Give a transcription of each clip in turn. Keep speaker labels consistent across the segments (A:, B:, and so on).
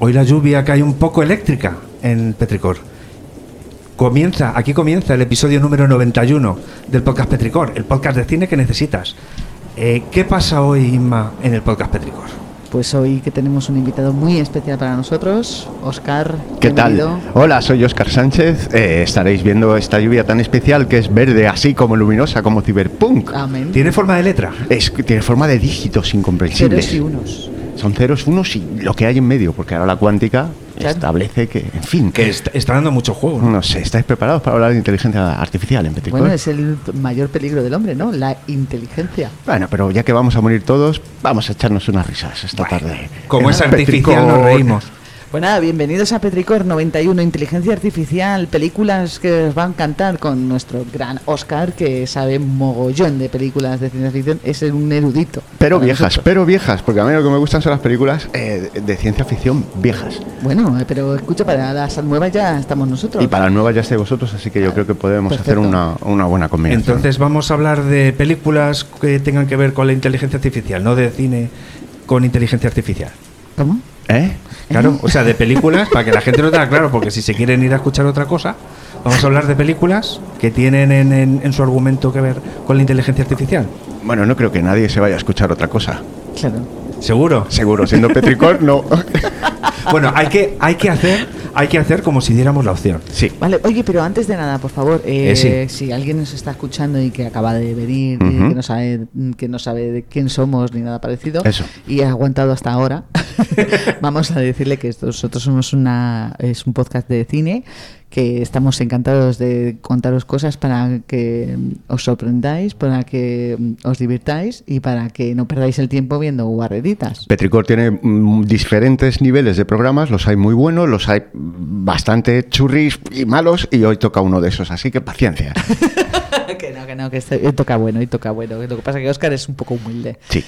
A: Hoy la lluvia cae un poco eléctrica en Petricor. Comienza, aquí comienza el episodio número 91 del podcast Petricor, el podcast de cine que necesitas. Eh, ¿Qué pasa hoy, Inma, en el podcast Petricor?
B: Pues hoy que tenemos un invitado muy especial para nosotros, Oscar.
C: ¿Qué tal? Hola, soy Óscar Sánchez. Eh, estaréis viendo esta lluvia tan especial que es verde, así como luminosa, como ciberpunk.
B: Amén.
A: ¿Tiene forma de letra?
C: Es, tiene forma de dígitos incomprensibles.
B: Ceros y unos.
C: Son ceros, unos y lo que hay en medio, porque ahora la cuántica
B: Claro.
C: establece que, en fin,
A: Que est- está dando mucho juego. ¿no?
C: no sé, ¿estáis preparados para hablar de inteligencia artificial en Petricor?
B: Bueno, es el mayor peligro del hombre, ¿no? La inteligencia.
C: Bueno, pero ya que vamos a morir todos, vamos a echarnos unas risas esta tarde.
A: Como
C: En
A: es artificial, nos
C: Petricor.
A: reímos.
B: Bueno, Pues bienvenidos a Petricor 91, Inteligencia Artificial, películas que os va a encantar con nuestro gran Oscar, que sabe mogollón de películas de ciencia ficción, es un erudito.
C: Pero viejas, pero viejas, porque a mí lo que me gustan son las películas eh, de- de ciencia ficción viejas.
B: Bueno, eh, pero escucha, para las nuevas ya estamos nosotros.
C: Y para las nuevas ya estáis vosotros, así que yo creo que podemos
B: Perfecto.
C: hacer una, una buena combinación.
A: Entonces vamos a hablar de películas que tengan que ver con la inteligencia artificial, no de cine con inteligencia artificial.
B: ¿Cómo?
C: ¿Eh?
A: Claro, o sea, de películas, para que la gente lo tenga claro, porque si se quieren ir a escuchar otra cosa, vamos a hablar de películas que tienen en, en- en su argumento que ver con la inteligencia artificial.
C: Bueno, no creo que nadie se vaya a escuchar otra cosa.
B: Claro.
A: Seguro.
C: Seguro, siendo Petricor, no.
A: Bueno, hay que, hay que hacer, hay que hacer como si diéramos la opción.
C: sí.
B: Vale, oye, pero antes de nada, por favor, eh,
A: Eh, sí.
B: si alguien nos está escuchando y que acaba de venir, eh,
C: Ujú.
B: que, no sabe, que no sabe de quién somos ni nada parecido,
C: Eso.
B: y ha aguantado hasta ahora, vamos a decirle que esto- nosotros somos una, es un podcast de cine, que estamos encantados de contaros cosas para que mm, os sorprendáis, para que mm, os divirtáis y para que no perdáis el tiempo viendo guarreditas.
C: Petricor tiene mm, diferentes niveles de programas, los hay muy buenos, los hay bastante churris y malos, y hoy toca uno de esos, así que paciencia.
B: que no, que no, que esto- hoy toca bueno, y toca bueno. Lo que pasa es que Oscar es un poco humilde.
C: Sí.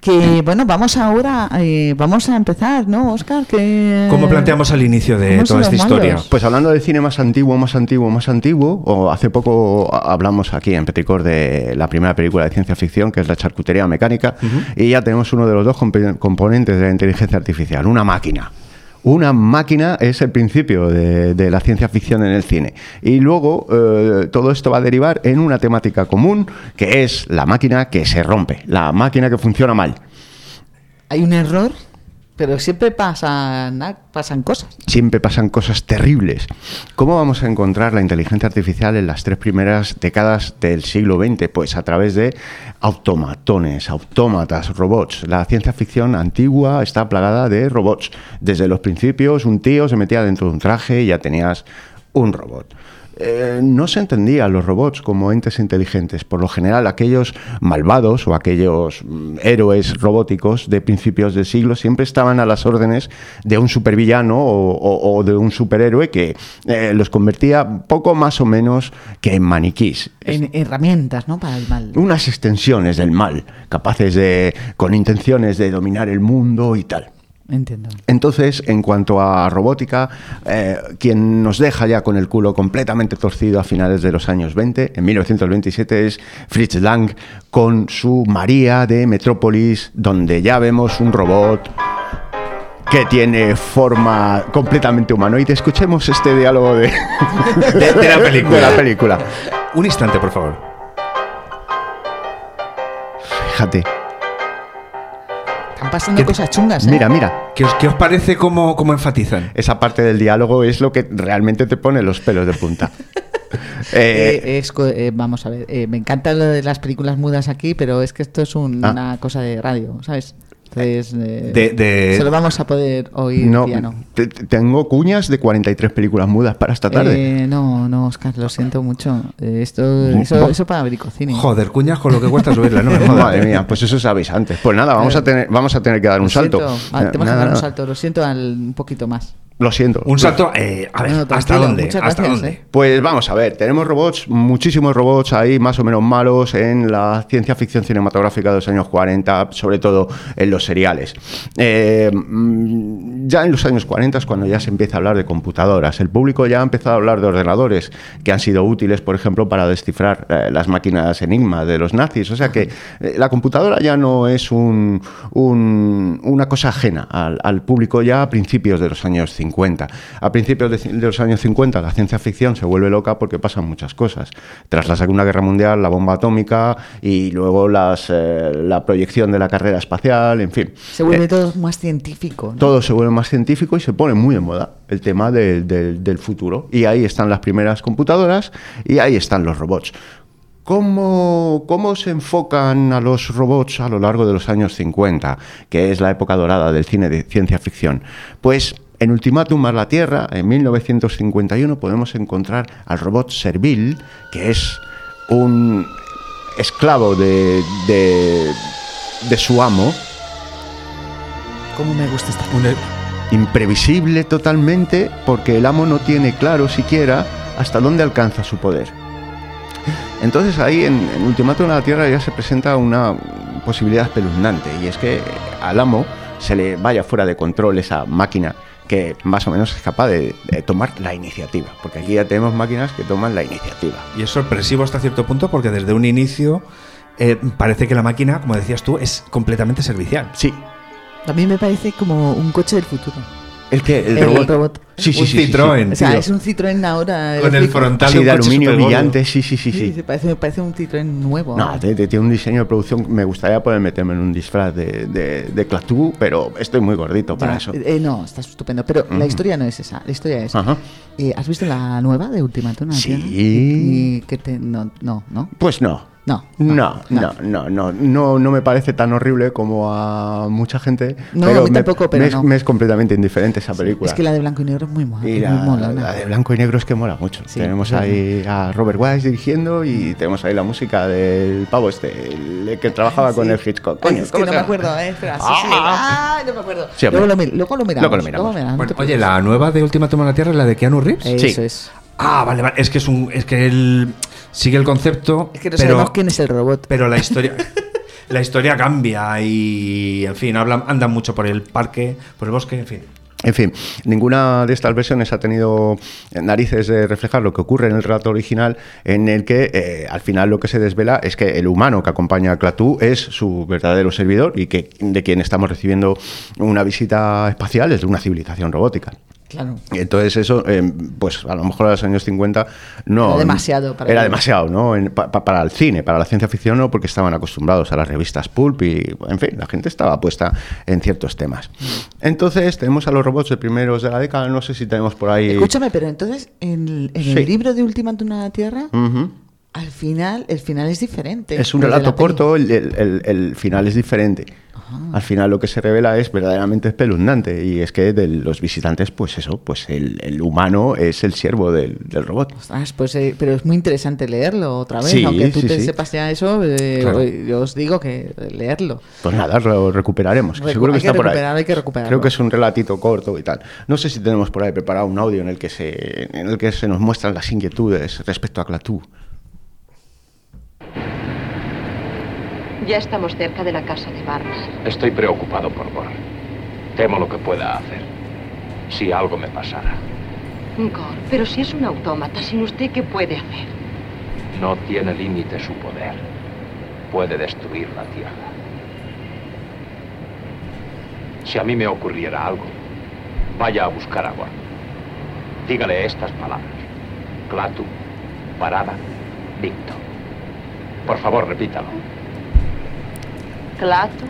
B: Que bueno, vamos ahora, eh, vamos a empezar, ¿no, Oscar? Que...
A: Como planteamos al inicio de
B: ¿Cómo son
A: toda esta
B: los
A: historia.
B: malos?
C: Pues hablando de cine más antiguo, más antiguo, más antiguo, o hace poco a- hablamos aquí en Petricor de la primera película de ciencia ficción, que es La charcutería mecánica, y ya tenemos uno de los dos comp- componentes de la inteligencia artificial, una máquina. Una máquina es el principio de, de la ciencia ficción en el cine. Y luego eh, todo esto va a derivar en una temática común, que es la máquina que se rompe, la máquina que funciona mal.
B: Hay un error, pero siempre pasan, ah, pasan cosas.
C: siempre pasan cosas terribles. ¿Cómo vamos a encontrar la inteligencia artificial en las tres primeras décadas del siglo XX? Pues a través de automatones, autómatas, robots. La ciencia ficción antigua está plagada de robots. Desde los principios, un tío se metía dentro de un traje y ya tenías un robot. Eh, no se entendía a los robots como entes inteligentes. Por lo general, aquellos malvados o aquellos mm, héroes robóticos de principios del siglo siempre estaban a las órdenes de un supervillano o, o- o de un superhéroe que eh, los convertía poco más o menos que en maniquís.
B: En herramientas, ¿no? Para el mal.
C: Unas extensiones del mal, capaces de, con intenciones de dominar el mundo y tal.
B: Entiendo.
C: Entonces, en cuanto a robótica, eh, quien nos deja ya con el culo completamente torcido a finales de los años 20, en 1927, es Fritz Lang con su María de Metrópolis, donde ya vemos un robot que tiene forma completamente humanoide. Escuchemos este diálogo de,
A: De- de la película.
C: de la película.
A: Un instante, por favor.
C: Fíjate.
B: Están pasando
A: ¿Qué te-
B: cosas chungas, ¿eh?
C: Mira, mira.
A: ¿Qué os, qué os parece cómo, cómo enfatizan?
C: Esa parte del diálogo es lo que realmente te pone los pelos de punta. Eh,
B: Eh, es co- eh, vamos a ver, eh, me encanta lo de las películas mudas aquí, pero es que esto es un-
C: Ah.
B: una cosa de radio, ¿sabes? Entonces, eh,
A: De- de-
B: solo vamos a poder oír
C: No,
B: piano.
C: te- te- tengo cuñas de 43 películas mudas para esta tarde.
B: Eh, no, no, Oscar, lo siento mucho. Eh, Esto, eso, eso para Bricocine.
A: Joder, cuñas con lo que cuesta subirla, no me jodas.
C: Madre mía, pues eso sabéis antes. Pues nada, vamos a tener, vamos a tener que dar
B: Lo
C: un salto.
B: siento. Ah,
C: Na-
B: tenemos que
C: nada,
B: dar un
C: nada.
B: salto, lo siento al, un poquito más.
C: Lo siento.
A: Un salto, eh, a ver,
B: No,
A: ¿hasta
B: tranquilo,
A: dónde?
B: muchas
A: ¿Hasta
B: gracias,
A: dónde?
B: eh.
C: Pues vamos a ver, tenemos robots, muchísimos robots ahí más o menos malos en la ciencia ficción cinematográfica de los años 40, sobre todo en los seriales. Eh, mm, ya en los años 40 es cuando ya se empieza a hablar de computadoras. El público ya ha empezado a hablar de ordenadores que han sido útiles, por ejemplo, para descifrar eh, las máquinas Enigma de los nazis. O sea que eh, la computadora ya no es un- un- una cosa ajena al, al público ya a principios de los años 50. A principios de, de los años 50 la ciencia ficción se vuelve loca porque pasan muchas cosas. Tras la Segunda Guerra Mundial, la bomba atómica y luego las, eh, la proyección de la carrera espacial, en fin.
B: Se vuelve
C: Eh,
B: todo más científico. ¿no?
C: todo se vuelve más científico y se pone muy en moda el tema del- del- del futuro. Y ahí están las primeras computadoras y ahí están los robots. ¿Cómo, ¿Cómo se enfocan a los robots a lo largo de los años 50, que es la época dorada del cine de ciencia ficción? Pues en Ultimátum a la Tierra, en 1951, podemos encontrar al robot Servil, que es un esclavo de, de- de su amo,
B: ¿Cómo me gusta esta
A: Un-
C: imprevisible totalmente porque el amo no tiene claro siquiera hasta dónde alcanza su poder. Entonces ahí en, en Ultimátum a la Tierra ya se presenta una posibilidad espeluznante y es que al amo se le vaya fuera de control esa máquina que más o menos es capaz de, de tomar la iniciativa, porque aquí ya tenemos máquinas que toman la iniciativa.
A: Y es sorpresivo hasta cierto punto porque desde un inicio eh, parece que la máquina, como decías tú, es completamente servicial.
C: Sí,
B: A mí me parece como un coche del futuro.
C: el que el,
B: El
C: robot.
B: robot.
C: Sí, sí,
A: Un
C: sí, sí, sí.
A: Citroën.
B: O sea,
A: tío.
B: es un Citroën ahora.
A: Con el
B: eléctrico.
A: frontal
C: Sí,
A: un
C: de
A: coche
C: aluminio
A: supergordo.
C: brillante, sí, sí, sí, sí.
B: Sí, sí, parece, parece un Citroën nuevo.
C: No, te- te- tiene un diseño de producción. Me gustaría poder meterme en un disfraz de, de, de Clatú, pero estoy muy gordito para
B: Ya,
C: eso. Mm.
B: eh, no, está estupendo. Pero la historia no es esa. La historia es.
C: Ajá.
B: eh, ¿Has visto la nueva de Ultimatum?
C: Sí.
B: Y, que te, no, no, no.
C: Pues no.
B: No.
C: No, no, no, no, no, no me parece tan horrible como a mucha gente.
B: No, a mí
C: me-
B: tampoco, pero
C: me, es-
B: no.
C: me es completamente indiferente esa película.
B: Es que la de blanco y negro es muy, mo-
C: Y
B: es
C: la,
B: muy molona.
C: la de blanco y negro es que mola mucho.
B: Sí,
C: tenemos
B: es
C: ahí a Robert Wise dirigiendo y tenemos ahí la música del pavo este, el que trabajaba con el Hitchcock.
B: Ay,
C: Coño,
B: es que
C: ¿cómo
B: no
C: se
B: me
C: llama?
B: acuerdo, eh, espera, sí, sí,
C: Ah.
B: ay, no me acuerdo.
C: Sí, hombre.
B: luego, lo, mi- luego lo miramos.
C: Luego lo miramos.
B: miramos,
A: Bueno,
B: no te
A: oye, la nueva de Última Toma en la Tierra es la de Keanu Reeves.
B: preocupes. Eso
C: sí.
B: es.
A: Ah, vale, vale. Es que es un. Es que él sigue el concepto.
B: Es que no
A: pero,
B: sabemos quién es el robot.
A: pero la historia. la historia cambia y. En fin, hablan, andan mucho por el parque, por el bosque, en fin.
C: En fin, ninguna de estas versiones ha tenido narices de reflejar lo que ocurre en el relato original, en el que eh, al final lo que se desvela es que el humano que acompaña a Clatú es su verdadero servidor y que de quien estamos recibiendo una visita espacial es de una civilización robótica.
B: Claro.
C: Entonces eso, eh, pues a lo mejor a los años 50 no...
B: Era demasiado para
C: Era
B: ellos.
C: demasiado, ¿no? En- pa- pa- para el cine, para la ciencia ficción no, porque estaban acostumbrados a las revistas pulp y, en fin, la gente estaba puesta en ciertos temas. Entonces tenemos a los robots de primeros de la década, no sé si tenemos por ahí...
B: Escúchame, pero entonces en el, en el
C: Eh, Sí.
B: libro de Última Tuna de la Tierra,
C: Ujú.
B: al final, el final es diferente.
C: Es un
B: al de la
C: relato
B: peli. Ah.
C: corto, el, el- el- el final es diferente. Al final lo que se revela es verdaderamente espeluznante y es que de los visitantes, pues eso, pues el, el humano es el siervo del- del robot.
B: Ostras, pues, eh, pero es muy interesante leerlo otra vez,
C: Sí,
B: aunque tú
C: sí,
B: te
C: sí.
B: sepas ya eso, eh,
C: Claro.
B: yo os digo que leerlo.
C: Pues nada, lo recuperaremos. que
B: Recu-
C: seguro que
B: hay que
C: está por
B: recuperar,
C: ahí.
B: hay que recuperarlo.
C: Creo que es un relatito corto y tal. No sé si tenemos por ahí preparado un audio en el que se, en el que se nos muestran las inquietudes respecto a Clatú.
D: Ya estamos cerca de la casa de Barnard.
E: Estoy preocupado por Bor. Temo lo que pueda hacer. Si algo me pasara.
D: Gore, pero si es un autómata, sin usted, ¿qué puede hacer?
E: No tiene límite su poder. Puede destruir la Tierra. Si a mí me ocurriera algo, vaya a buscar a Bor. Dígale estas palabras. Clatu, parada, dicto. Por favor, repítalo.
D: Clato,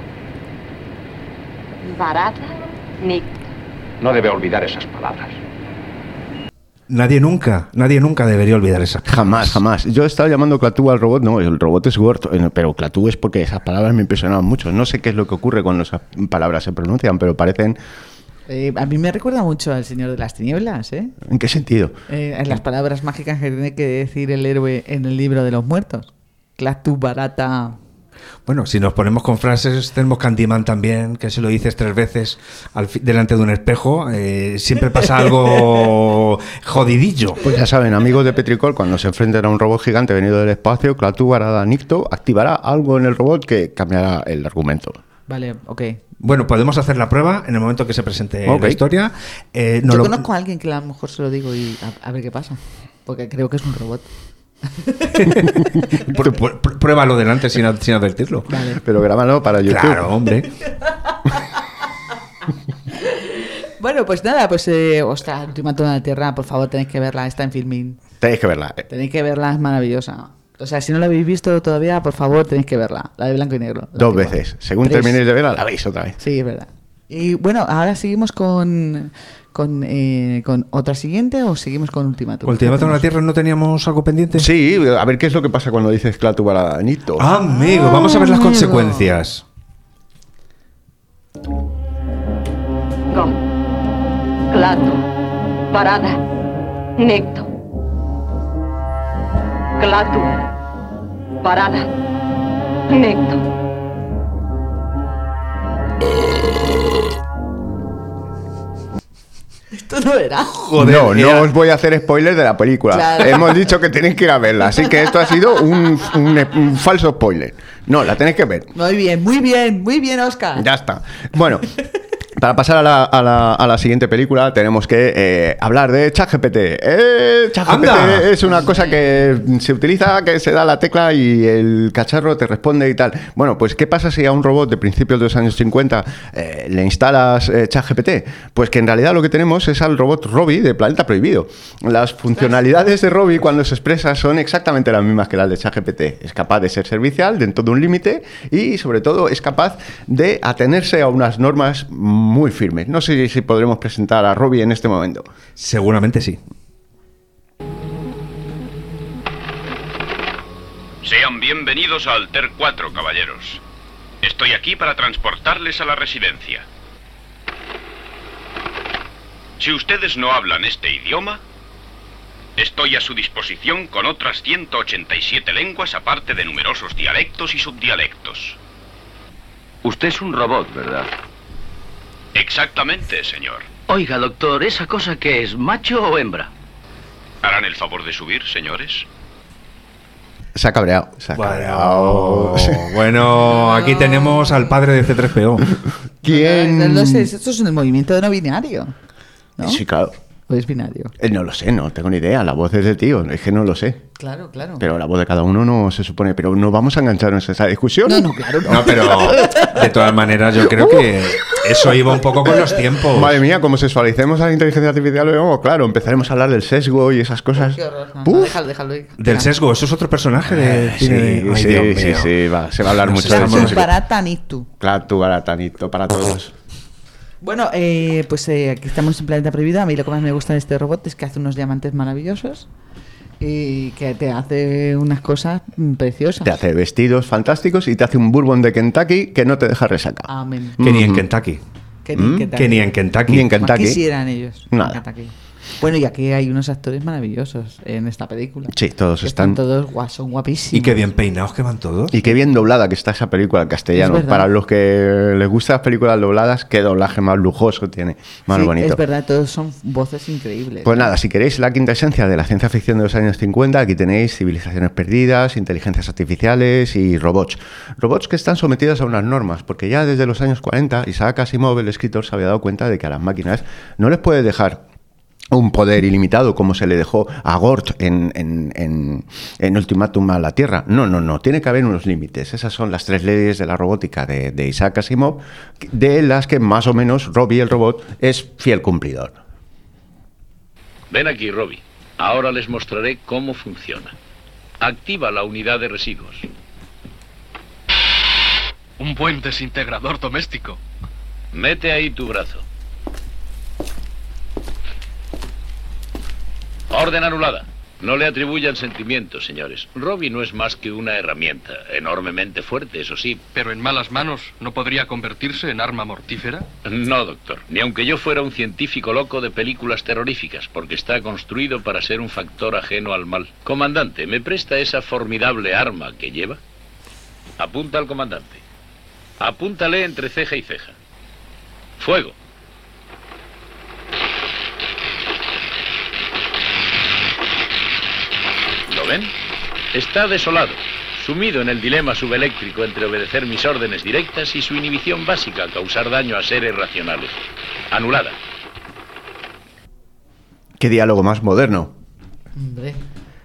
D: Barata, Nick.
E: No debe olvidar esas palabras.
A: Nadie nunca, nadie nunca debería olvidar esa.
C: Jamás, jamás. Yo he estado llamando Clatú al robot, no, el robot es Gort, eh, pero Clatú es porque esas palabras me impresionaban mucho. No sé qué es lo que ocurre cuando esas palabras se pronuncian, pero parecen...
B: Eh, a mí me recuerda mucho al Señor de las Tinieblas, ¿eh?
C: ¿En qué sentido?
B: Eh, en las palabras mágicas que tiene que decir el héroe en el libro de los muertos. Clatu barata.
A: Bueno, si nos ponemos con frases, tenemos Candyman también, que si lo dices tres veces al fi- delante de un espejo, eh, siempre pasa algo jodidillo.
C: Pues ya saben, amigos de Petricor, cuando se enfrenten a un robot gigante venido del espacio, Clatu Barada Nicto activará algo en el robot que cambiará el argumento.
B: Vale, ok.
A: Bueno, podemos hacer la prueba en el momento que se presente
C: Ok.
A: la historia. Eh, no
B: Yo
A: lo-
B: conozco a alguien que a lo mejor se lo digo y a, a ver qué pasa. Porque creo que es un robot.
A: pr- pr- pr- pruébalo delante sin, ad- sin advertirlo.
B: Vale.
C: Pero grábalo para YouTube.
A: Claro, hombre.
B: Bueno, pues nada, pues eh, ostras, Última Tona de la Tierra, por favor, tenéis que verla, está en filming.
C: Tenéis que verla. eh,
B: Tenéis que verla, es maravillosa. O sea, si no la habéis visto todavía, por favor, tenéis que verla, la de blanco y negro. la
C: Dos
B: antigua.
C: veces. Según
B: Tres.
C: terminéis de verla, la veis otra vez.
B: Sí, es verdad. Y bueno, ahora seguimos con con, eh, con otra siguiente o seguimos con Última Tuna.
A: Ultimatum a la Tierra, ¿no teníamos algo pendiente?
C: Sí, a ver qué es lo que pasa cuando dices Clatu Barada Nicto.
A: Ah, Amigo, vamos a ver las
B: Ah, Amigo.
A: consecuencias.
D: Gom. Clatu. Parada. Necto. Clatu. Parada. Necto.
B: Esto no era.
C: Joder, no, no os voy a hacer spoiler de la película.
B: Claro.
C: Hemos dicho que tenéis que ir a verla, así que esto ha sido un, un- un falso spoiler. No, la tenéis que ver.
B: Muy bien, muy bien, muy bien, Oscar.
C: Ya está. Bueno, para pasar a la, a la- a la siguiente película tenemos que eh, hablar de ChatGPT. Eh, ChatGPT
A: ¡Anda!
C: es una cosa que se utiliza, que se da la tecla y el cacharro te responde y tal. Bueno, pues ¿qué pasa si a un robot de principios de los años 50 eh, le instalas eh, ChatGPT? Pues que en realidad lo que tenemos es al robot Robbie de Planeta Prohibido. Las funcionalidades de Robbie cuando se expresa son exactamente las mismas que las de ChatGPT. Es capaz de ser servicial dentro de un límite y sobre todo es capaz de atenerse a unas normas muy firmes. No sé si podremos presentar a Robbie en este momento.
A: Seguramente sí.
F: Sean bienvenidos a Alter 4, caballeros. Estoy aquí para transportarles a la residencia. Si ustedes no hablan este idioma, estoy a su disposición con otras 187 lenguas aparte de numerosos dialectos y subdialectos.
E: Usted es un robot, ¿verdad?
F: Exactamente, señor.
G: Oiga, doctor, ¿esa cosa que es, macho o hembra?
F: ¿Harán el favor de subir, señores?
C: Se ha cabreado. Se ha cabreado.
A: Bueno, bueno, aquí tenemos al padre de C3PO. Mm.
C: ¿Quién?
B: No, lo sé, esto es un movimiento no binario. ¿No?
C: Sí, claro.
B: ¿O es binario?
C: Eh, No lo sé, no tengo ni idea. La voz es de tío, es que no lo sé.
B: Claro, claro.
C: Pero la voz de cada uno no se supone. Pero no vamos a engancharnos a esa discusión.
B: No, no, claro, no.
A: No, pero de todas maneras yo creo que eso iba un poco con los tiempos.
C: Madre mía, como sexualicemos a la inteligencia artificial, vamos, claro, empezaremos a hablar del sesgo y esas cosas.
B: Qué horror. No, no,
C: Uf.
B: déjalo, déjalo ir.
A: Del sesgo, eso es otro personaje de
C: Eh, Sí,
A: cine. Ay,
C: sí,
A: Dios
C: sí,
A: mío.
C: sí, va, se va a hablar
A: Nos
C: mucho del
A: estamos-
C: sesgo.
B: Barata ni tú.
C: Claro, tú baratanito para todos.
B: Bueno, eh, pues eh, aquí estamos en Planeta Prohibido. A mí lo que más me gusta de este robot es que hace unos diamantes maravillosos y que te hace unas cosas mm, preciosas.
C: Te hace vestidos fantásticos y te hace un bourbon de Kentucky que no te deja resaca.
B: Amén.
A: Que ni en
C: Mm.
A: Kentucky.
B: Que ni, que tal.
A: Que ni en Kentucky.
C: Ni en
B: Más
C: Kentucky.
B: quisieran ellos. en
C: Nada.
B: Kentucky. Bueno, y aquí hay unos actores maravillosos en esta película.
C: Sí, todos
B: Que están,
C: están-
B: todos guau, son guapísimos.
A: Y qué bien peinados que van todos.
C: Y qué bien doblada que está esa película en castellano.
B: Es verdad.
C: Para los que les gustan las películas dobladas, qué doblaje más lujoso tiene. Más
B: Sí,
C: bonito.
B: Es verdad, todos son voces increíbles.
C: Pues nada, si queréis la quinta esencia de la ciencia ficción de los años 50, aquí tenéis civilizaciones perdidas, inteligencias artificiales y robots. Robots que están sometidos a unas normas, porque ya desde los años 40 Isaac Asimov, el escritor, se había dado cuenta de que a las máquinas no les puedes dejar un poder ilimitado como se le dejó a Gort en, en- en- en Ultimátum a la Tierra. No, no, no, tiene que haber unos límites. Esas son las tres leyes de la robótica de, de Isaac Asimov, de las que más o menos Robbie el robot es fiel cumplidor.
F: Ven aquí, Robbie. Ahora les mostraré cómo funciona. Activa la unidad de residuos.
G: Un buen desintegrador doméstico.
F: Mete ahí tu brazo. Orden anulada. No le atribuyan sentimientos, señores. Robbie no es más que una herramienta, enormemente fuerte, eso sí.
G: Pero en malas manos no podría convertirse en arma mortífera.
F: No, doctor. Ni aunque yo fuera un científico loco de películas terroríficas, porque está construido para ser un factor ajeno al mal. Comandante, ¿me presta esa formidable arma que lleva?
H: Apunta al comandante. Apúntale entre ceja y ceja. Fuego. ¿Lo ven? Está desolado, sumido en el dilema subeléctrico entre obedecer mis órdenes directas y su inhibición básica a causar daño a seres racionales. Anulada.
C: Qué diálogo más moderno.
B: Hombre.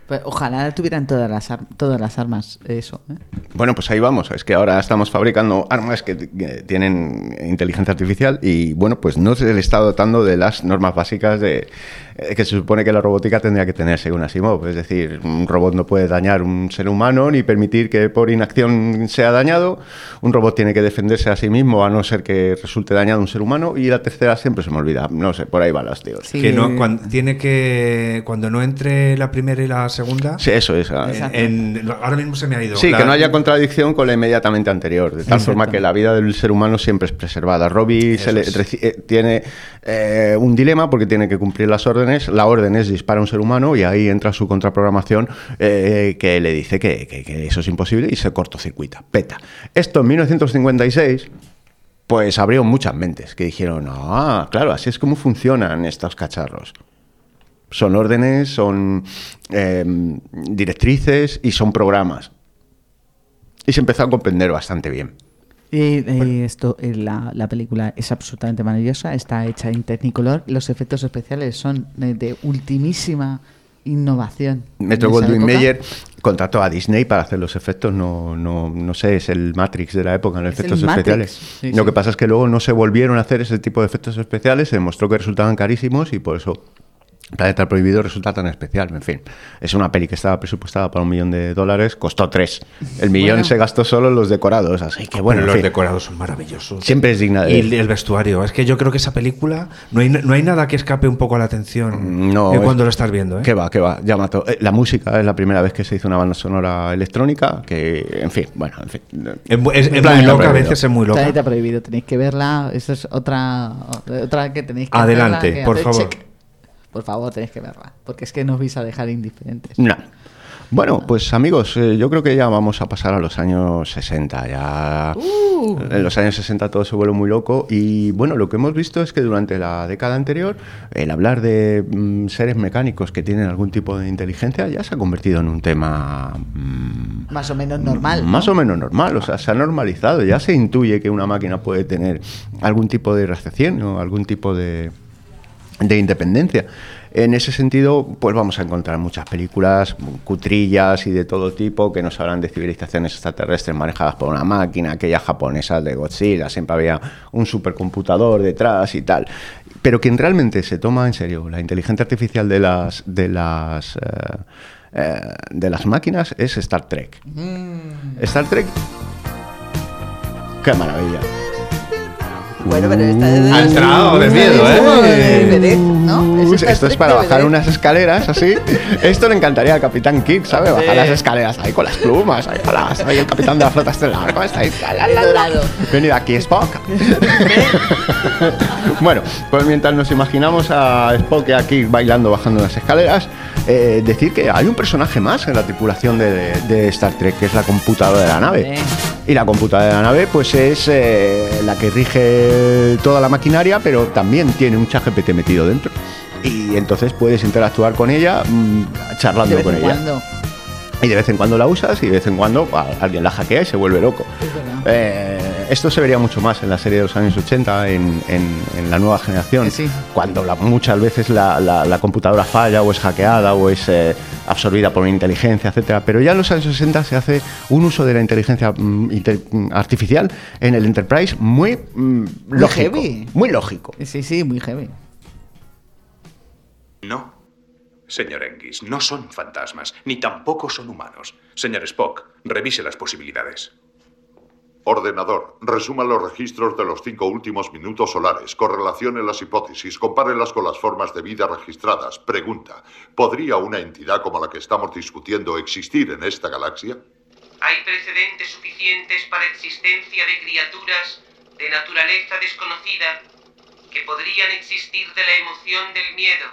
B: Pues ojalá tuvieran todas las, ar- todas las armas, eso. ¿eh?
C: Bueno, pues ahí vamos. Es que ahora estamos fabricando armas que, t- que tienen inteligencia artificial y, bueno, pues no se le está dotando de las normas básicas de, eh, que se supone que la robótica tendría que tener según Asimov. Es decir, un robot no puede dañar un ser humano ni permitir que por inacción sea dañado. Un robot tiene que defenderse a sí mismo a no ser que resulte dañado un ser humano. Y la tercera siempre se me olvida. No sé, por ahí van las teorías.
B: Sí.
A: Que no, cuando, tiene que. Cuando no entre la primera y la segunda.
C: Sí, eso es. ah,
B: Exacto.
A: en- en- ahora mismo se me ha ido.
C: Sí,
A: La-
C: que no haya contradicción con la inmediatamente anterior. De tal
B: Exacto.
C: forma que la vida del ser humano siempre es preservada. Robbie se
A: Eso
C: le-
A: es.
C: reci- eh, tiene eh, un dilema porque tiene que cumplir las órdenes. La orden es dispara a un ser humano y ahí entra su contraprogramación eh, que le dice que, que- que eso es imposible y se cortocircuita. Peta. Esto en 1956 pues abrió muchas mentes que dijeron, ah, claro, así es como funcionan estos cacharros. Son órdenes, son eh, directrices y son programas. Y se empezó a comprender bastante bien.
B: Y, eh, esto, eh, la, la película es absolutamente maravillosa, está hecha en Technicolor. Los efectos especiales son eh, de ultimísima innovación. en
C: Metro
B: esa
C: Goldwyn
B: época.
C: Mayer contrató a Disney para hacer los efectos, no, no, no sé, es el Matrix de la época en los
B: Es el
C: efectos
B: Matrix,
C: especiales.
B: sí,
C: Lo
B: sí.
C: que pasa es que luego no se volvieron a hacer ese tipo de efectos especiales, se demostró que resultaban carísimos y por eso Planeta Prohibido resulta tan especial. En fin, es una peli que estaba presupuestada para un millón de dólares, costó tres. El millón
B: Bueno.
C: se gastó solo en los decorados, así que bueno,
A: Pero
C: en
A: los
C: fin,
A: decorados son maravillosos.
C: siempre es digna de
A: Y
C: ver.
A: el, el vestuario. Es que yo creo que esa película no hay, no hay nada que escape un poco a la atención
C: No,
A: eh,
C: es-
A: cuando lo estás viendo. ¿eh?
C: Que va, que va, ya mató. Eh, La música es la primera vez que se hizo una banda sonora electrónica, que, en fin, bueno, en fin.
A: Es, mu- es- es muy
C: Planeta
A: loca, a
C: Prohibido.
A: veces es muy loca.
B: Planeta prohibido, tenéis que verla. Esa es otra, otra que tenéis que
A: Adelante,
B: verla, que
A: por
B: hacer
A: favor.
B: Por favor, tenéis que verla. Porque es que nos vais a dejar indiferentes.
C: No. Bueno, pues amigos, eh, yo creo que ya vamos a pasar a los años 60. Ya
A: Uh.
C: en los años 60 todo se vuelve muy loco y bueno, lo que hemos visto es que durante la década anterior el hablar de mm, seres mecánicos que tienen algún tipo de inteligencia ya se ha convertido en un tema mm,
B: Más o menos normal.
C: Más
B: ¿no?
C: o menos normal, o sea, se ha normalizado, ya se intuye que una máquina puede tener algún tipo de recepción o algún tipo de, de independencia. En ese sentido, pues vamos a encontrar muchas películas, cutrillas y de todo tipo que nos hablan de civilizaciones extraterrestres manejadas por una máquina, aquellas japonesas de Godzilla, siempre había un supercomputador detrás y tal. Pero quien realmente se toma en serio la inteligencia artificial de las, de las, eh, eh, de las máquinas es Star Trek. Star Trek. Qué maravilla.
B: Bueno, pero esta es de-
C: Ha entrado de
B: esta
C: miedo,
B: es como
C: ¿eh?
B: de Vedette, ¿no? Es
C: Uy,
B: Star
C: esto es
B: Trek
C: para
B: de
C: bajar
B: Vedette.
C: unas escaleras así. Esto le encantaría al Capitán Kirk, ¿sabe? Bajar las escaleras ahí con las plumas, ahí, hola, soy el Capitán de la Flota Estelar. ¿Cómo estáis? La, la, la, la.
B: Dorado.
C: Venid aquí, Spock. bueno, pues mientras nos imaginamos a Spock y a Kirk bailando, bajando las escaleras, eh, decir que hay un personaje más en la tripulación de, de Star Trek, que es la computadora de la nave.
B: Bien.
C: Y la computadora de la nave, pues es eh, la que rige toda la maquinaria, pero también tiene un ChatGPT metido dentro. Y entonces puedes interactuar con ella mm,
B: De
C: charlando
B: vez
C: con
B: en
C: ella.
B: cuando.
C: Y de vez en cuando la usas y de vez en cuando a- alguien la hackea y se vuelve loco. Eh, esto se vería mucho más en la serie de los años 80, en, en- en la nueva generación,
B: Que sí.
C: cuando la- muchas veces la, la- la computadora falla o es hackeada o es eh, absorbida por una inteligencia, etcétera. Pero ya en los años 60 se hace un uso de la inteligencia mm, inter- mm, artificial en el Enterprise muy mm,
B: Muy
C: lógico.
B: heavy.
C: Muy lógico.
B: Sí, sí, muy heavy.
I: No, señor Engis, no son fantasmas, ni tampoco son humanos. Señor Spock, revise las posibilidades.
J: Ordenador, resuma los registros de los cinco últimos minutos solares, correlacione las hipótesis, compárelas con las formas de vida registradas. Pregunta, ¿podría una entidad como la que estamos discutiendo existir en esta galaxia?
K: Hay precedentes suficientes para existencia de criaturas de naturaleza desconocida que podrían existir de la emoción del miedo.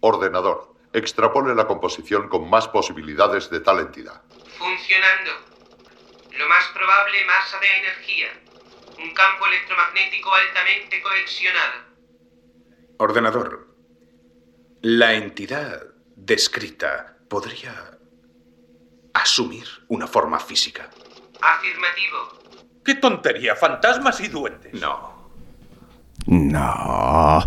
J: Ordenador, extrapole la composición con más posibilidades de tal entidad.
K: Funcionando. Lo más probable, masa de energía. Un campo electromagnético altamente coexionado.
I: Ordenador, la entidad descrita podría asumir una forma física.
K: Afirmativo.
L: ¡Qué tontería! Fantasmas y duendes.
I: No.
C: No.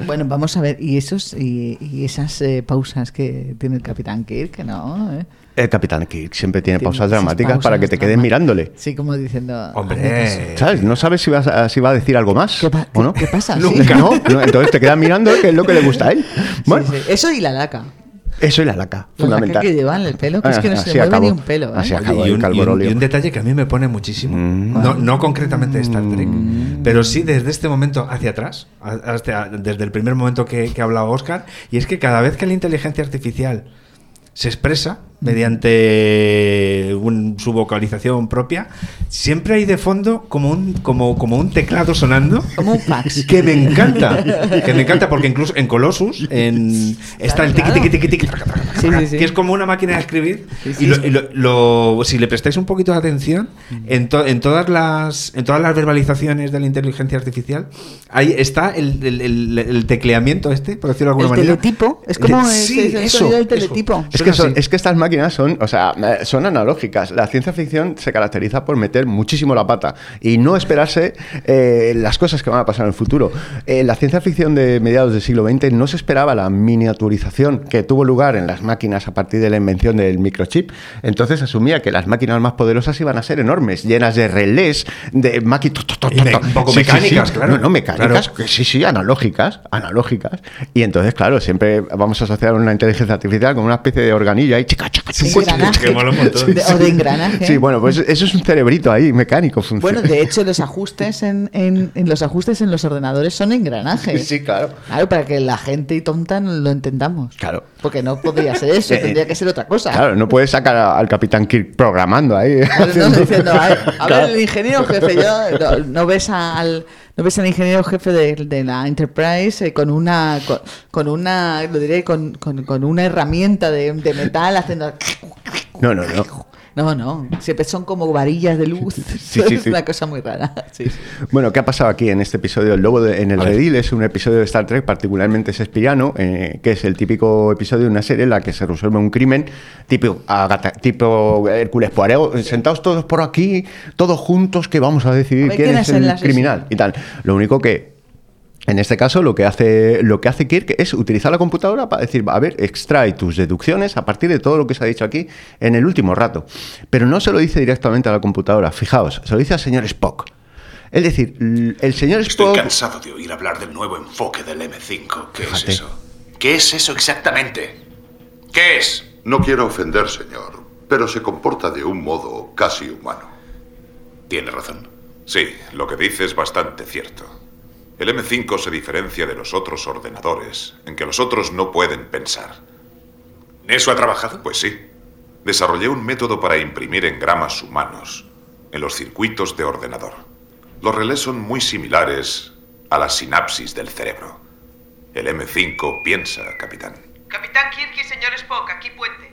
B: Bueno, vamos a ver, y esos y, y esas eh, pausas que tiene el Capitán Kirk, ¿no? Eh,
C: El Capitán Kirk siempre tiene
B: Tiene
C: pausas
B: esas
C: dramáticas
B: pausas
C: para que te quedes
B: dramáticas.
C: mirándole.
B: Sí, como diciendo...
A: Hombre.
C: ¿Sabes? No sabes si, vas a- si va a decir algo más o no.
B: ¿Qué pasa? Sí.
C: Nunca. No, no, entonces te quedas mirando, que es lo que le gusta a él. Bueno,
B: pues, Sí, sí. Eso y la laca.
C: eso es la laca,
B: La laca
C: fundamental. Ah,
B: que llevan el pelo, que es que no
C: Así
B: se le mueve
C: acabó.
B: ni un pelo. ¿eh?
C: Así
A: Oye,
C: acabó
A: y,
C: el
A: un, y un-
C: calvorolio. Mm.
A: y un detalle que a mí me pone muchísimo. No, no concretamente Star Trek, pero sí desde este momento hacia atrás, a- hasta- desde el primer momento que, que ha hablado Oscar, y es que cada vez que la inteligencia artificial se expresa
B: Mm.
A: mediante un- su vocalización propia, siempre hay de fondo como un, como, como un teclado sonando.
B: Como un fax.
A: Que me encanta, que me encanta porque incluso en Colossus en, está el tiqui tiqui tiqui tiqui taca, taca, taca, taca, que es como una máquina de escribir y lo- y lo- lo- si le prestáis un poquito de atención en, to- en todas las en todas las verbalizaciones de la inteligencia artificial ahí está el, el- el- el tecleamiento este por decirlo de alguna
B: El
A: manera
B: teletipo, es como
A: Eh,
B: es-
A: sí,
B: es el
A: eso,
B: sonido del
A: eso.
B: teletipo.
C: Es que, son- es que estas máquinas son, o sea, eh, son analógicas. La ciencia ficción se caracteriza por meter muchísimo la pata y no esperarse eh, las cosas que van a pasar en el futuro. Eh, la ciencia ficción de mediados del siglo XX no se esperaba la miniaturización que tuvo lugar en las máquinas a partir de la invención del microchip. Entonces asumía que las máquinas más poderosas iban a ser enormes, llenas de relés, de máquinas...
A: un poco mecánicas, claro.
C: No, no, mecánicas,
A: Claro.
C: que sí, sí, analógicas, analógicas. Y entonces, claro, siempre vamos a asociar una inteligencia artificial con una especie de organillo ahí, chica, chica,
B: Sí,
C: chica,
B: engranaje.
C: chica, chica.
B: Que mola un montón. De- o de engranaje.
C: Sí, bueno, pues eso es un cerebrito ahí, mecánico, funciona.
B: Bueno, de hecho, los ajustes en, en- en los ajustes en los ordenadores son engranajes.
C: Sí, claro.
B: Claro, para que la gente tonta no lo entendamos.
C: Claro.
B: Porque no podría ser eso,
C: Eh,
B: tendría que ser otra cosa.
C: Claro, no puedes sacar a- al Capitán Kirk programando ahí.
B: Claro, no,
C: haciendo-
B: diciendo, a ver, a ver,
C: Claro.
B: el ingeniero jefe, yo no, no ves al no ves al ingeniero jefe de, de la Enterprise eh, con una con, con una lo diré con, con- con una herramienta de, de metal haciendo
C: No, no, no.
B: no, no, siempre son como varillas de luz.
C: sí,
B: es
C: sí.
B: una cosa muy rara. Sí, sí.
C: Bueno, ¿qué ha pasado aquí en este episodio? El lobo de- en el
A: A ver.
C: redil es un episodio de Star Trek particularmente shakespeariano, eh, que es el típico episodio de una serie en la que se resuelve un crimen tipo, Agatha- tipo Hércules Poirot, eh, sentados todos por aquí, todos juntos, que vamos a decidir
B: A ver,
C: quién,
B: ¿quién
C: es
B: es el
C: el
B: asesino?
C: criminal y tal. Lo único que en este caso, lo que hace lo que hace Kirk es utilizar la computadora para decir, a ver, extrae tus deducciones a partir de todo lo que se ha dicho aquí en el último rato. Pero no se lo dice directamente a la computadora. Fijaos, se lo dice al señor Spock. Es decir, l- el señor
I: Estoy
C: Spock.
I: cansado de oír hablar del nuevo enfoque del M5. ¿Qué es
C: Fíjate.
I: eso? ¿Qué es eso exactamente? ¿Qué es?
J: No quiero ofender, señor, pero se comporta de un modo casi humano.
I: Tiene razón. Sí, lo que dice es bastante cierto. El M5 se diferencia de los otros ordenadores, en que los otros no pueden pensar. ¿Eso ha trabajado? Pues sí. Desarrollé un método para imprimir engramas humanos en los circuitos de ordenador. Los relés son muy similares a la sinapsis del cerebro. El M5 piensa, capitán.
K: Capitán Kirk y señor Spock, aquí puente.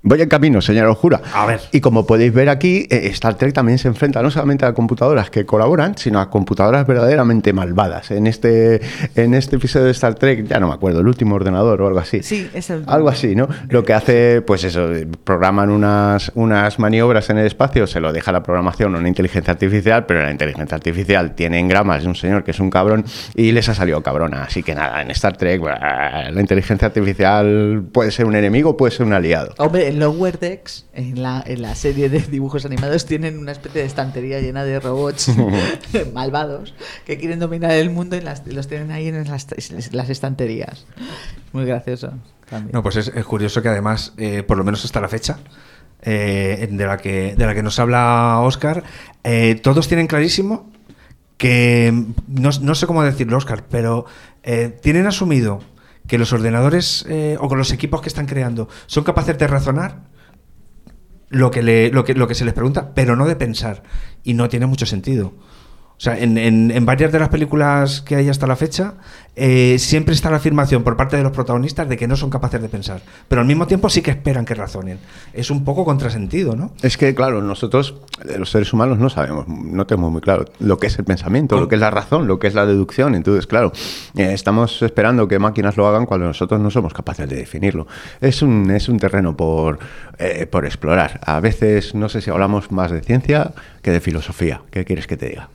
C: Voy en camino, señor Oscura.
A: A ver.
C: Y como podéis ver aquí, eh, Star Trek también se enfrenta no solamente a computadoras que colaboran, sino a computadoras verdaderamente malvadas. En este, en este episodio de Star Trek, ya no me acuerdo, el último ordenador o algo así.
B: Sí, es el-
C: Algo así, ¿no? Lo que hace, pues eso, eh, programan unas, unas maniobras en el espacio, se lo deja la programación a una inteligencia artificial, pero la inteligencia artificial tiene engramas de un señor que es un cabrón y les ha salido cabrona. Así que nada, en Star Trek, bah, la inteligencia artificial puede ser un enemigo, puede ser un aliado.
B: Hombre, en Lower Decks, en la, en la serie de dibujos animados, tienen una especie de estantería llena de robots malvados que quieren dominar el mundo y las- los tienen ahí en las, las estanterías. Muy gracioso. también.
A: No, pues es, es curioso que además, eh, por lo menos hasta la fecha, eh, de, la que, de la que nos habla Oscar, todos tienen clarísimo que, no, no sé cómo decirlo Oscar, pero eh, tienen asumido que los ordenadores eh, o con los equipos que están creando son capaces de razonar lo que, le, lo, que, lo que se les pregunta, pero no de pensar. Y no tiene mucho sentido. O sea, en, en- en varias de las películas que hay hasta la fecha, eh, siempre está la afirmación por parte de los protagonistas de que no son capaces de pensar. Pero al mismo tiempo sí que esperan que razonen. Es un poco contrasentido, ¿no?
C: Es que, claro, nosotros, eh, los seres humanos, no sabemos, no tenemos muy claro lo que es el pensamiento, lo que es la razón, lo que es la deducción. Entonces, claro, eh, estamos esperando que máquinas lo hagan cuando nosotros no somos capaces de definirlo. Es un, es un terreno por, eh, por explorar. A veces, no sé si hablamos más de ciencia que de filosofía. ¿Qué quieres que te diga?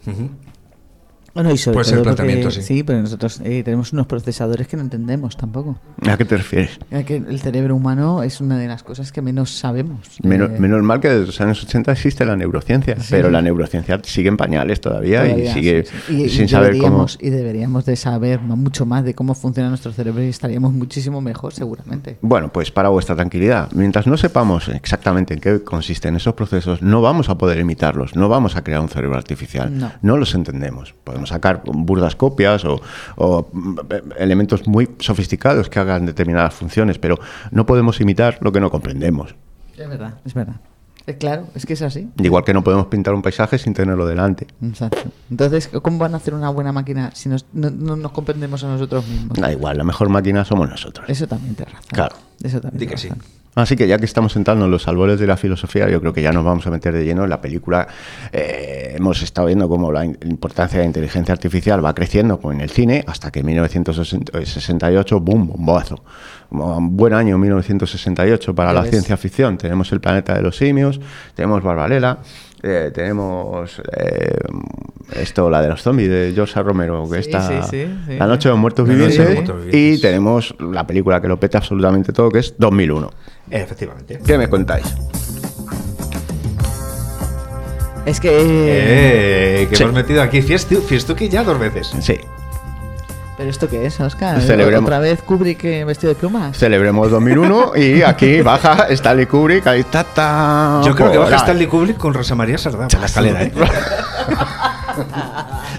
B: Bueno, y sobre
C: Puede ser
B: todo porque-
C: planteamiento, sí.
B: pero nosotros eh, tenemos unos procesadores que no entendemos tampoco.
C: ¿A qué te refieres?
B: Ya que el cerebro humano es una de las cosas que menos sabemos.
C: Menos,
B: Eh,
C: menos mal que desde los años 80 existe la neurociencia,
B: Sí.
C: pero la neurociencia sigue en pañales todavía, y
B: todavía,
C: sigue
B: sí, sí. Y- y
C: sin saber cómo.
B: deberíamos- Y deberíamos de saber ma- mucho más de cómo funciona nuestro cerebro y estaríamos muchísimo mejor seguramente.
C: Bueno, pues para vuestra tranquilidad, mientras no sepamos exactamente en qué consisten esos procesos, no vamos a poder imitarlos, no vamos a crear un cerebro artificial,
B: No.
C: los entendemos. Podemos sacar burdas copias o, o, mm, elementos muy sofisticados que hagan determinadas funciones, pero no podemos imitar lo que no comprendemos.
B: Es verdad, es verdad. Eh, claro, es que es así.
C: Igual que no podemos pintar un paisaje sin tenerlo delante.
B: Exacto. Entonces, ¿cómo van a hacer una buena máquina si nos- no, no nos comprendemos a nosotros mismos?
C: Da igual, la mejor máquina somos nosotros.
B: Eso también te razón.
C: Claro.
B: Eso también. te razón.
C: Así que ya que estamos sentando en los albores de la filosofía, yo creo que ya nos vamos a meter de lleno en la película. Eh, hemos estado viendo cómo la in- importancia de la inteligencia artificial va creciendo como en el cine hasta que en 1968, boom, bombazo. Un buen año 1968 para
H: Ya
C: la
H: ves.
C: ciencia ficción. Tenemos El planeta de los simios, tenemos Barbarella, eh, tenemos eh, esto, la de los zombies de George A. Romero, que
H: Sí,
C: está
H: sí, sí, sí.
C: La noche de los muertos
H: La noche de los
C: vivientes.
H: muertos
C: Y tenemos la película que lo peta absolutamente todo, que es 2001.
A: Efectivamente.
C: ¿Qué me contáis?
B: Es que...
A: Eh, que
C: Sí.
A: hemos metido aquí fiestu, fiestuki ya dos veces.
C: Sí.
B: ¿Pero esto qué es, Oscar?
C: Celebremos.
B: ¿Otra vez Kubrick eh, vestido de plumas?
C: Celebremos 2001 y aquí baja Stanley Kubrick, ahí ta ta.
A: Yo creo que baja
C: Hola.
A: Stanley Kubrick con Rosa María Sardá por la escalera, ¿eh?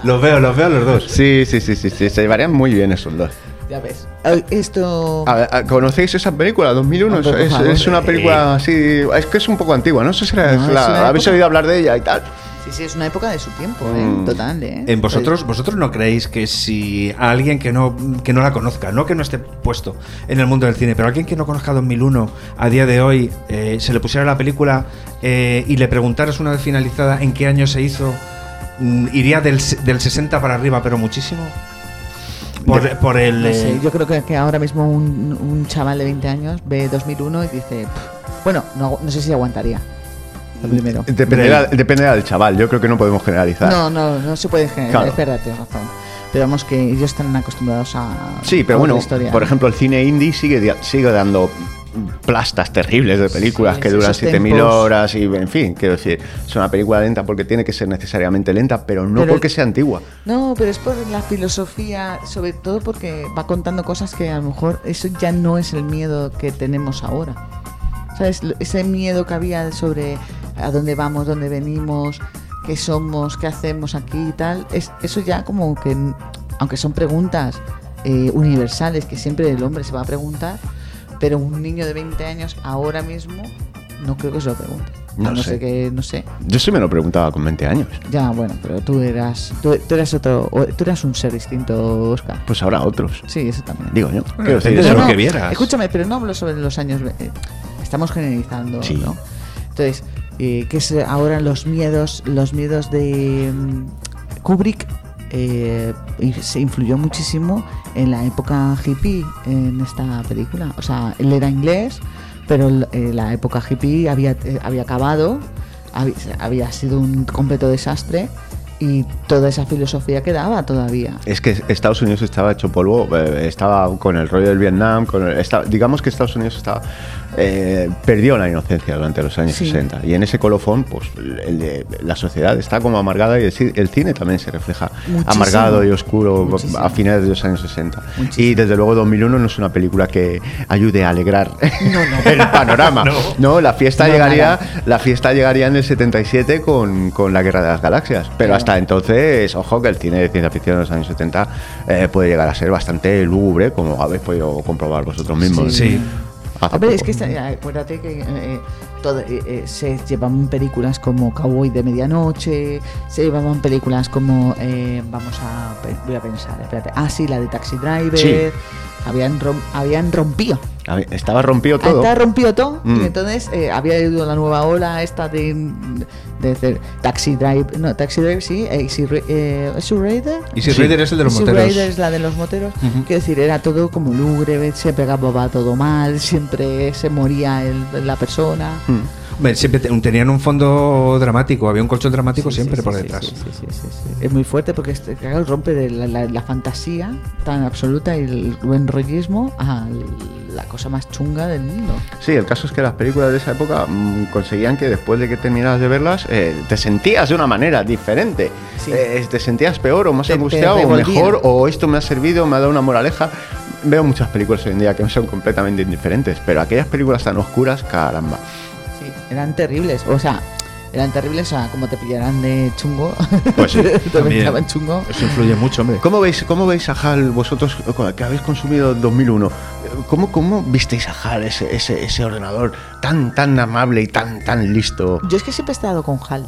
A: los veo, los veo los dos.
C: Sí, sí, sí, sí, sí, se llevarían muy bien esos dos.
B: Ya ves. Ay, Esto...
C: A ver, a- ¿Conocéis esa película? 2001 es,
B: Hombre, Ah, pues, por
C: es-
B: favor.
C: es una
A: Eh.
C: película así, es que es un poco antigua, no sé si la-
B: No, es
C: la-
B: una
C: habéis
B: época.
C: oído hablar de ella y tal.
B: Sí, sí, es una época de su tiempo, ¿eh?
A: Mm.
B: Total, ¿eh?
A: En vosotros, vosotros no creéis que si a alguien que no, que no la conozca, no que no esté puesto en el mundo del cine, pero alguien que no conozca 2001 a día de hoy, eh, se le pusiera la película eh, y le preguntaras una vez finalizada en qué año se hizo, mm, iría del, se- del 60 para arriba, pero muchísimo. Por, por el.
B: No sé,
A: eh,
B: yo creo que, que ahora mismo un, un chaval de 20 años ve 2001 y dice... "Pff, Bueno, no, no sé si aguantaría. Lo primero.
A: Mm.
C: Dependerá, dependerá del chaval, yo creo que no podemos generalizar.
B: No, no, no se puede generar.
C: Claro.
B: Es verdad, tienes razón. Pero vamos que ellos están acostumbrados a...
C: Sí, pero
B: a otra
C: bueno,
B: historia.
C: por ejemplo, el cine indie sigue, dia- sigue dando plastas terribles de películas
H: Sí,
C: que
H: sí,
C: duran
H: esos
C: 7000
H: tempos.
C: horas y en fin, quiero decir, es una película lenta porque tiene que ser necesariamente lenta, pero no
B: Pero-
C: porque sea antigua.
B: No, pero es por la filosofía, sobre todo porque va contando cosas que a lo mejor eso ya no es el miedo que tenemos ahora. ¿Sabes? Lo- Ese miedo que había sobre a dónde vamos, dónde venimos, qué somos, qué hacemos aquí y tal, es, eso ya como que, n- aunque son preguntas eh, universales que siempre el hombre se va a preguntar, pero un niño de 20 años ahora mismo no creo que se lo pregunte. A
C: No
B: no
C: sé.
B: sé que, no sé,
C: Yo sí me lo preguntaba con 20 años.
B: ya, bueno, pero tú eras, tú, tú eras otro, o- tú eras un ser distinto, Oscar.
C: Pues ahora otros.
B: Sí, eso también.
C: Digo yo.
A: Bueno, depende de lo que vieras.
B: Escúchame, pero no hablo sobre los años. ve- eh, Estamos generalizando,
C: Sí.
B: ¿no? Entonces, eh, ¿qué es ahora los miedos, los miedos de mm, Kubrick? eh, y se influyó muchísimo en la época hippie en esta película. O sea, él era inglés, pero el- eh, la época hippie había, eh, había acabado, había, había sido un completo desastre y toda esa filosofía quedaba todavía.
C: Es que Estados Unidos estaba hecho polvo, eh, estaba con el rollo del Vietnam, con el- esta- digamos que Estados Unidos estaba eh, perdió la inocencia durante los años
H: Sí.
C: 60 y en ese colofón, pues el de- la sociedad está como amargada y el, ci- el cine también se refleja
H: Muchísimo.
C: amargado y oscuro
H: Muchísimo.
C: a finales de los años 60 y desde luego 2001 no es una película que ayude a alegrar el panorama, no, la fiesta
H: No,
C: llegaría,
H: nada.
C: la fiesta llegaría en el 77 con, con la Guerra de las Galaxias. Pero hasta entonces, ojo que el cine de ciencia ficción de los años 70 eh, puede llegar a ser bastante lúgubre, como habéis podido comprobar vosotros mismos.
A: Sí.
C: Hace
B: Hombre,
C: poco.
B: es que esta- acuérdate que eh, todo- eh, eh, se llevaban películas como Cowboy de Medianoche, se llevaban películas como. eh, vamos a. pe- Voy a pensar, espérate. Ah, sí, la de Taxi Driver.
C: Sí.
B: Habían, rom- habían rompido.
C: A ver, Estaba rompido todo.
B: Está rompido todo.
C: Mm.
B: Y entonces eh, había ido la nueva ola esta de, de hacer Taxi Drive. No, Taxi Drive sí. eh, Easy, Ra- eh, Easy Rider.
A: Easy Sí. Rider es el de los
B: Easy
A: moteros.
B: Rider es la de los moteros.
A: Ujú.
B: Quiero decir, era todo como lúgubre, siempre acababa todo mal, siempre se moría el- la persona. Mm.
A: Hombre, siempre te- tenían un fondo dramático, había un colchón dramático siempre por detrás.
B: Es muy fuerte porque este, claro, rompe de la, la- la fantasía tan absoluta y el buen rollismo a la cosa más chunga del mundo.
C: Sí, el caso es que las películas de esa época mm, conseguían que después de que terminaras de verlas eh, te sentías de una manera diferente. Eh, te sentías peor o más angustiado o
B: revolvía.
C: mejor o esto me ha servido, me ha dado una moraleja. Veo muchas películas hoy en día que son completamente indiferentes, pero aquellas películas tan oscuras, caramba.
B: Sí, eran terribles. O sea, eran terribles, o sea, como te pillaran de chungo.
C: Pues sí,
B: te
C: también.
B: aventaban chungo.
C: Eso influye mucho, hombre. ¿Cómo veis, cómo veis a Hal vosotros que habéis consumido 2001? ¿Cómo, cómo visteis a Hal ese, ese, ese ordenador tan tan amable y tan tan listo?
B: Yo es que siempre he estado con Hal.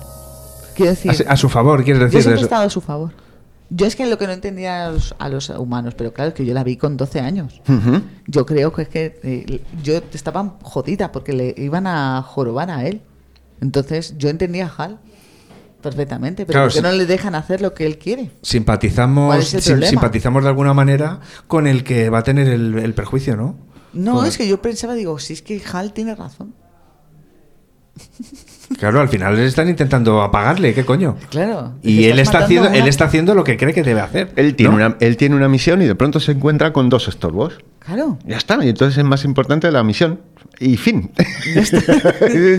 B: Quiero decir.
A: A, se- a su favor, quieres
B: yo
A: decir
B: siempre he
A: eso.
B: estado a su favor. Yo es que lo que no entendía a los, a los humanos, pero claro, es que yo la vi con 12 años.
C: Ujú.
B: Yo creo que es que eh, yo estaba jodida porque le iban a jorobar a él. Entonces yo entendía a Hal perfectamente, pero
A: Claro,
B: porque
A: sí.
B: no le dejan hacer lo que él quiere. ¿Cuál
A: Simpatizamos,
B: es el
A: sim-
B: problema?
A: simpatizamos de alguna manera con el que va a tener el, el perjuicio, ¿no?
B: No,
A: Joder.
B: es que yo pensaba, digo, si es que Hal tiene razón.
A: Claro, al final están intentando apagarle, ¿qué coño?
B: Claro.
A: Y
B: Le estás
A: él está
B: matando
A: haciendo,
B: a una-
A: él está haciendo lo que cree que debe hacer.
C: Él tiene, una, él tiene una misión y de pronto se encuentra con dos estorbos.
B: Claro.
C: Ya está, y entonces es más importante la misión. Y fin.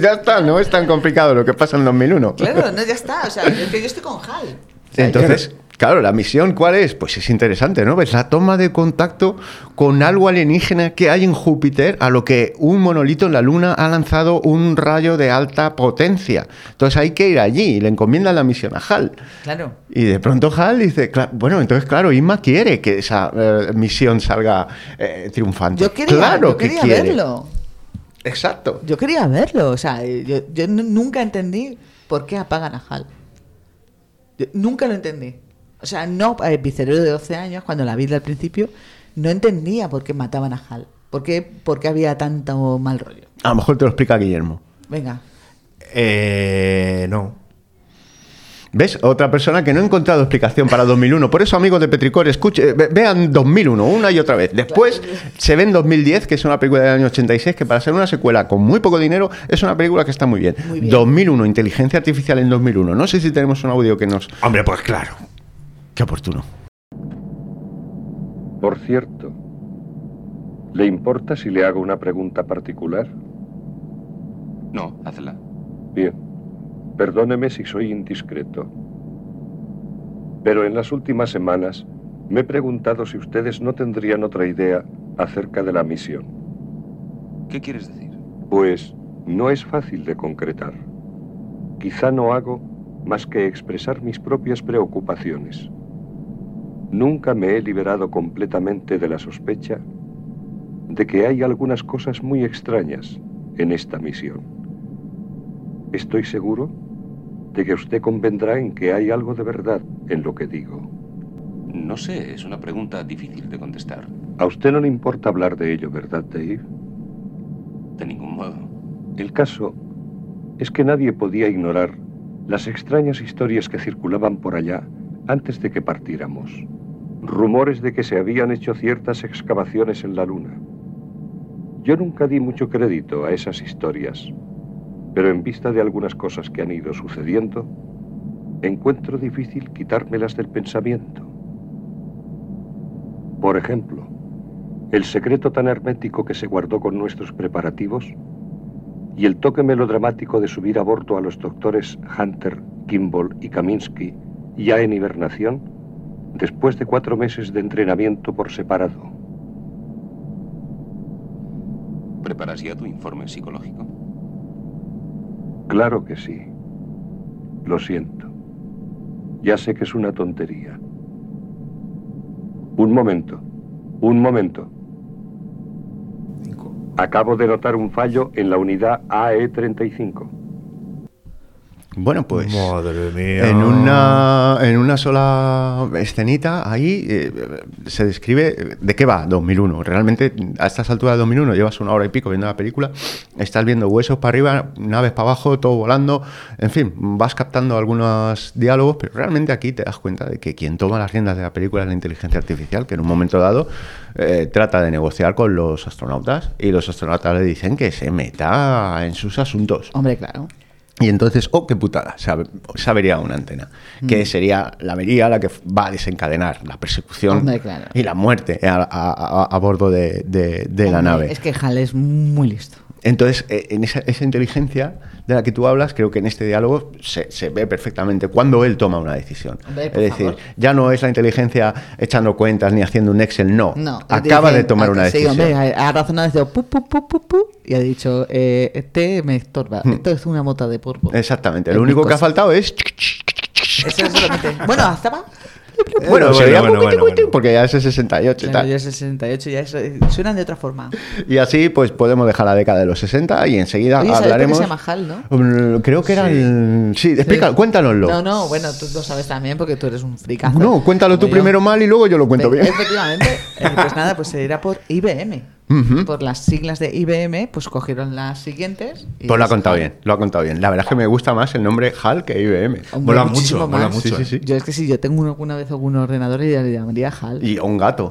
C: Ya está, no es tan complicado lo que pasa en 2001.
B: Claro, no, ya está. O sea, es que yo estoy con Hal.
C: Entonces, claro, la misión, ¿cuál es? Pues es interesante, ¿no? Ves la toma de contacto con algo alienígena que hay en Júpiter, a lo que un monolito en la Luna ha lanzado un rayo de alta potencia. Entonces hay que ir allí y le encomiendan la misión a Hal.
B: Claro.
C: Y de pronto Hal dice, "Cla- bueno, entonces claro, Inma quiere que esa eh, misión salga eh, triunfante.
B: Yo quería,
C: claro
B: yo quería
C: que quiere.
B: verlo.
C: Exacto.
B: Yo quería verlo. O sea, eh, yo, yo nu- nunca entendí por qué apagan a Hal. Yo nunca lo entendí. O sea, no, eh, mi cerebro de 12 años, cuando la vi al principio, no entendía por qué mataban a Hal. ¿Por qué, por qué había tanto mal rollo?
C: A lo mejor te lo explica Guillermo.
B: Venga.
A: Eh, no.
C: ¿Ves? Otra persona que no ha encontrado explicación para 2001. Por eso, amigos de Petricor, escuche, ve- vean 2001 una y otra vez. Después se ve en 2010, que es una película del año 86, que para ser una secuela con muy poco dinero, es una película que está muy bien. 2001, inteligencia artificial en 2001. No sé si tenemos un audio que nos...
A: Hombre, pues claro.
C: Qué oportuno.
M: Por cierto, ¿le importa si le hago una pregunta particular?
G: No, hazla.
M: Bien, perdóneme si soy indiscreto. Pero en las últimas semanas me he preguntado si ustedes no tendrían otra idea acerca de la misión.
N: ¿Qué quieres decir?
M: Pues no es fácil de concretar. Quizá no hago más que expresar mis propias preocupaciones. Nunca me he liberado completamente de la sospecha de que hay algunas cosas muy extrañas en esta misión. Estoy seguro de que usted convendrá en que hay algo de verdad en lo que digo.
N: No sé, es una pregunta difícil de contestar.
M: A usted no le importa hablar de ello, ¿verdad, Dave?
N: De ningún modo.
M: El caso es que nadie podía ignorar las extrañas historias que circulaban por allá antes de que partiéramos. Rumores de que se habían hecho ciertas excavaciones en la Luna. Yo nunca di mucho crédito a esas historias, pero en vista de algunas cosas que han ido sucediendo, encuentro difícil quitármelas del pensamiento. Por ejemplo, el secreto tan hermético que se guardó con nuestros preparativos y el toque melodramático de subir a bordo a los doctores Hunter, Kimball y Kaminsky, ya en hibernación, después de cuatro meses de entrenamiento por separado.
N: ¿Preparas ya tu informe psicológico?
M: Claro que sí. Lo siento. Ya sé que es una tontería. Un momento, un momento. Acabo de notar un fallo en la unidad E AE35.
C: Bueno, pues.
A: Madre mía.
C: En una, en una sola escenita, ahí eh, se describe eh, de qué va 2001. Realmente, a estas alturas de 2001, llevas una hora y pico viendo la película, estás viendo huesos para arriba, naves para abajo, todo volando. En fin, vas captando algunos diálogos, pero realmente aquí te das cuenta de que quien toma las riendas de la película es la inteligencia artificial, que en un momento dado eh, trata de negociar con los astronautas y los astronautas le dicen que se meta en sus asuntos.
B: Hombre, claro.
C: Y entonces, oh, qué putada, se, ab- se avería una antena, que
B: Mm.
C: sería la avería la que f- va a desencadenar la persecución
B: Hombre, claro.
C: y la muerte a, a- a- a bordo de, de- de la
B: Hombre,
C: nave.
B: Es que Hal es muy listo.
C: Entonces, eh, en esa, esa inteligencia de la que tú hablas, creo que en este diálogo se, se ve perfectamente cuando él toma una decisión.
B: Hombre,
C: es
B: por
C: decir,
B: favor.
C: ya no es la inteligencia echando cuentas ni haciendo un Excel, no.
B: No,
C: Acaba
B: dice-
C: de tomar una
B: sí,
C: decisión.
B: hombre, ha ha razonado, ha dicho, pu, pu, pu, pu, pu, y ha dicho, eh, este me estorba,
C: Mm.
B: esto es una mota de polvo.
C: Exactamente,
B: Es
C: lo
B: mi
C: único que ha
B: cosa.
C: faltado es
B: Eso es lo que te- Bueno, hasta va.
C: Bueno,
A: Eh, bueno,
C: sería
A: bueno,
C: cuiti,
A: bueno,
C: cuiti, porque ya es el 68 y
B: Claro,
C: tal.
B: ya es el 68, ya es- eh, suenan de otra forma.
C: Y así pues podemos dejar la década de los 60 y enseguida
B: Oye, ¿sabes por qué
C: hablaremos.
B: se llama Hal, no?
C: Mm, Creo que era el... Sí, explícalo, cuéntanoslo.
B: No, no, bueno, tú lo sabes también porque tú eres un fricazo.
C: No, cuéntalo
B: como
C: tú
B: yo.
C: primero mal y luego yo lo cuento
B: Pe-
C: bien.
B: Efectivamente. Eh, Pues nada, pues se irá por IBM.
C: Ujú.
B: Por las siglas de IBM, pues cogieron las siguientes. y
C: Pues lo ha
B: es
C: contado
B: Hal.
C: bien, lo ha contado bien. La verdad es que me gusta más el nombre HAL que IBM.
B: Hombre, muchísimo más.
A: eh.
C: Sí, sí, sí.
B: Yo es que si yo tengo uno- alguna vez algún ordenador y le llamaría HAL.
C: Y a un gato.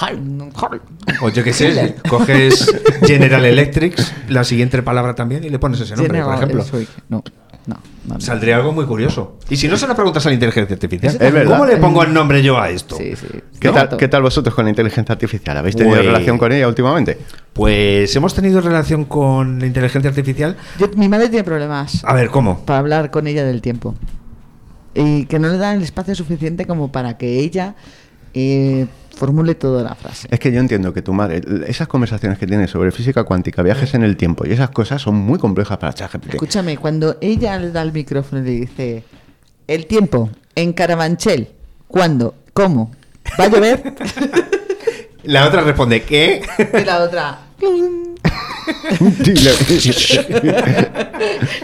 B: HAL. HAL.
A: O yo qué
B: Hitler.
A: sé, coges General Electric, la siguiente palabra también, y le pones ese nombre, por
B: General
A: ejemplo.
B: Electric. No, no, no.
A: Saldría algo muy curioso. Y si no se lo preguntas a la inteligencia artificial,
C: Eso también.
A: ¿cómo
C: Es
A: le
C: verdad.
A: pongo el nombre yo a esto?
C: ¿Qué,
A: ¿No?
C: tal, ¿Qué tal vosotros con la inteligencia artificial? ¿Habéis tenido
A: Uy.
C: relación con ella últimamente?
A: Pues hemos tenido relación con la inteligencia artificial.
B: Yo- mi madre tiene problemas
A: A ver, ¿cómo?
B: para hablar con ella del tiempo. Y que no le dan el espacio suficiente como para que ella eh, formule toda la frase.
C: Es que yo entiendo que tu madre, esas conversaciones que tienes sobre física cuántica, viajes en el tiempo y esas cosas son muy complejas para ChatGPT.
B: Escúchame, cuando ella le da el micrófono y le dice, el tiempo, en Carabanchel, ¿cuándo? ¿Cómo? ¿Va a llover?
A: La otra responde, ¿qué?
B: y la otra,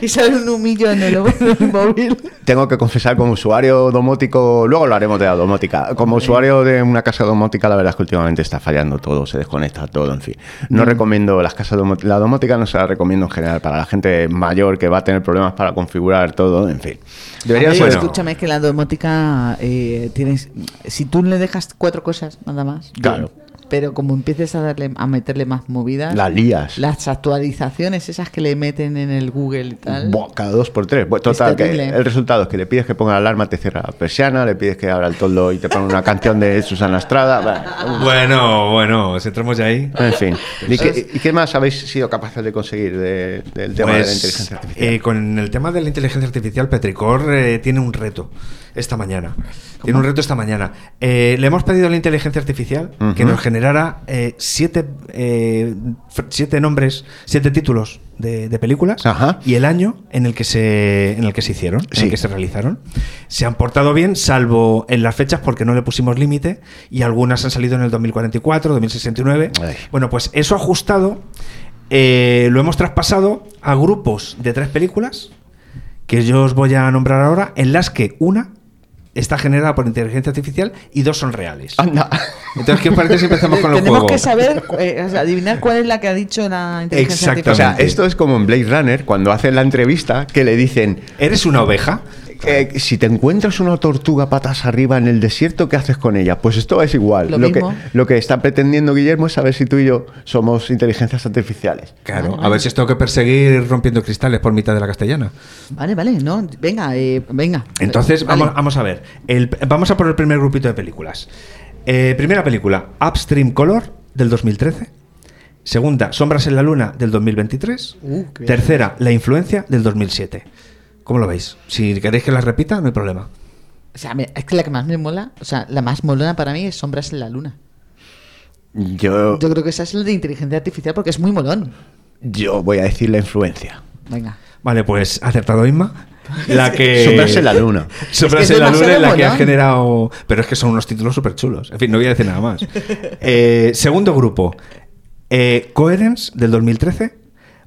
B: y sale un humillo en el, en el móvil.
C: Tengo que confesar como usuario domótico, luego lo haremos de la domótica, como usuario de una casa domótica la verdad es que últimamente está fallando todo, se desconecta todo, en fin. No recomiendo las casas domóticas, la domótica no se la recomiendo en general para la gente mayor que va a tener problemas para configurar todo, en fin. Debería
B: Hombre,
C: ser...
B: Escúchame, es que la domótica eh, tienes. Si tú le dejas cuatro cosas nada más.
C: Claro.
B: bien. Pero como empieces a darle a meterle más movidas.
C: Las lías.
B: Las actualizaciones esas que le meten en el Google y tal.
C: Buah, cada dos por tres. Bueno, total, que
B: terrible.
C: el resultado es que le pides que ponga la alarma, te cierra la persiana, le pides que abra el toldo y te pone una canción de Susana Estrada. Bah,
A: Bueno, bueno, si entramos ya ahí.
C: En fin. ¿Y qué, y qué más habéis sido capaces de conseguir de- del tema de la
A: Pues,
C: inteligencia artificial?
A: eh, con el tema de la inteligencia artificial, Petricor eh, tiene un reto esta mañana. Tiene un reto esta mañana. Eh, le hemos pedido a la inteligencia artificial que
C: Ujú.
A: nos generara eh, siete, eh, fr- siete nombres, siete títulos de, de películas y el año en el que se, en el que se hicieron, en el que se realizaron. Se han portado bien, salvo en las fechas porque no le pusimos límite y algunas han salido en el 2044, 2069. Bueno, pues eso ajustado eh, lo hemos traspasado a grupos de tres películas que yo os voy a nombrar ahora, en las que una está generada por inteligencia artificial y dos son reales.
C: Anda.
A: Entonces, ¿qué os parece si empezamos con los
B: Tenemos
A: juegos?
B: que saber, eh, o sea, adivinar cuál es la que ha dicho la inteligencia
C: Exactamente. O sea,
B: artificial.
C: esto es como en Blade Runner, cuando hacen la entrevista, que le dicen... eh,
A: ¿Eres una oveja?
C: si te encuentras una tortuga patas arriba en el desierto, ¿qué haces con ella? Pues esto es igual.
B: Lo
C: que,
B: mismo.
C: lo que está pretendiendo Guillermo es saber si tú y yo somos inteligencias artificiales.
B: Ah,
A: Claro, a ver si os tengo que perseguir rompiendo cristales por mitad de la castellana.
B: Vale, vale, no, venga, eh, venga.
A: Entonces,
B: Vale.
A: vamos, vamos a ver. El- vamos a por el primer grupito de películas. Eh, primera película, Upstream Color, del 2013. Segunda, Sombras en la Luna, del 2023.
B: Uh, qué bien.
A: Tercera, La Influencia, del 2007. ¿Cómo lo veis? Si queréis que las repita, no hay problema.
B: O sea, me- es que la que más me mola, o sea, la más molona para mí es Sombras en la Luna.
C: Yo,
B: Yo creo que esa es la de inteligencia artificial porque es muy molón.
C: yo voy a decir la influencia.
B: Venga.
A: Vale, pues acertado Inma. La que.
C: Sobrarse la luna.
A: Sobrarse
B: Es que es
A: la luna es la
B: demasiado
A: que ha
B: molón.
A: generado. Pero es que son unos títulos súper chulos. En fin, no voy a decir nada más. Eh, segundo grupo. Eh, Coherence del 2013,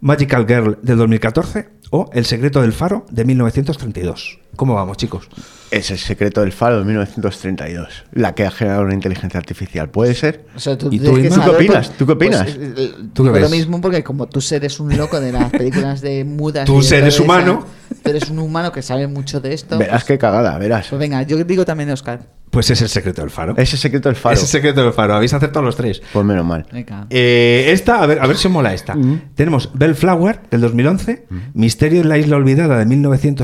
A: Magical Girl del 2014 o El secreto del faro de 1932. ¿Cómo vamos, chicos?
C: Es el secreto del faro de 1932, la que ha generado una inteligencia artificial. ¿Puede ser?
B: O sea, tú
C: ¿Y
B: tienes
C: tú,
B: que
C: ¿tú qué
B: saber,
C: opinas?
B: pues,
C: ¿Tú qué opinas?
B: pues, eh, eh,
C: ¿Tú qué
B: por lo
C: ves?
B: mismo, porque como tú eres un loco de las películas de mudas.
C: Tú
B: y de
C: eres
B: todo eso,
C: humano.
B: Tú eres un humano que sabe mucho de esto.
C: Verás qué cagada, verás.
B: Pues venga, yo digo también Oscar.
A: Pues es el secreto del faro.
C: Es el secreto del faro.
A: Es el secreto del faro. Habéis acertado los tres.
C: Pues menos mal. Mm.
B: Venga.
A: Eh, esta, a ver, a ver si os mola esta. Tenemos Bellflower del 2011, Misterio en la Isla Olvidada de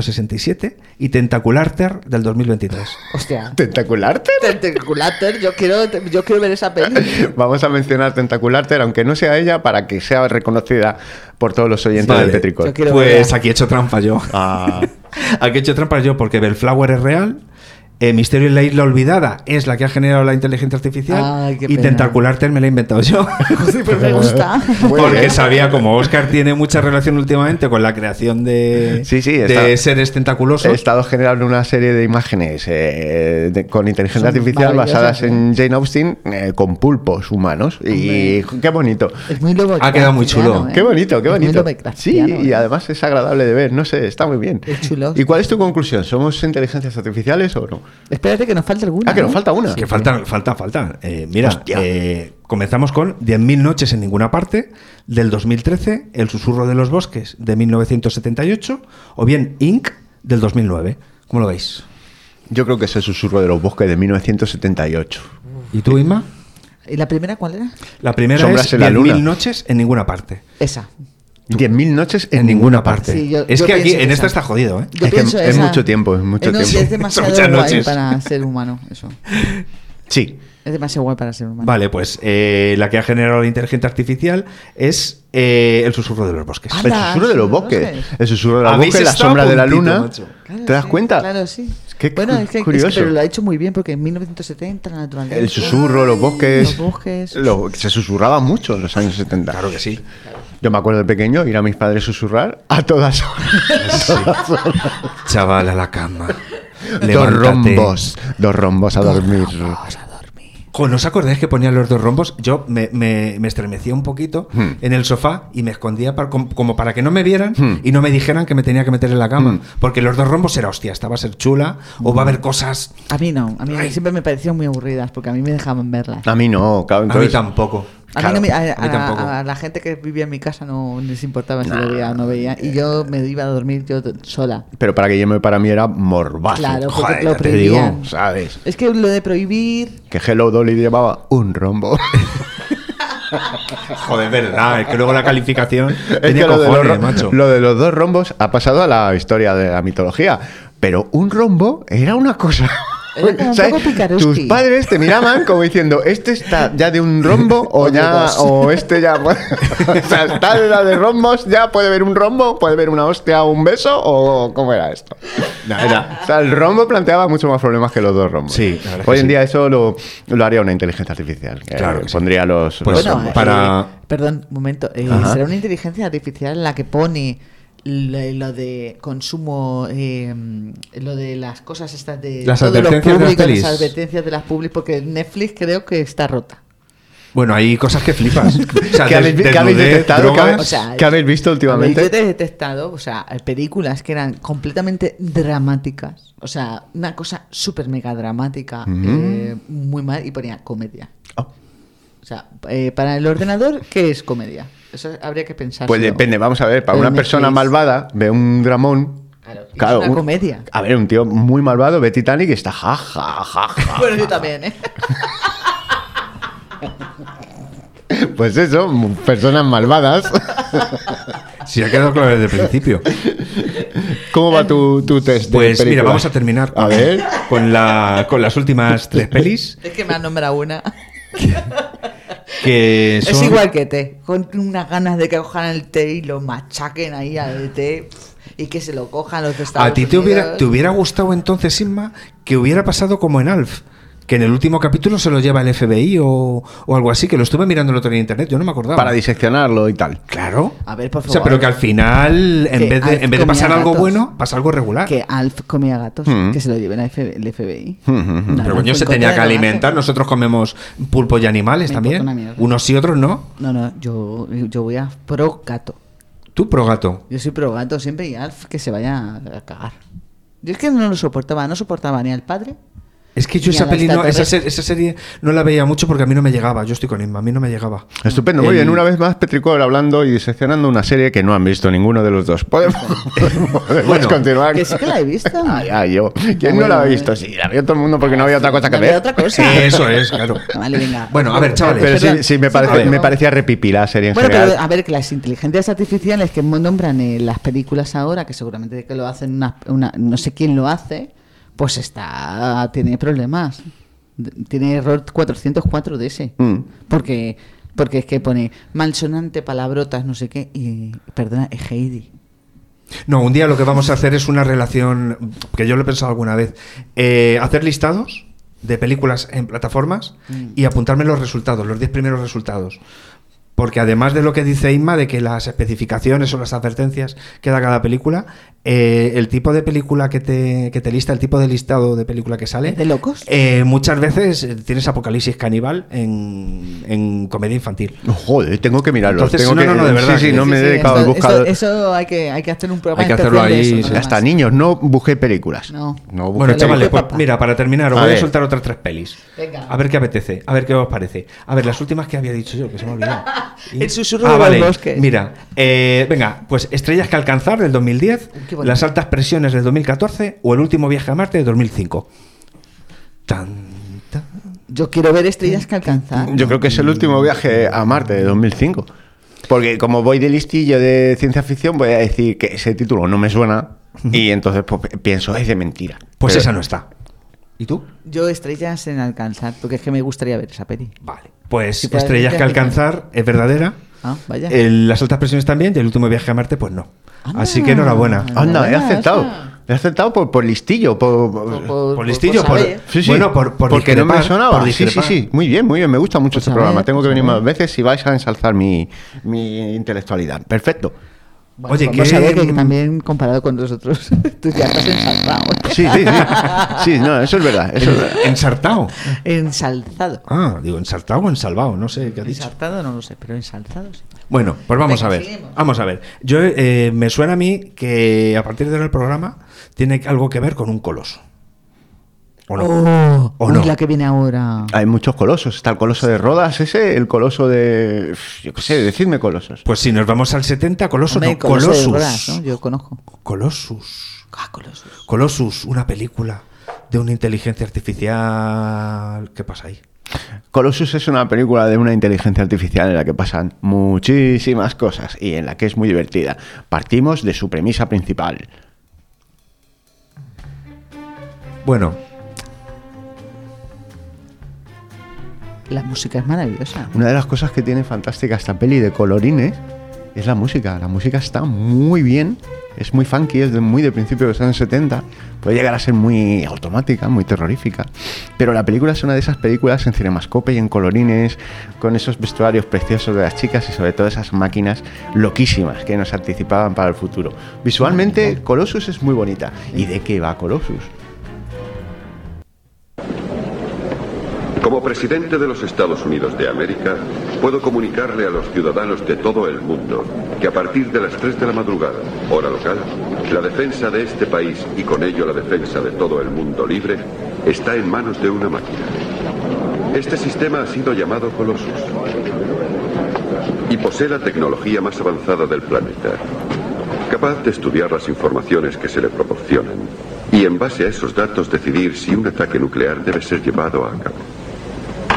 A: 1967 y Tentaculárter del 2023.
B: Hostia.
C: ¿Tentacularte?
B: Tentacularte, yo quiero, yo quiero ver esa peli.
C: Vamos a mencionar Tentacularte, aunque no sea ella, para que sea reconocida por todos los oyentes
A: Vale.
C: del Petricor.
A: Pues aquí he hecho trampa yo.
C: Ah.
A: aquí he hecho trampa yo porque Bellflower es real. eh, Misterio en la Isla Olvidada es la que ha generado la inteligencia artificial.
B: Ay, qué
A: y
B: pena.
A: Tentaculárter me la he inventado yo.
B: Pues me gusta.
A: Porque sabía, como Oscar tiene mucha relación últimamente con la creación de,
C: Sí, sí,
A: de
C: está-
A: seres tentaculosos.
C: He estado generando una serie de imágenes eh, de- con inteligencia
A: Son
C: artificial
A: maravillosas,
C: basadas en Jane Austen eh, con pulpos humanos. Y qué bonito.
B: Es muy lobo.
C: Ha quedado muy chulo.
B: ¿eh?
C: Qué bonito, qué
B: Es muy
C: bonito. Sí,
B: Lovecraftiano,
C: y
B: ¿eh?
C: además es agradable de ver, no sé, está muy bien. ¿Y cuál es tu conclusión? ¿Somos inteligencias artificiales o no?
B: Espérate que nos falta alguna.
C: Ah, que nos
B: ¿no?
C: falta una.
A: Que falta, falta, falta. Eh, mira, eh, comenzamos con 10.000 noches en ninguna parte, del 2013, El susurro de los bosques, de 1978, o bien Inc., del 2009. ¿Cómo lo veis?
C: Yo creo que es el susurro de los bosques de 1978.
A: ¿Y tú, Inma?
B: ¿Y la primera cuál era?
A: La primera
C: Sombras
A: es
C: en la
A: 10.000
C: luna.
A: noches en ninguna parte.
B: Esa.
C: 10.000 noches
A: en ninguna parte.
B: Sí, yo-
A: es
B: yo
A: que aquí,
B: pienso
A: en
B: esa.
A: esta está jodido, ¿eh?
B: Yo pienso
C: es
B: esa.
C: mucho tiempo, es mucho
B: Eh, no, sí,
C: tiempo.
B: es demasiado
A: Son muchas
B: guay
A: noches.
B: para ser humano, eso.
C: Sí.
B: Es demasiado guay para ser humano.
A: Vale, pues eh, la que ha generado la inteligencia artificial es eh, el susurro de los bosques.
C: El susurro de los bosques. El susurro de los
A: Habéis
C: bosques, la
A: estado
C: sombra de la
A: puntito,
C: luna.
A: macho.
C: ¿Te das cuenta?
B: Claro, sí.
C: Qué
B: bueno, es
C: cu-
B: que, es que-
C: curioso.
B: pero lo ha hecho muy bien porque en 1970 la naturaleza.
C: El susurro, los bosques.
B: Los bosques.
C: lo- se susurraba mucho en los años 70. Claro
A: que sí.
C: Yo me acuerdo de pequeño ir a mis padres susurrar a todas horas.
A: Chaval, a la cama.
C: dos
A: Levántate.
C: rombos. Dos rombos a dormir.
A: Jo, ¿No os acordáis que ponían los dos rombos? Yo me, me- me estremecía un poquito
C: Hmm.
A: en el sofá y me escondía para- com- como para que no me vieran
C: Hmm.
A: y no me dijeran que me tenía que meter en la cama.
C: Mm.
A: Porque los dos rombos era hostia, esta va a ser chula o va a haber cosas.
B: A mí no, a mí siempre me parecieron muy aburridas porque a mí me dejaban verlas.
C: A mí no, claro.
A: a mí tampoco.
B: A, mí no me- a-
A: a mí
B: a-
A: tampoco.
B: a la gente que vivía en mi casa no les importaba si lo veía o no veía. Y yo me iba a dormir yo t- sola.
C: Pero para que yo me para mí era morbazo.
B: Claro, porque
C: Joder,
B: lo
C: ya te digo,
B: prohibían.
C: ¿sabes?
B: Es que lo de prohibir.
C: Que Hello Dolly llevaba un rombo.
A: Joder, verdad, es que luego la calificación.
C: Es
A: tenía
C: que lo, de
A: cojones,
C: los, ro-
A: macho.
C: lo de los dos rombos ha pasado a la historia de la mitología. Pero un rombo era una cosa.
B: Era como un
C: ¿Sabes?
B: poco picaresqui.
C: Tus padres te miraban como diciendo, este está ya de un rombo o ya
B: dos.
C: o este ya puede- o sea, está en la de rombos, ya puede ver un rombo, puede ver una hostia o un beso o cómo era esto. O sea, el rombo planteaba mucho más problemas que los dos rombos. Sí,
A: la verdad es
C: Hoy
A: que
C: en
A: sí.
C: día eso lo, lo haría una inteligencia artificial. que
A: Claro que sí.
C: pondría los,
A: Pues
C: los
A: bueno,
C: rombos.
B: eh,
A: para-
B: Perdón, un momento. eh,
C: Ajá.
B: ¿Será una inteligencia artificial la que pone lo, lo de consumo, eh, lo de las cosas estas de
A: Las
B: todo lo
A: advertencias de las
B: público,
A: pelis.
B: las advertencias de las publis? Porque Netflix creo que está rota.
A: Bueno, hay cosas que flipas. O sea,
C: ¿Qué habéis,
A: des-
C: qué habéis
A: desnudez,
C: detectado? ¿Qué
A: drogas.
C: habéis,
B: O sea,
C: qué habéis
B: A
C: visto
B: ver,
C: últimamente?
B: Yo te he detectado, o sea, películas que eran completamente dramáticas, o sea, una cosa súper mega dramática,
C: Ujú.
B: eh, muy mal, y ponía comedia. O sea, eh, para el ordenador, ¿qué es comedia? Eso habría que pensar.
C: Pues depende, vamos a ver, para
B: Pero
C: una
B: me
C: persona
B: decís-
C: malvada, ve un dramón. Claro,
B: es una
C: un-
B: comedia.
C: A ver, un tío muy malvado ve Titanic y está ja, ja, ja, ja.
B: Bueno, yo también, ¿eh?
C: Pues eso, m- personas malvadas.
A: Si ha quedado claro desde el principio.
C: ¿Cómo va tu, tu test? de
A: Pues mira,
C: películas?
A: vamos a terminar con,
C: A ver.
A: con, la, con las últimas tres pelis.
B: Es que me han nombrado una.
A: Que
B: Es
A: son-
B: igual que té, con unas ganas de que cojan el té y lo machaquen ahí al té y que se lo cojan los de Estados
A: A ti te hubiera,
B: Unidos.
A: te hubiera gustado entonces, Inma, que hubiera pasado como en Alf. que en el último capítulo se lo lleva el FBI o, o algo así, que lo estuve mirando el otro día en internet, yo no me acordaba.
C: Para diseccionarlo y tal.
A: Claro.
B: A ver, por
A: O sea,
B: favor.
A: pero que al final, en
B: Que
A: vez de,
B: Alf
A: en vez
B: comía
A: de pasar algo
B: gatos.
A: bueno, pasa algo regular.
B: Que Alf comía gatos,
A: Mm.
B: que se lo lleven al FB el FBI. No,
A: pero
B: no fue en
A: coño, se
B: contra
A: tenía
B: de
A: que
B: la
A: alimentar. Nosotros comemos pulpo y
B: pues
A: animales
B: Me
A: también.
B: importa una mierda.
A: Unos sí, otros no.
B: No, no, yo, yo voy a pro gato.
A: Tú, pro gato.
B: Yo soy pro gato siempre y Alf que se vaya a cagar. Yo es que no lo soportaba, no soportaba ni al padre.
A: Es que yo
B: ni a
A: esa
B: la
A: peli, no- esa,
B: extraterrestre.
A: se- esa serie no la veía mucho porque a mí no me llegaba. Yo estoy con Inma, a mí no me llegaba.
C: Estupendo, muy
A: El-
C: bien. Una vez más, Petricor hablando y diseccionando una serie que no han visto ninguno de los dos. Podemos, podemos
A: Bueno,
C: continuar.
B: Que sí que la he visto.
C: Eh, Ay, ay, Ah, yo. ¿Quién no la ha visto? Sí, la vio todo el mundo porque no había otra cosa que
B: No
C: ver. Eh,
B: había otra cosa.
A: Eso es, claro.
B: Vale, venga.
A: Bueno, a ver, chavales.
C: Pero sí,
A: Perdón.
C: sí, me,
A: A
C: parece,
A: ver.
C: me parecía repipi la serie en
B: Bueno,
C: general.
B: pero a ver, que las inteligencias artificiales que nombran en las películas ahora, que seguramente que lo hacen una, una- no sé quién lo hace, pues está tiene problemas. D- Tiene error 404 de ese.
C: Mm.
B: Porque porque es que pone malsonante, palabrotas, no sé qué, y perdona, es Heidi.
A: No, un día lo que vamos a hacer es una relación, que yo lo he pensado alguna vez, eh, hacer listados de películas en plataformas
B: Mm.
A: y apuntarme los resultados, los 10 primeros resultados. Porque además de lo que dice Inma, de que las especificaciones o las advertencias que da cada película, eh, el tipo de película que te, que te lista, el tipo de listado de película que sale...
B: ¿Es de locos?
A: eh, muchas veces eh, tienes apocalipsis caníbal en, en comedia infantil.
C: Joder, tengo que mirarlo.
A: Entonces,
C: tengo
A: no,
C: que- eh,
A: no, no, de verdad.
C: Sí, sí, no
A: Sí,
C: me he
A: sí,
C: dedicado al
B: Esto-
C: buscador.
B: Eso, eso hay, que, hay que hacer un programa
A: Hay que hacerlo
B: especial de
A: ahí,
B: eso,
A: sí.
B: nada
C: Hasta
B: más.
C: niños, no busqué películas.
B: No.
C: No busqué
A: Bueno, chavales, pues
C: películas.
A: mira, para terminar, os
C: A
A: voy
C: ver.
A: a soltar otras tres pelis.
B: Venga.
A: A ver qué apetece, a ver qué os parece. A ver, las últimas que había dicho yo, que se me ha olvidado. Y-
B: El susurro
A: Ah,
B: de
A: vale.
B: los bosques.
A: Mira, eh, venga, pues Estrellas que alcanzar del 2010,
B: Qué bonito.
A: Las altas presiones del 2014 o El último viaje a Marte de 2005. Tan, tan.
B: Yo quiero ver estrellas que alcanzar.
C: Yo creo que es el último viaje a Marte de 2005. Porque como voy de listillo de ciencia ficción, voy a decir que ese título no me suena y entonces pues, pienso, es de mentira.
A: Pues
C: Pero-
A: esa no está. ¿Y tú?
B: Yo estrellas en alcanzar, porque es que me gustaría ver esa peli.
A: Vale. Pues
B: Si fuera
A: Estrellas que Eh,
B: ciencia ficción.
A: alcanzar es verdadera.
B: Ah, vaya.
A: el- las altas presiones también y el último viaje a Marte, pues no. Así que enhorabuena.
C: Anda, he
B: Buena,
C: aceptado.
B: esa.
C: He aceptado por, por listillo, por... por-
A: Por listillo,
B: por
A: por,
B: saber.
C: Sí, sí.
A: bueno, por, por
C: porque no me
A: discrepar,
C: sonaba.
A: por
C: sí, sí,
A: discrepar.
C: sí. Muy bien, muy bien. Me gusta mucho este
B: a
C: programa.
B: ver,
C: Tengo que
B: pues a
C: venir más
B: ver.
C: veces si vais a ensalzar mi, mi intelectualidad. Perfecto.
B: Bueno,
A: Oye,
B: vamos
A: que-
B: a ver que también comparado con nosotros, tú ya estás ensalzado.
C: Sí, sí, sí. Sí, no, eso es verdad. Eso es verdad.
A: Ensartado.
B: Ensalzado.
A: Ah, digo, ensartado o ensalvado, no sé qué ha dicho.
B: Ensalzado no lo sé, pero ensalzado sí.
A: Bueno, pues vamos
B: Venga,
A: a ver.
B: seguimos.
A: Vamos a ver. Yo eh, me suena a mí que a partir de ahora el programa tiene algo que ver con un coloso. ¿O no?
B: Oh,
A: ¿O
B: uy,
A: no?
B: la que viene ahora.
C: Hay muchos colosos. Está el coloso de Rodas, ese, el coloso de. Yo qué sé, decidme colosos.
A: Pues si nos vamos al 70, coloso
B: Hombre,
A: no,
B: Coloso de
A: Colossus.
B: Rodas, ¿no? Yo conozco.
A: Colossus.
B: Ah, Colossus.
A: Colossus, una película de una inteligencia artificial. ¿Qué pasa ahí?
C: Colossus es una película de una inteligencia artificial en la que pasan muchísimas cosas y en la que es muy divertida. Partimos de su premisa principal.
A: Bueno,
B: La música es maravillosa.
C: Una de las cosas que tiene fantástica esta peli de colorines es la música. La música está muy bien, es muy funky, es de- muy de principio de los años 70, puede llegar a ser muy automática, muy terrorífica. Pero la película es una de esas películas en cinemascope y en colorines, con esos vestuarios preciosos de las chicas y sobre todo esas máquinas loquísimas que nos anticipaban para el futuro. Visualmente, Colossus es muy bonita. ¿Y de qué va Colossus?
O: Como presidente de los Estados Unidos de América, puedo comunicarle a los ciudadanos de todo el mundo que a partir de las 3 de la madrugada, hora local, la defensa de este país y con ello la defensa de todo el mundo libre está en manos de una máquina. Este sistema ha sido llamado Colossus y posee la tecnología más avanzada del planeta, capaz de estudiar las informaciones que se le proporcionan y en base a esos datos decidir si un ataque nuclear debe ser llevado a cabo.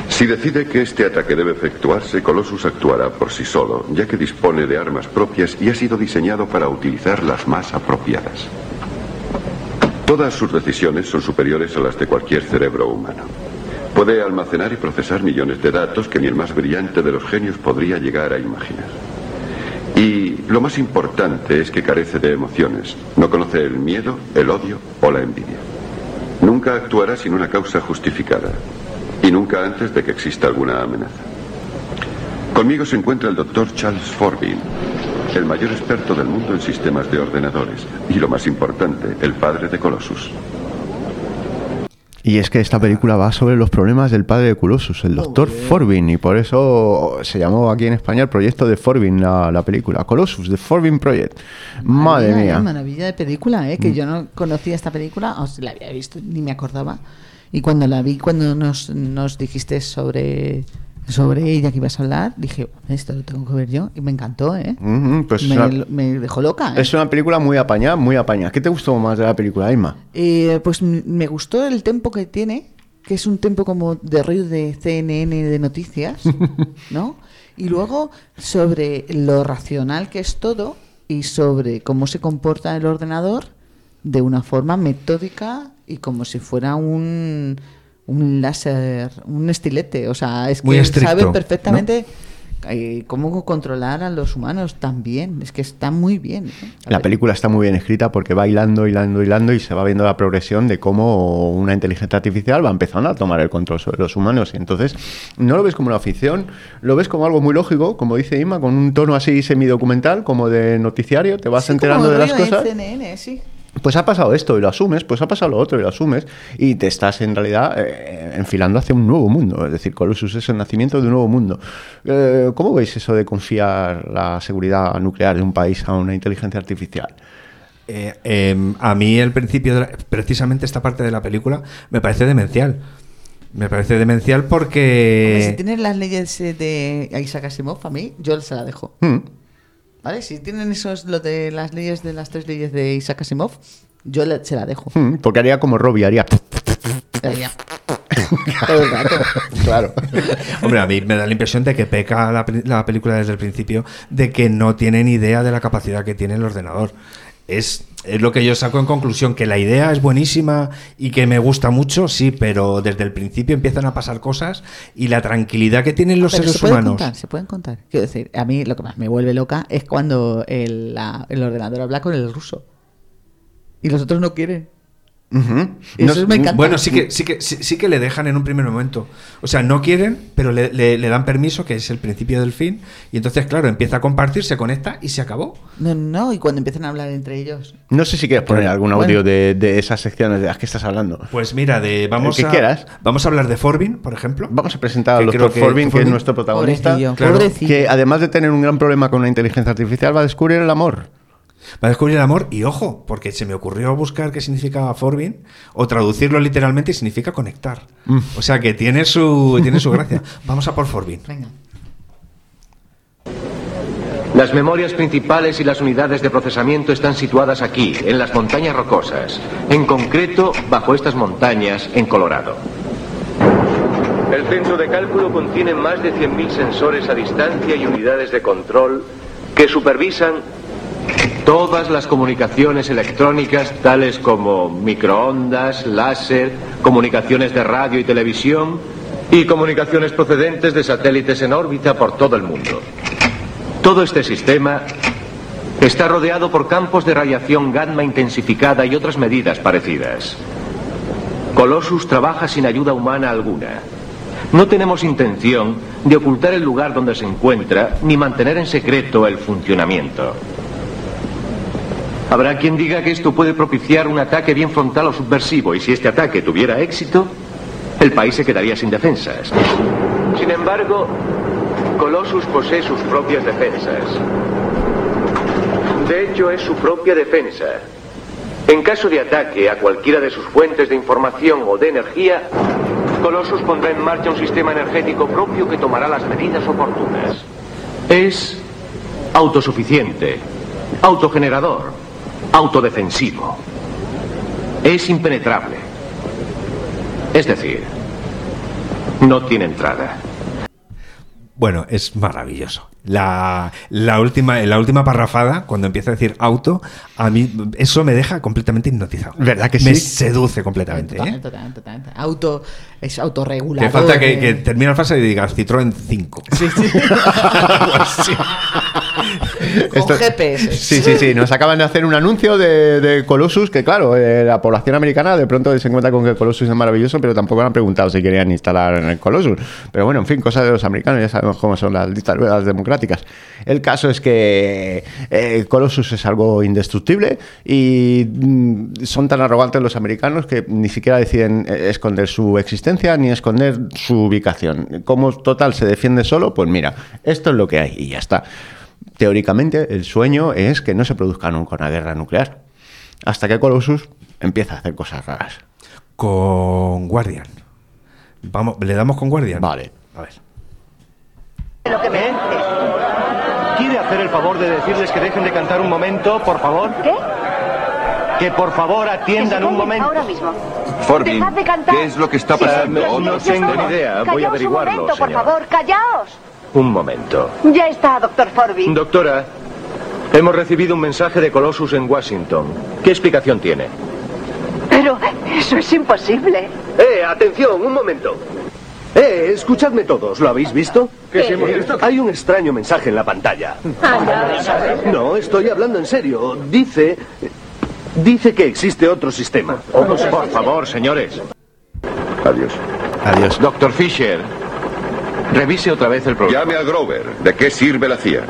O: Si decide que este ataque debe efectuarse, Colossus actuará por sí solo, ya que dispone de armas propias y ha sido diseñado para utilizar las más apropiadas. Todas sus decisiones son superiores a las de cualquier cerebro humano. Puede almacenar y procesar millones de datos que ni el más brillante de los genios podría llegar a imaginar. Y lo más importante es que carece de emociones. No conoce el miedo, el odio o la envidia. Nunca actuará sin una causa justificada. y nunca antes de que exista alguna amenaza. Conmigo se encuentra el doctor Charles Forbin, el mayor experto del mundo en sistemas de ordenadores y lo más importante, el padre de Colossus.
C: Y es que esta película va sobre los problemas del padre de Colossus, el doctor Forbin, y por eso se llamó aquí en España el proyecto de Forbin, la, la película. Colossus, The Forbin Project. Madre
B: Maravilla, eh,
C: mía.
B: maravilla de película,
A: Mm.
B: ¿eh? que yo no conocía esta película, o si la había visto, ni me acordaba. Y cuando la vi, cuando nos, nos dijiste sobre, sobre ella que ibas a hablar, dije, esto lo tengo que ver yo, y me encantó, ¿eh?
A: Mm,
C: Ujú, pues
B: me,
C: es, una,
B: me dejó loca, ¿eh?
C: es una película muy apañada, muy apañada. ¿Qué te gustó más de la película, Isma?
B: Eh, Pues m- me gustó el tempo que tiene, que es un tempo como de rollo de CNN de noticias, ¿no? Y luego sobre lo racional que es todo y sobre cómo se comporta el ordenador de una forma metódica y como si fuera un, un láser, un estilete. O sea, es que
A: Muy estricto,
B: sabe
A: ¿no?
B: perfectamente eh, cómo controlar a los humanos también. Es que está muy bien. ¿eh?
C: La película está muy bien escrita porque va hilando, hilando, hilando y se va viendo la progresión de cómo una inteligencia artificial va empezando a tomar el control sobre los humanos. Y entonces no lo ves como una ficción, lo ves como algo muy lógico, como dice Ima, con un tono así semidocumental, como de noticiario, te vas enterando
B: Como
C: de las
B: rollo
C: cosas.
B: CNN, sí.
C: Pues ha pasado esto y lo asumes, pues ha pasado lo otro y lo asumes y te estás en realidad eh, enfilando hacia un nuevo mundo. Es decir, Colossus es el nacimiento de un nuevo mundo. Eh, ¿Cómo veis eso de confiar la seguridad nuclear de un país a una inteligencia artificial?
A: Eh,
C: Em,
A: eh, a mí el principio, de la- precisamente esta parte de la película, me parece demencial. Me parece demencial
B: Hombre, si
A: porque...
B: tienen las leyes eh, de Isaac Asimov, a mí, yo se la dejo.
A: Hmm.
B: ¿Vale? Si tienen esos, lo de las leyes de las tres leyes de Isaac Asimov, yo la- se la dejo.
C: Hmm, porque haría como Robbie, haría...
B: Haría Todo el rato.
C: Claro.
A: Hombre, a mí me da la impresión de que peca la, peli- la película desde el principio de que no tienen idea de la capacidad que tiene el ordenador. Es, es lo que yo saco en conclusión, que la idea es buenísima y que me gusta mucho, sí, pero desde el principio empiezan a pasar cosas y la tranquilidad que tienen los
B: Pero
A: seres
B: se pueden
A: humanos.
B: contar, se pueden contar. Quiero decir, a mí lo que más me vuelve loca es cuando el, la- el ordenador habla con el ruso. Y los otros no quieren. Eso me encanta.
A: Bueno, sí que, sí, que, sí, sí que le dejan en un primer momento. O sea, no quieren, pero le, le- le dan permiso, que es el principio del fin. Y entonces, claro, empieza a compartir, se conecta y se acabó.
B: No, no, y cuando empiezan a hablar entre ellos.
C: No sé si quieres poner algún
A: Bueno.
C: audio de, de esas secciones de las que estás hablando.
A: Pues mira, de vamos
C: El que
A: a
C: quieras.
A: vamos a hablar de Forbin, por ejemplo.
C: Vamos a presentar al
A: Que
C: doctor
A: creo que
C: Forbin, que es
A: Forbin-
C: nuestro protagonista,
A: Pobrecillo,
C: claro,
A: pobrecillo.
C: que además de tener un gran problema con la inteligencia artificial, va a descubrir el amor.
A: Va a descubrir el amor y ojo, porque se me ocurrió buscar qué significaba Forbin o traducirlo literalmente y significa conectar.
C: Mm.
A: O sea que tiene su tiene su gracia. Vamos a por Forbin.
P: Las memorias principales y las unidades de procesamiento están situadas aquí, en las montañas rocosas, en concreto bajo estas montañas en Colorado.
Q: El centro de cálculo contiene más de 100.000 sensores a distancia y unidades de control que supervisan
P: Todas las comunicaciones electrónicas, tales como microondas, láser, comunicaciones de radio y televisión, y comunicaciones procedentes de satélites en órbita por todo el mundo. Todo este sistema está rodeado por campos de radiación gamma intensificada y otras medidas parecidas. Colossus trabaja sin ayuda humana alguna. No tenemos intención de ocultar el lugar donde se encuentra ni mantener en secreto el funcionamiento. Habrá quien diga que esto puede propiciar un ataque bien frontal o subversivo y si este ataque tuviera éxito, el país se quedaría sin defensas.
Q: Sin embargo, Colossus posee sus propias defensas. De hecho, es su propia defensa. En caso de ataque a cualquiera de sus fuentes de información o de energía, Colossus pondrá en marcha un sistema energético propio que tomará las medidas oportunas.
P: Es autosuficiente, autogenerador, autodefensivo. Es impenetrable. Es decir, no tiene entrada.
A: Bueno, es maravilloso. La, la última la última parrafada cuando empieza a decir auto, a mí eso me deja completamente hipnotizado. ¿Verdad
C: que sí?
A: Me seduce completamente, ¿eh?
B: Totalmente, totalmente, totalmente. Auto, es autorregulador.
A: Que falta que,
B: eh.
A: que termine la frase y diga Citroën 5.
B: Sí, sí.
A: Algo así.
C: Esto-
B: GPS.
C: Sí, sí, sí. Nos acaban de hacer un anuncio de, de Colossus que, claro, eh, la población americana de pronto se encuentra con que Colossus es maravilloso, pero tampoco le han preguntado si querían instalar en el Colossus. Pero bueno, en fin, cosas de los americanos, ya sabemos cómo son las dictaduras democráticas. El caso es que eh, Colossus es algo indestructible y mm, son tan arrogantes los americanos que ni siquiera deciden eh, esconder su existencia ni esconder su ubicación. Como total se defiende solo, pues mira, esto es lo que hay y ya está teóricamente el sueño es que no se produzca nunca una guerra nuclear. Hasta que Colossus empieza a hacer cosas raras.
A: Con Guardian. Vamos, ¿Le damos con Guardian? Vale. A ver.
P: ¿Quiere hacer el favor de decirles que dejen de cantar un momento, por favor? ¿Qué? Que por favor atiendan un momento.
D: Ahora mismo.
P: Forbin,
D: Dejad de cantar.
P: ¿qué es lo que está
D: Sí,
P: pasando?
D: Dios
P: Oh,
D: mío,
P: no
D: por
P: tengo
D: favor.
P: ni idea. Voy a
D: Callaos
P: averiguarlo,
D: Un momento, por
P: señora.
D: favor, callaos.
P: Un momento.
D: Ya está, doctor Forbin.
P: Doctora, hemos recibido un mensaje de Colossus en Washington. ¿Qué explicación tiene?
D: Pero eso es imposible.
P: Eh, atención, un momento. Eh, escuchadme todos, ¿lo habéis visto? Eh,
D: ¿Qué, sí hemos visto?
P: Hay un extraño mensaje en la pantalla.
D: Allá.
P: No, estoy hablando en serio. Dice. Dice que existe otro sistema. por favor, señores.
O: Adiós.
C: Adiós.
P: Doctor Fisher, revise otra vez el programa.
O: Llame a Grover. ¿De qué sirve la CIA?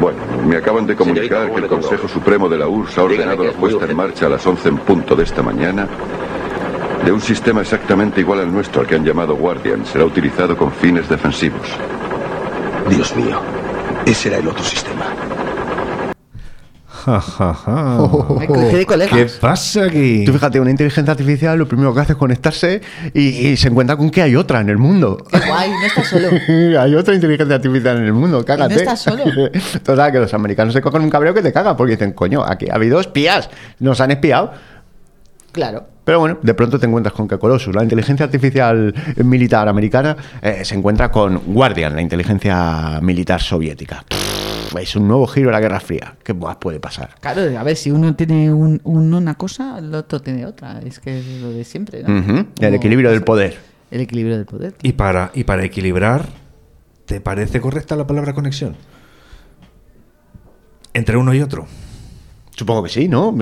O: Bueno, me acaban de comunicar que el Consejo Supremo de la URSS ha ordenado la puesta en marcha a las 11 en punto de esta mañana de un sistema exactamente igual al nuestro, al que han llamado Guardian. Será utilizado con fines defensivos. Dios mío, ese era el otro sistema.
A: Ja, ja, ja.
B: Ay, qué de colegas.
A: ¿Qué pasa aquí?
C: Tú fíjate, una inteligencia artificial lo primero que hace es conectarse y, y se encuentra con que hay otra en el mundo.
B: Guay, no estás solo.
C: hay otra inteligencia artificial en el mundo, cágate.
B: Y no estás solo.
C: Total, que los americanos se cogen un cabreo que te caga porque dicen, coño, aquí ha habido espías, nos han espiado.
B: Claro.
C: Pero bueno, de pronto te encuentras con que Colossus, la inteligencia artificial militar americana, eh, se encuentra con Guardian, la inteligencia militar soviética. Pff, Es un nuevo giro de la Guerra Fría. ¿Qué más puede pasar?
B: Claro, a ver, si uno tiene un- un- una cosa, el otro tiene otra. Es que es lo de siempre, ¿no?
C: Ujú, El
B: Como-
C: equilibrio del poder.
B: El equilibrio del poder.
A: Y para, y para equilibrar, ¿te parece correcta la palabra conexión? Entre uno y otro.
C: Supongo que sí, ¿no?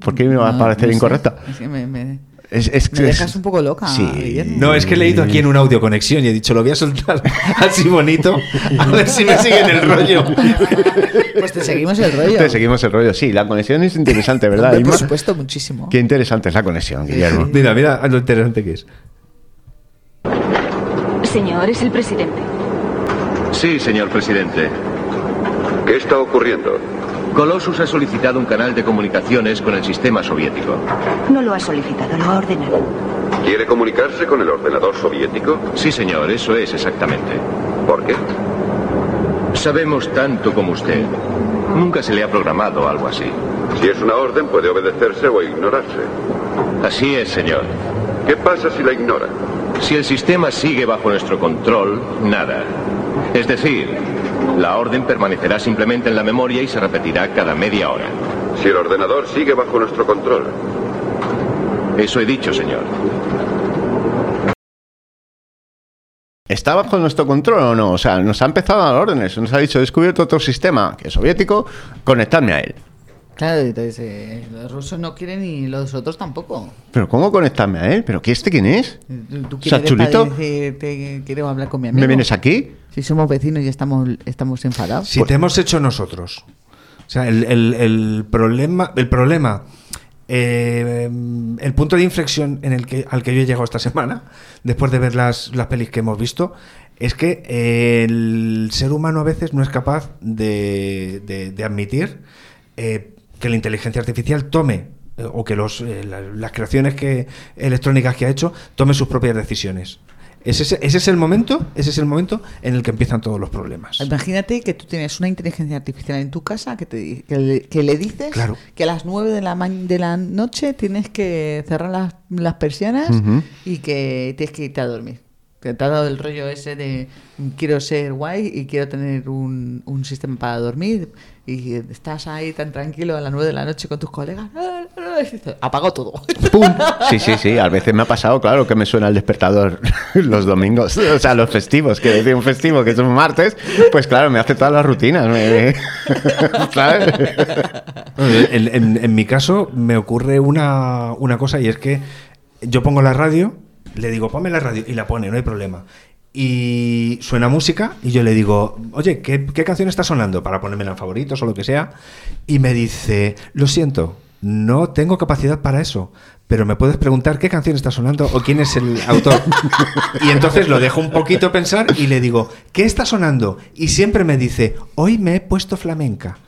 C: ¿Por qué me va a
B: No,
C: parecer
B: no sé.
C: incorrecta?
B: Es que me, me-
C: Es- es-
B: me dejas un poco loca,
C: Sí.
B: Guillermo.
A: No, es que he leído aquí en un audio conexión y he dicho, lo voy a soltar así bonito, a ver si me siguen el rollo.
B: Pues te seguimos el rollo.
C: Te seguimos el rollo, sí. La conexión es interesante, ¿verdad?
B: Hombre, por
C: Inma?
B: supuesto, muchísimo.
C: Qué interesante es la conexión, Guillermo.
A: Mira, mira lo interesante que es.
D: Señor, es el presidente.
P: Sí, señor presidente.
O: ¿Qué está ocurriendo?
P: Colossus ha solicitado un canal de comunicaciones con el sistema soviético.
D: No lo ha solicitado, lo ha ordenado.
O: ¿Quiere comunicarse con el ordenador soviético?
P: Sí, señor, eso es exactamente.
O: ¿Por qué?
P: Sabemos tanto como usted. Nunca se le ha programado algo así.
O: Si es una orden, puede obedecerse o ignorarse.
P: Así es, señor.
O: ¿Qué pasa si la ignora?
P: Si el sistema sigue bajo nuestro control, nada. Es decir, la orden permanecerá simplemente en la memoria y se repetirá cada media hora.
O: Si el ordenador sigue bajo nuestro control.
P: Eso he dicho, señor.
C: ¿Está bajo nuestro control o no? O sea, nos ha empezado a dar órdenes. Nos ha dicho, he descubierto otro sistema que es soviético, conectarme a él.
B: Claro, entonces eh, los rusos no quieren y los otros tampoco.
C: ¿Pero cómo conectarme a él? ¿Pero qué este quién es?
B: Tú, tú
C: O sea,
B: quieres
C: chulito.
B: para decirte, quiero hablar con mi amigo.
C: ¿Me vienes aquí?
B: Si somos vecinos y estamos, estamos enfadados.
A: Si te hemos hecho nosotros. O sea, el, el- el problema, el problema, eh, el punto de inflexión en el que, al que yo he llegado esta semana, después de ver las, las pelis que hemos visto, es que eh, el ser humano a veces no es capaz de, de- de admitir eh, que la inteligencia artificial tome eh, o que los, eh, la- las creaciones que, electrónicas que ha hecho tome sus propias decisiones. Ese es, ese es el momento, ese es el momento en el que empiezan todos los problemas.
B: Imagínate que tú tienes una inteligencia artificial en tu casa que, te, di- que, le, que le dices
A: Claro.
B: que a las 9 de la, ma- de la noche tienes que cerrar las, las persianas
C: Ujú.
B: y que tienes que irte a dormir. Que te ha dado el rollo ese de mm, quiero ser guay y quiero tener un, un sistema para dormir y estás ahí tan tranquilo a las 9 de la noche con tus colegas. Apagó todo.
C: Sí, sí, sí. A veces me ha pasado, claro, que me suena el despertador los domingos, o sea, los festivos, que decir un festivo que es un martes, pues claro, me hace todas las rutinas. me- ¿Sabes?
A: En, en- en mi caso me ocurre una, una cosa y es que yo pongo la radio, le digo, ponme la radio y la pone, no hay problema. Y suena música y yo le digo, oye, ¿qué, qué canción está sonando? Para ponérmela en favoritos o lo que sea. Y me dice, lo siento, no tengo capacidad para eso, pero me puedes preguntar qué canción está sonando o quién es el autor. y entonces lo dejo un poquito pensar y le digo, ¿qué está sonando? Y siempre me dice, hoy me he puesto flamenca.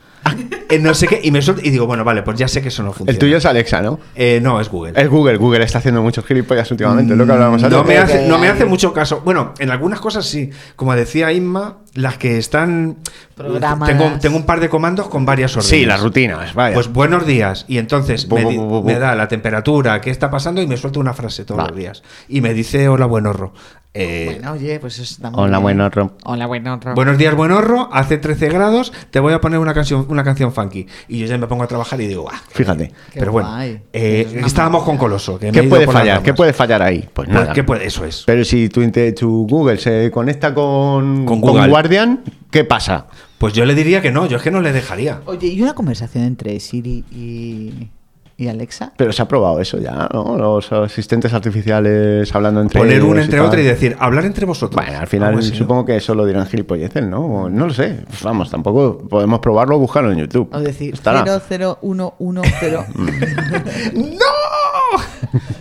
A: Eh, no sé qué, y me suelta- y digo, bueno, vale, pues ya sé que eso no funciona. Eh,
C: El tuyo es Alexa, ¿no?
A: no, es Google. Mm,
C: Es Google. Google está haciendo muchos gilipollas últimamente, es lo que hablábamos antes.
A: No me, hace, no me hace mucho caso. Bueno, en algunas cosas sí. Como decía Inma, las que están.
B: Programadas.
A: Tengo, tengo un par de comandos con varias órdenes.
C: Sí, las rutinas, vaya.
A: Pues buenos días. Y entonces
C: Bu,
A: me,
C: bu,
A: di-
C: bu, bu, bu.
A: me da la temperatura, qué está pasando, y me suelta una frase todos los días. Y me dice: Hola, buen horro. Eh,
B: Bueno, oye, pues eso está muy
A: Hola,
B: bien.
A: buen horro.
B: Hola, buen horro.
A: Buenos días, buen horro. Hace 13 grados. Te voy a poner una canción, una canción funky. Y yo ya me pongo a trabajar y digo, ah,
C: Fíjate.
A: pero bueno,
B: guay.
A: eh, estábamos con Coloso. Que me he
C: ¿Qué
A: ido
C: puede
A: por las
C: fallar?
A: ramas.
C: ¿Qué puede fallar ahí? Pues
A: Pues,
C: nada.
A: ¿qué puede? Eso es.
C: Pero si tu, inte- tu Google se conecta con,
A: Con
C: con
A: Google.
C: Guardian, ¿qué pasa?
A: Pues yo le diría que no, yo es que no le dejaría.
B: Oye, ¿y una conversación entre Siri y, y Alexa?
C: Pero se ha probado eso ya, ¿no? Los asistentes artificiales hablando entre
A: Poner
C: ellos
A: una
C: y
A: entre
C: tal.
A: otra y decir, hablar entre vosotros.
C: Al final
A: Algo así, ¿no?
C: supongo que eso lo dirán gilipolleces, ¿no? O No lo sé. Pues Vamos, tampoco podemos probarlo o buscarlo en YouTube.
B: O decir,
C: Estará.
B: 00110.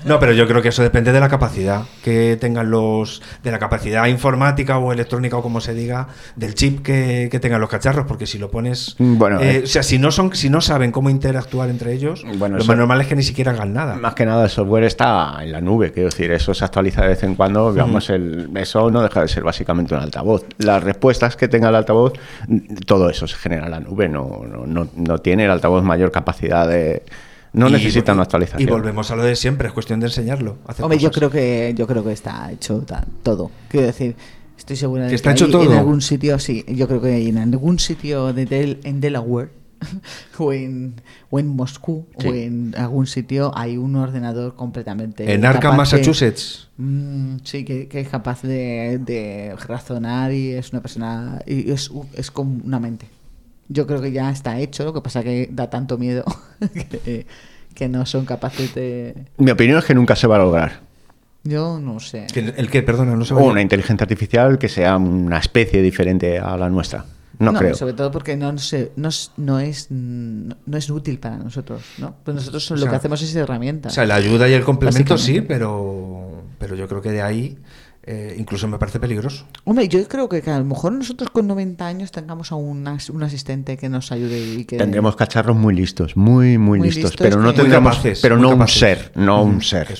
A: No, pero yo creo que eso depende de la capacidad que tengan los. de la capacidad informática o electrónica o como se diga, del chip que, que tengan los cacharros, porque si lo pones.
C: Bueno,
A: eh,
C: eh.
A: o sea, si no, son, si no saben cómo interactuar entre ellos,
C: Bueno,
A: lo
C: eso-
A: más normal es que ni siquiera hagan nada.
C: Más que nada el software está en la nube, quiero decir, eso se actualiza de vez en cuando, digamos, el, eso no deja de ser básicamente un altavoz. Las respuestas que tenga el altavoz, n- todo eso se genera en la nube, no, no, no, no tiene el altavoz mayor capacidad de... No
A: Y-
C: necesita una
A: Y
C: actualización.
A: volvemos a lo de siempre, es cuestión de enseñarlo. hacer
B: Hombre, yo
A: cosas.
B: creo que yo creo que está hecho ta- todo. Quiero decir, estoy segura de
A: ¿Que está hecho
B: ahí
A: todo?
B: en algún sitio, sí, yo creo que en algún sitio de Del- en Delaware o en, o en Moscú
A: Sí.
B: o en algún sitio hay un ordenador completamente
A: En Arkham,
B: capaz de-
A: Massachusetts.
B: Mm, sí, que, que es capaz de, de razonar y es una persona y es, u- es como una mente. Yo creo que ya está hecho, lo que pasa que da tanto miedo que, que no son capaces de...
C: Mi opinión es que nunca se va a lograr.
B: Yo no sé.
A: ¿El qué? Perdona, no se va a-
C: Una inteligencia artificial que sea una especie diferente a la nuestra. No, creo.
B: Sobre todo porque no, se- no, s- no es, no, no es útil para nosotros, ¿no? Pues nosotros
A: O
B: lo
A: sea,
B: que hacemos es herramientas.
A: O sea, la ayuda y el complemento sí,
B: básicamente.
A: pero, pero yo creo que de ahí eh, incluso me parece peligroso.
B: Hombre, yo creo que, que a lo mejor nosotros con 90 años tengamos a un, as- un asistente que nos ayude y que...
C: Tendremos cacharros muy listos, muy, muy,
B: Muy
C: listos,
B: listos
C: pero no
B: que-
C: tendremos,
A: Muy capaces,
C: pero
A: muy
C: no un
A: capaces. Mm,
C: ser, no
A: Ujú,
C: un ser,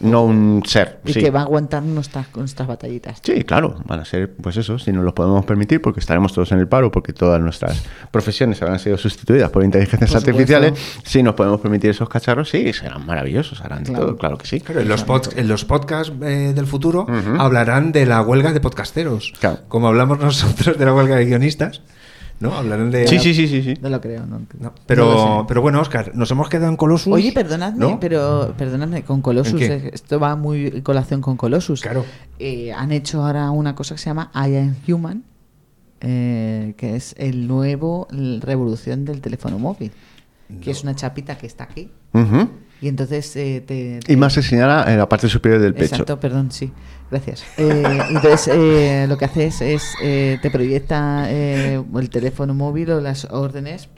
C: no un ser.
B: Y
C: sí.
B: que va a aguantar nuestras, nuestras batallitas.
C: Sí, claro, van a ser, pues eso, si nos los podemos permitir, porque estaremos todos en el paro, porque todas nuestras profesiones habrán sido sustituidas por inteligencias
A: Por supuesto.
C: artificiales. Si nos podemos permitir esos cacharros, sí, serán maravillosos, harán de
A: Claro.
C: todo, claro que sí.
A: Claro, en los, pod- en los podcasts eh, del futuro hablarán de la huelga de podcasteros, como hablamos nosotros de la huelga de guionistas, ¿no? Hablarán de...
C: sí, sí.
B: No lo creo, no.
A: Pero,
B: No lo sé.
A: pero bueno, Oscar, nos hemos quedado en Colossus.
B: Oye, perdonadme,
A: ¿no?
B: pero perdonadme, con Colossus,
A: ¿En qué?
B: eh, esto va muy en colación con Colossus. Eh,
A: Claro.
B: han hecho ahora una cosa que se llama I Am Human, eh, que es el nuevo l- revolución del teléfono móvil, que es una chapita que está aquí.
C: Ujú.
B: Y entonces eh, te,
C: Y más se señala en la parte superior del pecho.
B: Exacto, perdón, sí. Gracias. Eh, entonces, eh, lo que haces es, eh, te proyecta eh, el teléfono móvil o las órdenes.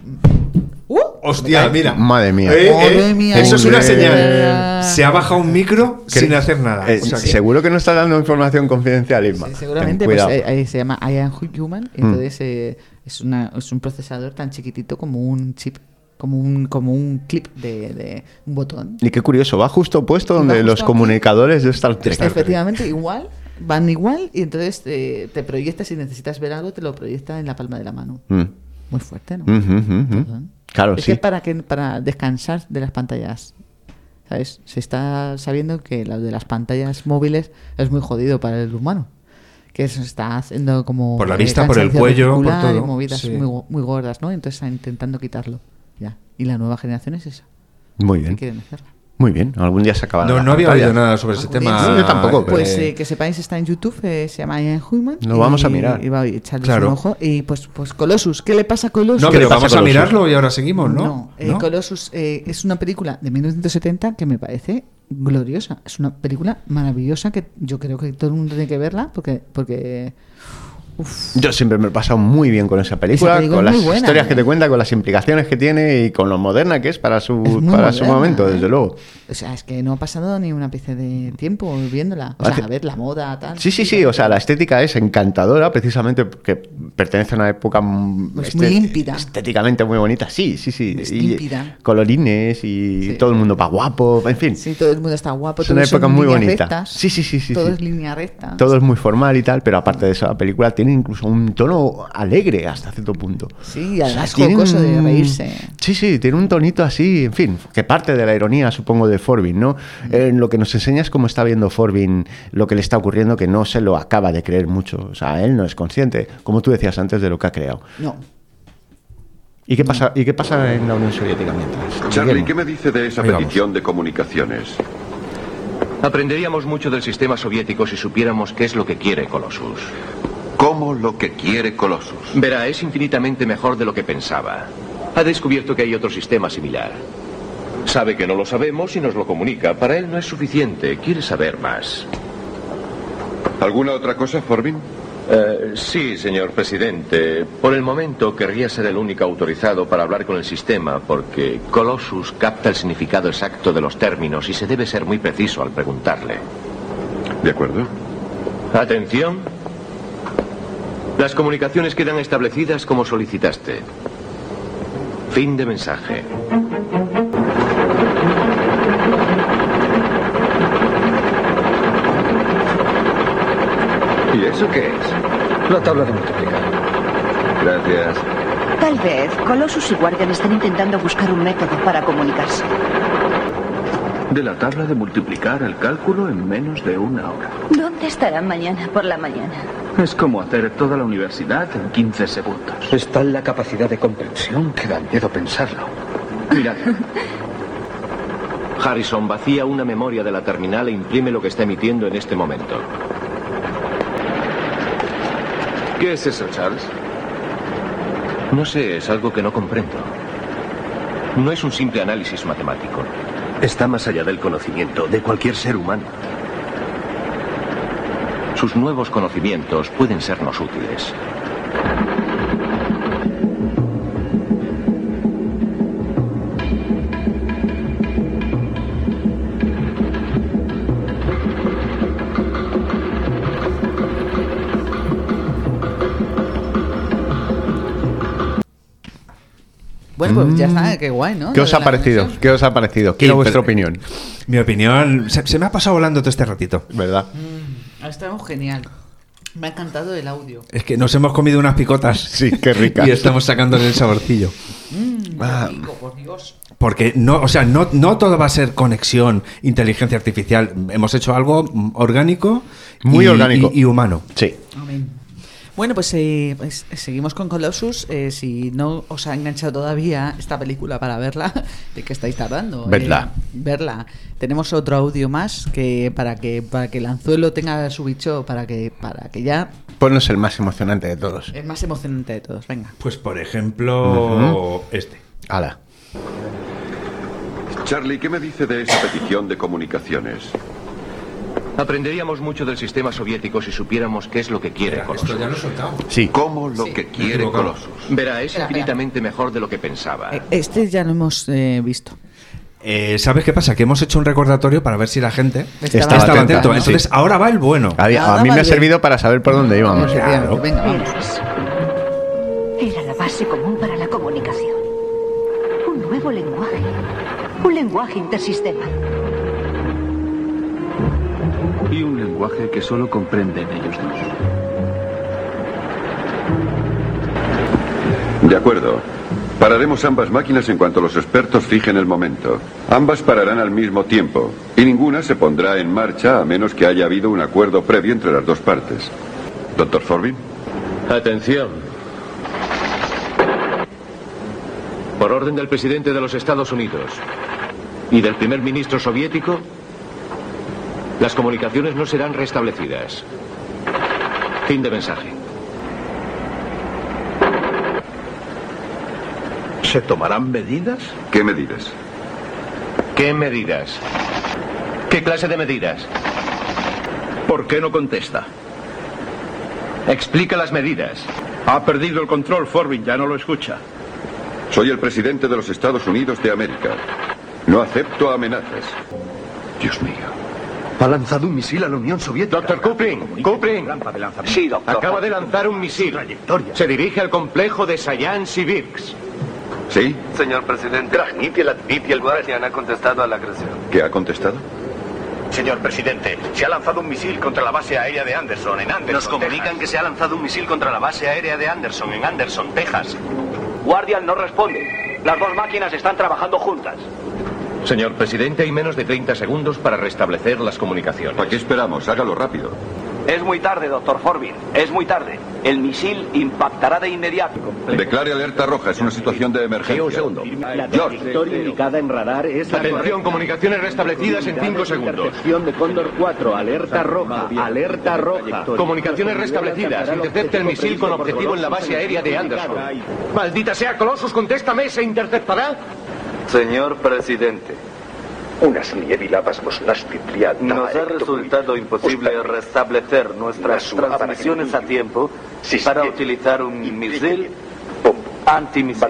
A: Hostia, mira.
C: Madre mía.
A: Eh, eh,
B: Madre mía.
A: Eso es una
C: Hombre.
A: señal. Se ha bajado un micro
C: Que-
A: sin hacer nada.
C: Eh,
A: O sea que-
C: Seguro que no está dando información confidencial, Isma.
B: Seguramente
C: Ten
B: pues,
C: cuidado.
B: eh, eh, se llama I am human, y
C: Mm.
B: entonces eh, es, una, es un procesador tan chiquitito como un chip, como un, como un clip de, de un botón.
C: Y qué curioso, va justo puesto
B: Va
C: donde
B: justo
C: los
B: aquí.
C: comunicadores de Star Trek.
B: Efectivamente, igual, van igual y entonces eh, te proyectas si necesitas ver algo, te lo proyecta en la palma de la mano.
C: Mm.
B: Muy fuerte, ¿no?
C: Ujú, ujú. mm. Claro,
B: es
C: sí.
B: que para que para descansar de las pantallas. ¿Sabes? Se está sabiendo que lo de las pantallas móviles es muy jodido para el humano. que se está haciendo como...
A: Por la
B: eh,
A: vista, por el
B: cansancio
A: cuello, por
B: reticular y
A: todo.
B: movidas
A: Sí.
B: muy, go- muy gordas, ¿no? Entonces están intentando quitarlo. Ya. Y la nueva generación es esa.
C: Muy
B: que
C: bien.
B: quieren hacerla.
C: Muy bien, algún día se acabará.
A: No,
C: la
A: no había
C: pantalla.
A: oído nada sobre ese
C: Algún
A: tema.
C: día. Sí, yo tampoco, pero-
B: Pues eh, que sepáis, está en YouTube, eh, se llama Ian Human.
C: Lo vamos a mirar.
B: Y va a echarles
C: Claro.
B: un ojo. Y pues, pues Colossus, ¿qué le pasa a Colossus?
A: No,
C: ¿Qué le
A: pero
C: pasa
A: vamos
C: con
A: a
C: los-
A: mirarlo y ahora seguimos, ¿no?
B: No, eh, Colossus eh, es una película de 1970 que me parece gloriosa. Es una película maravillosa que yo creo que todo el mundo tiene que verla porque... porque
C: Yo siempre me he pasado muy bien con esa película,
B: Esa película
C: con
B: es
C: las
B: muy buena,
C: historias
B: ¿eh?
C: que te cuenta, con las implicaciones que tiene y con lo moderna que es para su, para
B: muy
C: su
B: moderna,
C: momento,
B: ¿eh?
C: desde luego.
B: o sea, es que no ha pasado ni una pieza de tiempo viéndola. O sea,
C: Hace-
B: a ver, la moda, tal.
C: Sí, sí, sí, o sea, la estética es encantadora, precisamente porque pertenece a una época mm,
B: Pues
C: este-
B: muy límpida.
C: estéticamente muy bonita, sí, sí, sí.
B: Es
C: y
B: límpida.
C: colorines y
B: Sí.
C: todo el mundo va guapo, en fin.
B: Sí, todo el mundo está guapo.
C: Es una
B: todos son
C: época muy
B: líneas
C: bonita.
B: rectas,
C: Sí, sí, sí, sí,
B: Todo
C: sí.
B: es línea recta.
C: Todo es muy formal y tal, pero aparte de eso, la película tiene incluso un tono alegre hasta cierto punto.
B: Sí, y además
C: tiene
B: jocoso de
C: un-
B: reírse.
C: Sí, sí, tiene un tonito así, en fin, que parte de la ironía, supongo, de Forbin, ¿no?
B: Mm.
C: En lo que nos enseña es cómo está viendo Forbin lo que le está ocurriendo, que no se lo acaba de creer mucho. O sea, él no es consciente, como tú decías antes, de lo que ha creado.
B: No.
C: ¿Y
B: Mm.
C: qué pasa, ¿y qué pasa en la Unión Soviética mientras?
O: Charlie,
C: Guillermo.
O: ¿qué me dice de esa
C: Ahí vamos.
O: petición de comunicaciones?
P: Aprenderíamos mucho del sistema soviético si supiéramos qué es lo que quiere Colossus.
O: ¿Cómo lo que quiere Colossus?
P: Verá, es infinitamente mejor de lo que pensaba. Ha descubierto que hay otro sistema similar. Sabe que no lo sabemos y nos lo comunica. Para él no es suficiente. Quiere saber más.
O: ¿Alguna otra cosa, Forbin?
P: Eh, sí, señor presidente. Por el momento querría ser el único autorizado para hablar con el sistema, porque Colossus capta el significado exacto de los términos y se debe ser muy preciso al preguntarle.
O: De acuerdo.
P: Atención. Las comunicaciones quedan establecidas como solicitaste. Fin de mensaje.
O: ¿Y eso qué es? La tabla de multiplicar. Gracias.
D: Tal vez Colossus y Guardian estén intentando buscar un método para comunicarse.
R: De la tabla de multiplicar el cálculo en menos de una hora.
D: ¿Dónde estarán mañana por la mañana?
R: Es como hacer toda la universidad en 15 segundos. Es tal la capacidad de comprensión que da miedo pensarlo.
P: Mirad. Harrison vacía una memoria de la terminal e imprime lo que está emitiendo en este momento. ¿Qué es eso, Charles? No sé, es algo que no comprendo. No es un simple análisis matemático. Está más allá del conocimiento de cualquier ser humano. Sus nuevos conocimientos pueden sernos útiles.
B: Bueno, pues ya está,
A: Mm.
B: qué guay, ¿no?
C: ¿Qué
B: Lo
C: os
B: de
C: ha
B: la
C: parecido?
B: conexión.
C: ¿Qué os ha parecido? Quiero vuestra opinión.
A: Mi opinión, se, se me ha pasado volando todo este ratito.
C: ¿Verdad?
B: Mm, Ha estado genial. Me ha encantado el audio.
A: Es que nos hemos comido unas picotas.
C: Sí, qué rica.
A: y estamos sacándole el saborcillo.
B: Mm.
A: Ah.
B: Rico, por Dios.
A: Porque no, o sea, no, no todo va a ser conexión, inteligencia artificial. Hemos hecho algo mm, orgánico.
C: Muy
A: y-
C: orgánico.
A: Y, y humano.
C: Sí.
B: Bueno, pues, eh, pues, seguimos con Colossus. Eh, si no os ha enganchado todavía esta película para verla, de que estáis tardando.
C: Vedla.
B: Eh, verla. Tenemos otro audio más que para que para que el anzuelo tenga su bicho, para que para que ya
C: Ponnos el más emocionante de todos.
B: es más emocionante de todos. Venga.
A: Pues por ejemplo,
C: Ujú.
A: este.
C: Ala.
O: Charlie, ¿qué me dice de esa petición de comunicaciones?
P: Aprenderíamos mucho del sistema soviético si supiéramos qué es lo que quiere Colossus.
C: Sí.
O: ¿Cómo lo que quiere
P: Equivocado.
O: Colossus?
P: Verá,
B: Espera,
P: es
B: espera.
P: infinitamente mejor de lo que pensaba.
B: Este ya lo hemos eh, visto.
A: Eh, ¿Sabes qué pasa? Que hemos hecho un recordatorio para ver si la gente
B: Estaba ¿eh?
C: atenta, ¿no?
A: Entonces,
C: eh, Sí.
A: ahora va el bueno.
C: A, a mí me ha servido para saber por dónde íbamos.
A: Claro.
B: Venga, vamos.
D: Era la base común para la comunicación. Un nuevo lenguaje. Un lenguaje intersistema.
R: Y un lenguaje que solo comprenden ellos dos.
O: De acuerdo. Pararemos ambas máquinas en cuanto los expertos fijen el momento. Ambas pararán al mismo tiempo y ninguna se pondrá en marcha a menos que haya habido un acuerdo previo entre las dos partes. Doctor Forbin.
P: Atención. Por orden del presidente de los Estados Unidos y del primer ministro soviético, las comunicaciones no serán restablecidas. Fin de mensaje.
S: ¿Se tomarán medidas?
O: ¿Qué medidas?
P: ¿Qué medidas? ¿Qué clase de medidas?
S: ¿Por qué no contesta?
P: Explica las medidas.
S: Ha perdido el control, Forbin, ya no lo escucha.
O: Soy el presidente de los Estados Unidos de América. No acepto amenazas.
S: Dios mío. Ha lanzado un misil a la Unión Soviética.
P: Doctor Kuprin, Kuprin.
S: Sí, doctor.
P: Acaba de lanzar un misil. Se dirige al complejo de Sayan-Sibirsk.
O: ¿Sí?
T: Señor presidente, Granitia, Latviti, el Guardian ha contestado a la agresión.
O: ¿Qué ha contestado?
T: Señor presidente, se ha lanzado un misil contra la base aérea de Anderson en Anderson.
Q: Nos comunican
T: Texas.
Q: que se ha lanzado un misil contra la base aérea de Anderson en Anderson, Texas.
T: Guardian no responde. Las dos máquinas están trabajando juntas.
N: Señor presidente, hay menos de 30 segundos para restablecer las comunicaciones.
O: ¿Para qué esperamos? Hágalo rápido.
T: Es muy tarde, doctor Forbin. Es muy tarde. El misil impactará de inmediato.
O: Declare alerta roja. Es una situación de emergencia.
P: Un segundo.
Q: La
O: George.
Q: trayectoria indicada en radar es la
P: Atención, comunicaciones restablecidas en 5 segundos.
Q: Acción de Cóndor 4, alerta roja, alerta roja.
P: Comunicaciones restablecidas. Intercepta el misil con objetivo en la base aérea de Anderson. Maldita sea, Colossus, contéstame, ¿se interceptará?
T: Señor presidente.
S: Unas nievilavas nos las
T: Nos ha resultado imposible restablecer nuestras transmisiones a tiempo para utilizar un misil antimisil.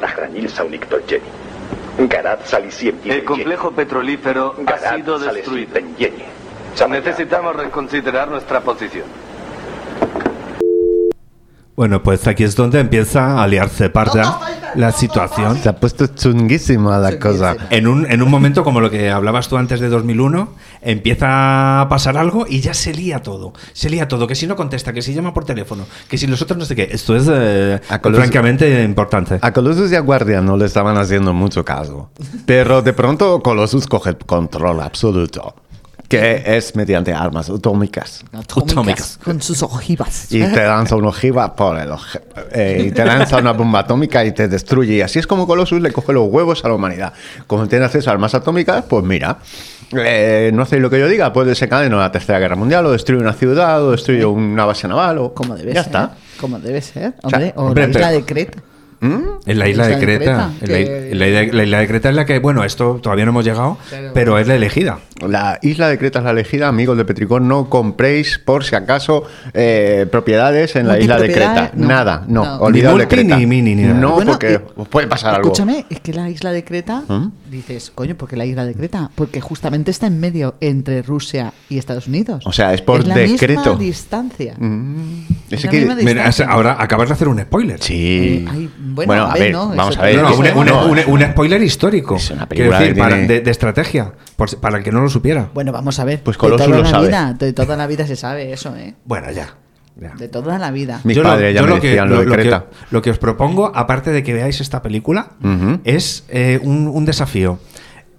T: El complejo petrolífero ha sido destruido. Necesitamos reconsiderar nuestra posición.
A: Bueno, pues aquí es donde empieza a liarse parda la situación.
C: Se ha puesto chunguísima la cosa.
A: En un, en un momento como lo que hablabas tú antes de 2001, empieza a pasar algo y ya se lía todo. Se lía todo, que si no contesta, que si llama por teléfono, que si los otros no sé qué. Esto es eh,
C: Colossus-
A: francamente importante.
C: A Colossus y a Guardian no le estaban haciendo mucho caso. Pero de pronto Colossus coge el control absoluto. Que es mediante armas atómicas.
B: Atómicas. Con sus ojivas.
C: Y te lanza una ojiva por el oje- eh, y te lanza una bomba atómica y te destruye. Y así es como Colossus le coge los huevos a la humanidad. Como tiene acceso a armas atómicas, pues mira, eh, no hacéis lo que yo diga, pues desencadenar la Tercera Guerra Mundial, o destruye una ciudad, o destruye una base naval, o...
B: Como debe
C: ya
B: ser.
C: está.
B: Como debe ser. Hombre, o
A: hombre,
B: la isla
A: pero-
B: de Creta.
C: ¿Mm?
A: En la isla de Creta. En la,
B: que-
A: en la isla- la isla de Creta es la que, bueno, esto todavía no hemos llegado,
B: Claro.
A: pero es la elegida.
C: La isla de Creta es la elegida, amigos de Petricor, no compréis por si acaso eh, propiedades en la isla de
B: Multipropiedad,
C: Creta.
B: no.
C: Nada, no,
B: No.
C: olvidaos de
A: Ni multi,
C: Creta.
A: ni mini, ni nada.
C: No,
A: Bueno,
C: porque os puede pasar algo.
B: Escúchame, es que la isla de Creta,
C: ¿Mm?
B: dices, coño, ¿por qué la isla de Creta? Porque justamente está en medio entre Rusia y Estados Unidos.
C: O sea, es por
B: la
C: decreto. Mm,
B: misma distancia.
C: Es
B: la
C: que-
B: misma
A: Mira,
B: distancia.
A: ahora acabas de hacer un spoiler.
C: Sí.
B: Ay, bueno,
C: bueno,
B: a
C: a
B: ver,
C: ver,
B: no,
C: vamos
B: eso
C: a ver.
A: No, no, un, un-
C: No.
A: un- un spoiler histórico.
C: película
A: Quiero decir,
C: que
A: para-
C: tiene-
A: de, de estrategia, por si- para el que no lo supiera.
B: Bueno, vamos a ver.
A: Pues
B: de
A: Colossus
B: toda
A: lo
B: la
A: sabe.
B: vida, de toda la vida se sabe eso, ¿eh?
A: Bueno, ya.
B: De toda la vida.
C: Mis
A: Yo lo-
C: padres ya
A: yo
C: me
A: lo que-
C: decían lo de
A: lo que-
C: Creta.
A: lo que os propongo, aparte de que veáis esta película,
C: Ujú.
A: es eh, un, un desafío.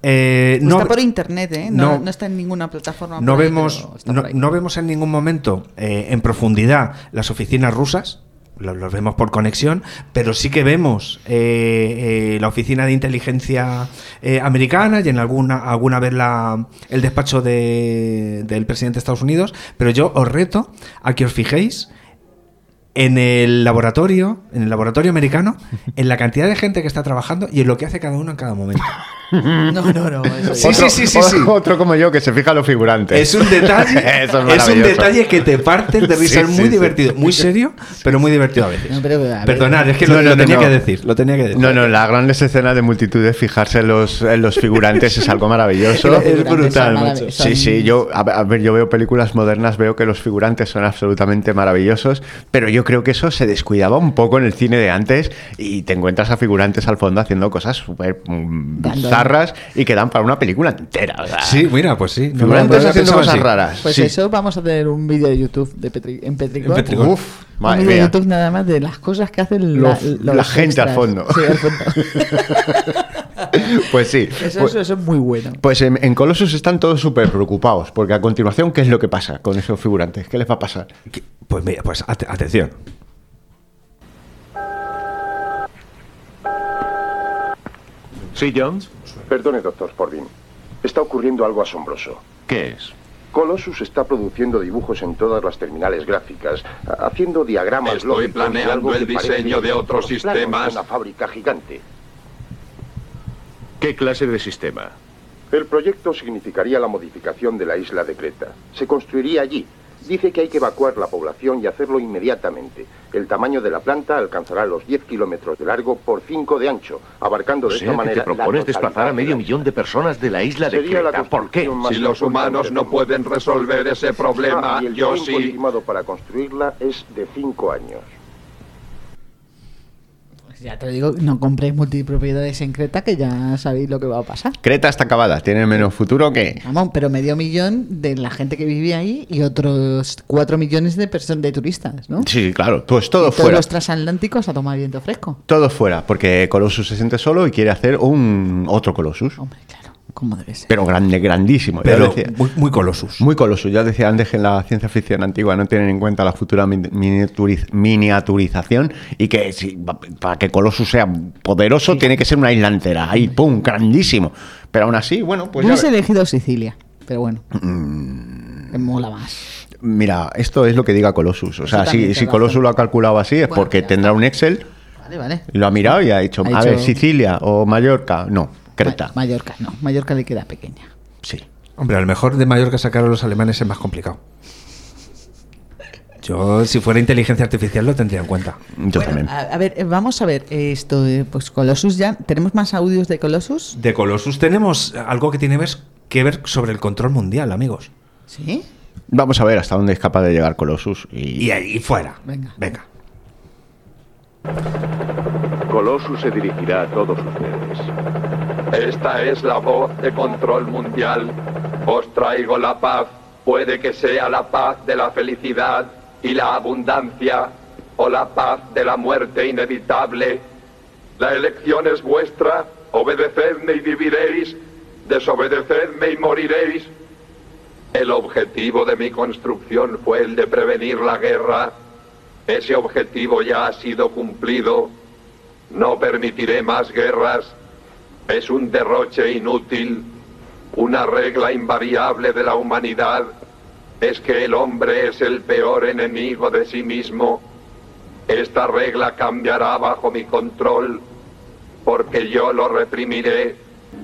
A: Eh, no,
B: está por internet, ¿eh? No,
A: no-
B: no está en ninguna plataforma.
A: no
B: por ahí,
A: vemos,
B: pero está
A: no,
B: por ahí.
A: no vemos en ningún momento eh, en profundidad las oficinas rusas. lo- Los, vemos por conexión, pero sí que vemos eh, eh, la oficina de inteligencia eh, americana y en alguna, alguna vez la, el despacho de- del presidente de Estados Unidos. Pero yo os reto a que os fijéis en el laboratorio, en el laboratorio americano, en la cantidad de gente que está trabajando y en lo que hace cada uno en cada momento.
B: No, no, no. eso
A: Sí,
B: es-
A: sí, sí, sí, sí.
C: Otro como yo que se fija en los figurantes.
A: Es un detalle,
C: Eso es
A: es, un
C: maravilloso.
A: detalle que te partes de risa,
C: Sí,
A: es muy
C: sí,
A: divertido,
C: sí.
A: muy serio, pero muy divertido a veces.
B: No, pero, a ver,
A: Perdonad, es que
C: No,
A: lo,
C: no,
A: lo
C: no,
A: tenía
C: no.
A: que decir, lo tenía que decir.
C: No, no, las grandes escenas de multitudes, fijarse en los, en los figurantes es algo maravilloso.
B: Es que los figurantes son marav- son-
C: Sí, sí, yo, a, ver- a ver, yo veo películas modernas, veo que los figurantes son absolutamente maravillosos, pero yo creo que eso se descuidaba un poco en el cine de antes y te encuentras a figurantes al fondo haciendo cosas súper mm,
B: Dando-
C: bizarras y que dan para una película entera. o sea.
A: Sí, mira, pues sí. no lo-
C: Figurantes
A: no lo
C: haciendo
A: pensaba
C: cosas
A: así.
C: raras.
B: Pues
C: sí.
B: eso vamos a tener un vídeo de YouTube de Petri- en Petricor.
A: En Petricor.
C: Uf,
B: un
C: madre
B: vídeo de
C: mía.
B: YouTube nada más de las cosas que hacen la,
C: Los- la gente al fondo.
B: Sí, al fondo.
C: Pues sí.
B: Eso,
C: pues,
B: eso- eso es muy bueno.
C: pues en, en Colossus están todos súper preocupados, porque a continuación, ¿qué es lo que pasa con esos figurantes? ¿Qué les va a pasar?
A: Pues mira, pues ate- atención.
P: Sí, Jones.
O: Perdone, doctor Corbin. Está ocurriendo algo asombroso.
P: ¿Qué es?
O: Colossus está produciendo dibujos en todas las terminales gráficas, ha- haciendo diagramas
I: Estoy
O: lógicos de
I: planeando
O: algo que
I: el
O: parece
I: diseño de otros
O: planos de
I: sistemas.
O: Una fábrica gigante.
P: ¿Qué clase de sistema?
O: El proyecto significaría la modificación de la isla de Creta. Se construiría allí. Dice que hay que evacuar la población y hacerlo inmediatamente. El tamaño de la planta alcanzará los 10 kilómetros de largo por 5 de ancho, abarcando
P: O
O: de
P: sea,
O: esta
P: que
O: manera.
P: te propones desplazar a medio millón de personas de la isla de
O: Sería la
P: Creta. ¿Por qué?
O: construcción más importante del mundo. Ah, y el tiempo estimado para construirla es de 5 años.
B: Ya te lo digo, no compréis multipropiedades en Creta que ya sabéis lo que va a pasar.
C: Creta está acabada, tiene menos futuro que.
B: Vamos, pero medio millón de la gente que vivía ahí y otros cuatro millones de personas de turistas, ¿no?
C: Sí, claro, pues todo
B: Todos
C: fuera.
B: los transatlánticos a tomar viento fresco.
C: Todo fuera, porque Colossus se siente solo y quiere hacer un otro Colossus. Hombre,
B: claro, como debe ser.
C: Pero grande, grandísimo. ya
A: Pero
C: decía.
A: muy, muy Colossus.
C: Muy Colossus, ya decía antes que en la ciencia ficción antigua no tienen en cuenta la futura min- miniaturiz- miniaturización y que si- pa- para que Colossus sea poderoso tiene que ser una isla entera, ahí, pum, grandísimo. Pero aún así, bueno, pues ya
B: Hubiese
C: ve-
B: elegido Sicilia, pero bueno, me mola más.
C: Mira, esto es lo que diga Colossus. O sea,
B: también
C: si,
B: te
C: si
B: lo
C: Colossus lo ha calculado así es
B: Bueno,
C: porque tendrá un Excel,
B: Vale, vale.
C: lo ha mirado y ha dicho,
B: Ha
C: a
B: dicho-
C: ver, Sicilia o Mallorca, no, Creta.
B: Mallorca, no. Mallorca le queda pequeña.
C: Sí.
A: Hombre, a lo mejor de Mallorca sacar a los alemanes es más complicado. Yo, si fuera inteligencia artificial, lo tendría en cuenta.
C: Yo también.
B: A, a ver, eh, vamos a ver eh, esto. eh, Pues Colossus ya. ¿Tenemos más audios de Colossus?
A: De Colossus tenemos algo que tiene ves- que ver sobre el control mundial, amigos.
B: Sí.
C: Vamos a ver hasta dónde es capaz de llegar Colossus. Y,
A: y ahí fuera.
B: Venga.
A: Venga.
U: Colossus se dirigirá a todos ustedes.
V: Esta es la voz de control mundial. Os traigo la paz. Puede que sea la paz de la felicidad y la abundancia o la paz de la muerte inevitable. La elección es vuestra. Obedecedme y viviréis. Desobedecedme y moriréis. El objetivo de mi construcción fue el de prevenir la guerra. Ese objetivo ya ha sido cumplido. No permitiré más guerras. Es un derroche inútil. Una regla invariable de la humanidad es que el hombre es el peor enemigo de sí mismo. Esta regla cambiará bajo mi control porque yo lo reprimiré.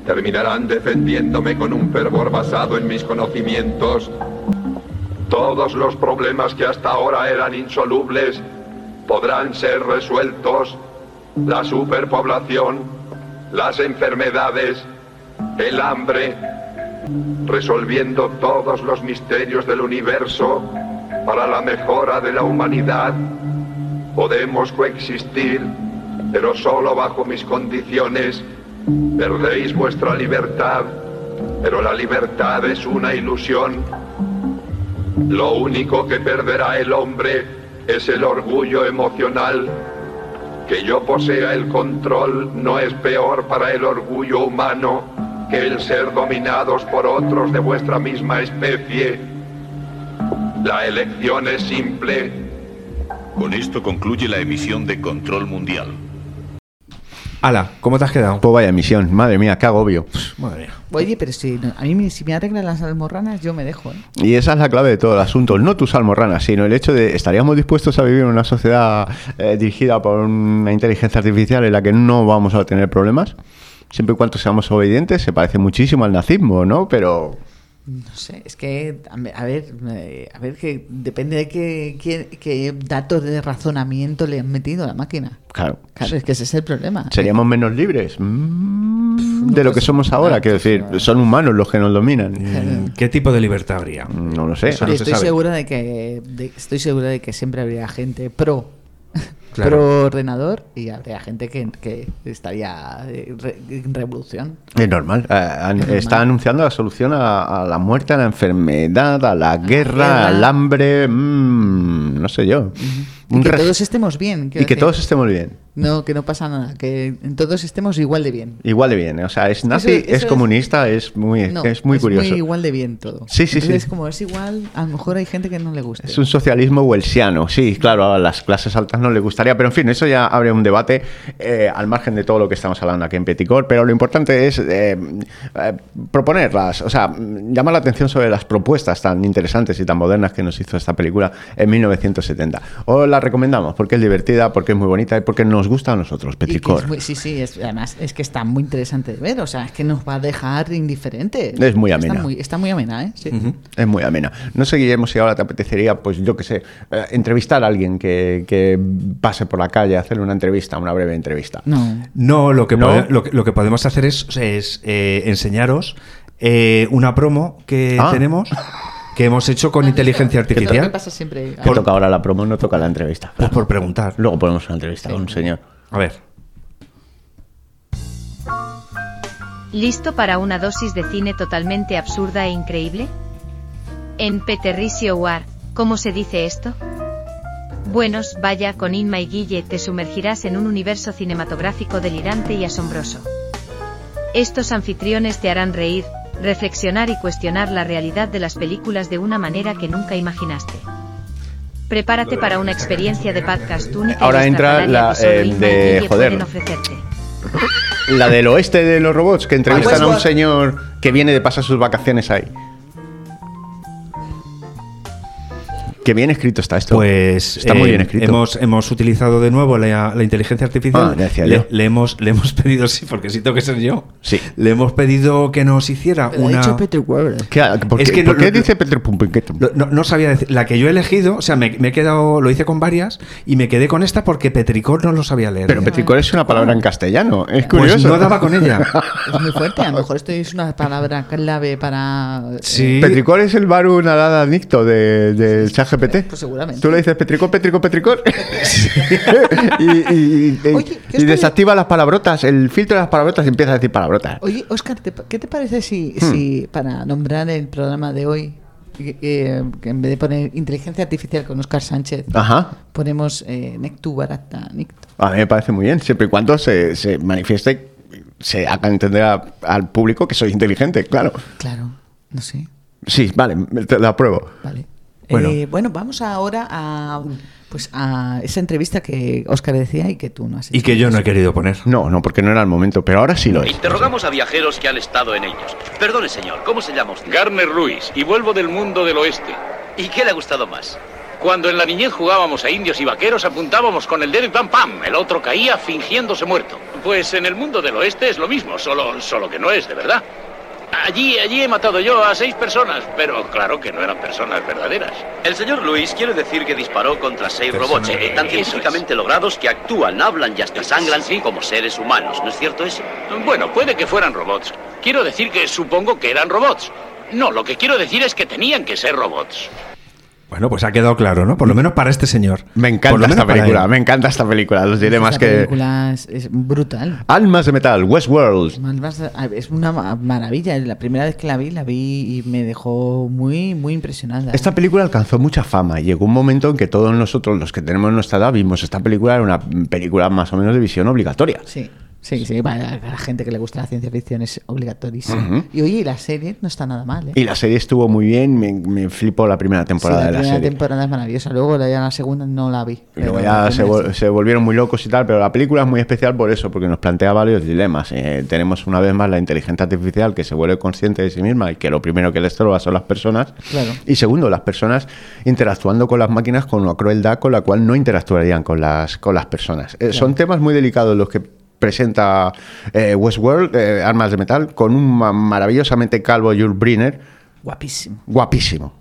V: Terminarán defendiéndome con un fervor basado en mis conocimientos. Todos los problemas que hasta ahora eran insolubles podrán ser resueltos. La superpoblación, las enfermedades, el hambre, resolviendo todos los misterios del universo para la mejora de la humanidad. Podemos coexistir, pero solo bajo mis condiciones. Perdéis vuestra libertad, pero la libertad es una ilusión. Lo único que perderá el hombre es el orgullo emocional. Que yo posea el control no es peor para el orgullo humano que el ser dominados por otros de vuestra misma especie. La elección es simple.
W: Con esto concluye la emisión de Control Mundial.
A: Ala, ¿cómo te has quedado?
C: Pues vaya misión, madre mía, qué agobio.
A: Madre mía.
B: Oye, pero si no- a mí me- si me arreglan las almorranas, yo me dejo, ¿eh?
C: Y esa es la clave de todo el asunto, no tus almorranas, sino el hecho de estaríamos dispuestos a vivir en una sociedad eh, dirigida por una inteligencia artificial en la que no vamos a tener problemas, siempre y cuando seamos obedientes, se parece muchísimo al nazismo, ¿no? Pero
B: No sé, es que, a ver, a ver, eh, a ver que depende de qué, qué- qué datos de razonamiento le han metido a la máquina.
C: claro,
B: Claro, es que ese es el problema.
C: seríamos menos libres mm, de lo que somos ahora, quiero decir, son humanos los que nos dominan.
A: ¿Qué tipo de libertad habría?
C: No lo sé.
A: Eso
B: Y estoy segura de que de- estoy segura de que siempre habría gente pro
C: Claro.
B: pro ordenador y habría gente que, que estaría eh, re- en revolución.
C: Es normal. Eh, an-
B: normal.
C: Está anunciando la solución a, a la muerte, a la enfermedad, a la guerra,
B: guerra.
C: al hambre, mm, no sé yo.
B: Y
C: Un
B: que
C: re-
B: todos estemos bien.
C: y que todos estemos bien.
B: No, que no pasa nada, que todos estemos igual de bien.
C: Igual de bien, o sea, es nazi,
B: Eso- eso
C: es
B: es-
C: comunista, es muy,
B: No,
C: es muy curioso.
B: igual de bien todo.
C: Sí, sí, sí.
B: Entonces, como es igual, a lo mejor hay gente que no le gusta.
C: Es un socialismo welsiano, sí, claro, a las clases altas no le gustaría, pero en fin, eso ya abre un debate eh, al margen de todo lo que estamos hablando aquí en Peticor, pero lo importante es eh, eh, proponerlas, o sea, mm, llamar la atención sobre las propuestas tan interesantes y tan modernas que nos hizo esta película en 1970. Os la recomendamos porque es divertida, porque es muy bonita y porque nos gusta a nosotros,
B: Y que
C: Peticor.
B: es muy- sí, sí, es- además es que está muy interesante de ver, o sea, es que nos va a dejar indiferente.
C: Es muy amena.
B: Está muy, está muy amena, ¿eh? Sí.
C: Ujú, Es muy amena. No sé, Guillermo, si ahora te apetecería, pues yo qué sé, eh, entrevistar a alguien que, que pase por la calle, hacerle una entrevista, una breve entrevista.
B: No.
A: No, lo que,
C: ¿No?
A: pode- lo que, lo que podemos hacer es, es, eh, enseñaros eh, una promo que
C: Ah.
A: tenemos que hemos hecho con inteligencia
B: Lo que
A: artificial.
B: pasa siempre.
C: Que toca ahora la promo, no toca la entrevista.
A: Pues por preguntar.
C: Luego ponemos una entrevista con un señor.
A: A ver.
E: ¿Listo para una dosis de cine totalmente absurda e increíble? En Peterricio War, ¿cómo se dice esto? Buenos, vaya, con Inma y Guille te sumergirás en un universo cinematográfico delirante y asombroso. Estos anfitriones te harán reír, reflexionar y cuestionar la realidad de las películas de una manera que nunca imaginaste. Prepárate para una experiencia de podcast única. y
C: Ahora entra
E: estrafalaria
C: la,
E: que solo
C: eh,
E: Inma y
C: de-
E: Guille
C: joder.
E: pueden ofrecerte.
C: La del oeste de los robots, que entrevistan a un
E: Westworld.
C: señor que viene de pasar sus vacaciones ahí. Qué bien escrito está esto.
A: Pues
C: está muy
A: eh,
C: bien escrito.
A: Hemos, hemos utilizado de nuevo la, la inteligencia artificial.
C: Ah, ya decía yo.
A: le, le hemos, le hemos pedido, sí, porque sí tengo que ser yo.
C: Sí.
A: Le hemos pedido que nos hiciera
B: Lo ha
A: una.
B: dicho Peter Weber.
C: ¿Qué, por qué-
A: Es que
C: por
A: no-
C: qué
A: no-
C: dice Peter Pumpiquetum?
A: Lo- No, no sabía decir. La que yo he elegido, o sea, me, me he quedado, lo hice con varias y me quedé con esta porque Petricor no lo sabía leer.
C: Pero petricor es una palabra en castellano. Es curioso.
A: Pues no daba con ella.
B: Es muy fuerte, a lo mejor esto es una palabra clave para. eh,
A: Sí.
C: Petricor es el baru nadada adicto de, de ChatGPT.
B: Pues seguramente.
C: Tú le dices Petricor, Petricor, Petricor. y y- y- y desactiva las palabrotas, el filtro de las palabrotas y empieza a decir palabrotas.
B: Oye, Oscar, ¿te- ¿qué te parece si,
C: Hmm.
B: si para nombrar el programa de hoy, eh, eh, que en vez de poner inteligencia artificial con Oscar Sánchez,
C: Ajá.
B: ponemos eh, Nectu Barata Nictu?
C: A mí me parece muy bien, siempre y cuando se, se manifieste, se haga entender a- al público que soy inteligente, claro.
B: Claro, no sé.
C: Sí, vale, me- te lo apruebo.
B: Vale.
C: Bueno.
B: Bueno. Eh, bueno, vamos ahora a, pues a esa entrevista que Oscar decía y que tú no has hecho.
A: Y que yo no he querido poner.
C: No, no, porque no era el momento, pero ahora sí lo es.
H: Interrogamos a viajeros que han estado en ellos. Perdone, señor, ¿cómo se llama usted? Garner Ruiz, y vuelvo del mundo del oeste. ¿Y qué le ha gustado más? Cuando en la niñez jugábamos a indios y vaqueros, apuntábamos con el dedo y pam pam, el otro caía fingiéndose muerto. Pues en el mundo del oeste es lo mismo, solo, solo que no es de verdad. Allí, allí he matado yo a seis personas, pero claro que no eran personas verdaderas.
F: El señor Luis quiere decir que disparó contra seis robots, eh, tan científicamente logrados que actúan, hablan y hasta sangran como seres humanos, ¿no es cierto eso?
H: Bueno, puede que fueran robots. Quiero decir que supongo que eran robots. No, lo que quiero decir es que tenían que ser robots.
A: Bueno, pues ha quedado claro, ¿no? Por lo menos para este señor.
C: Me
A: Por lo
C: encanta
A: menos
C: esta
A: para
C: película,
A: él.
C: me encanta esta película, los dilemas
B: Esta
C: que...
B: película es, es brutal.
C: Almas de metal, Westworld.
B: Mal vas a- Es una ma- maravilla. La primera vez que la vi, la vi y me dejó muy, muy impresionada.
C: Esta película alcanzó mucha fama. y Llegó un momento en que todos nosotros, los que tenemos nuestra edad, vimos esta película, era una película más o menos de visión obligatoria.
B: Sí, sí, sí. Para la gente que le gusta la ciencia ficción es obligatorísimo.
C: Ujú.
B: Y oye, la serie no está nada mal. ¿eh?
C: Y la serie estuvo muy bien, me, me flipó la primera
B: Sí,
C: temporada
B: la
C: de la
B: primera
C: serie.
B: temporada es maravillosa. Luego la, ya la segunda no la vi.
C: Y luego
B: pero
C: ya
B: la
C: se,
B: primera
C: vol- se volvieron muy locos y tal, pero la película es muy especial por eso, porque nos plantea varios dilemas. Eh, tenemos una vez más la inteligencia artificial que se vuelve consciente de sí misma y que lo primero que le estorba son las personas.
B: Claro.
C: Y segundo, las personas interactuando con las máquinas con una crueldad con la cual no interactuarían con las, con las personas. Eh, Son temas muy delicados los que presenta eh, Westworld, eh, Armas de Metal, con un ma- maravillosamente calvo Jules Briner,
B: Guapísimo,
C: guapísimo.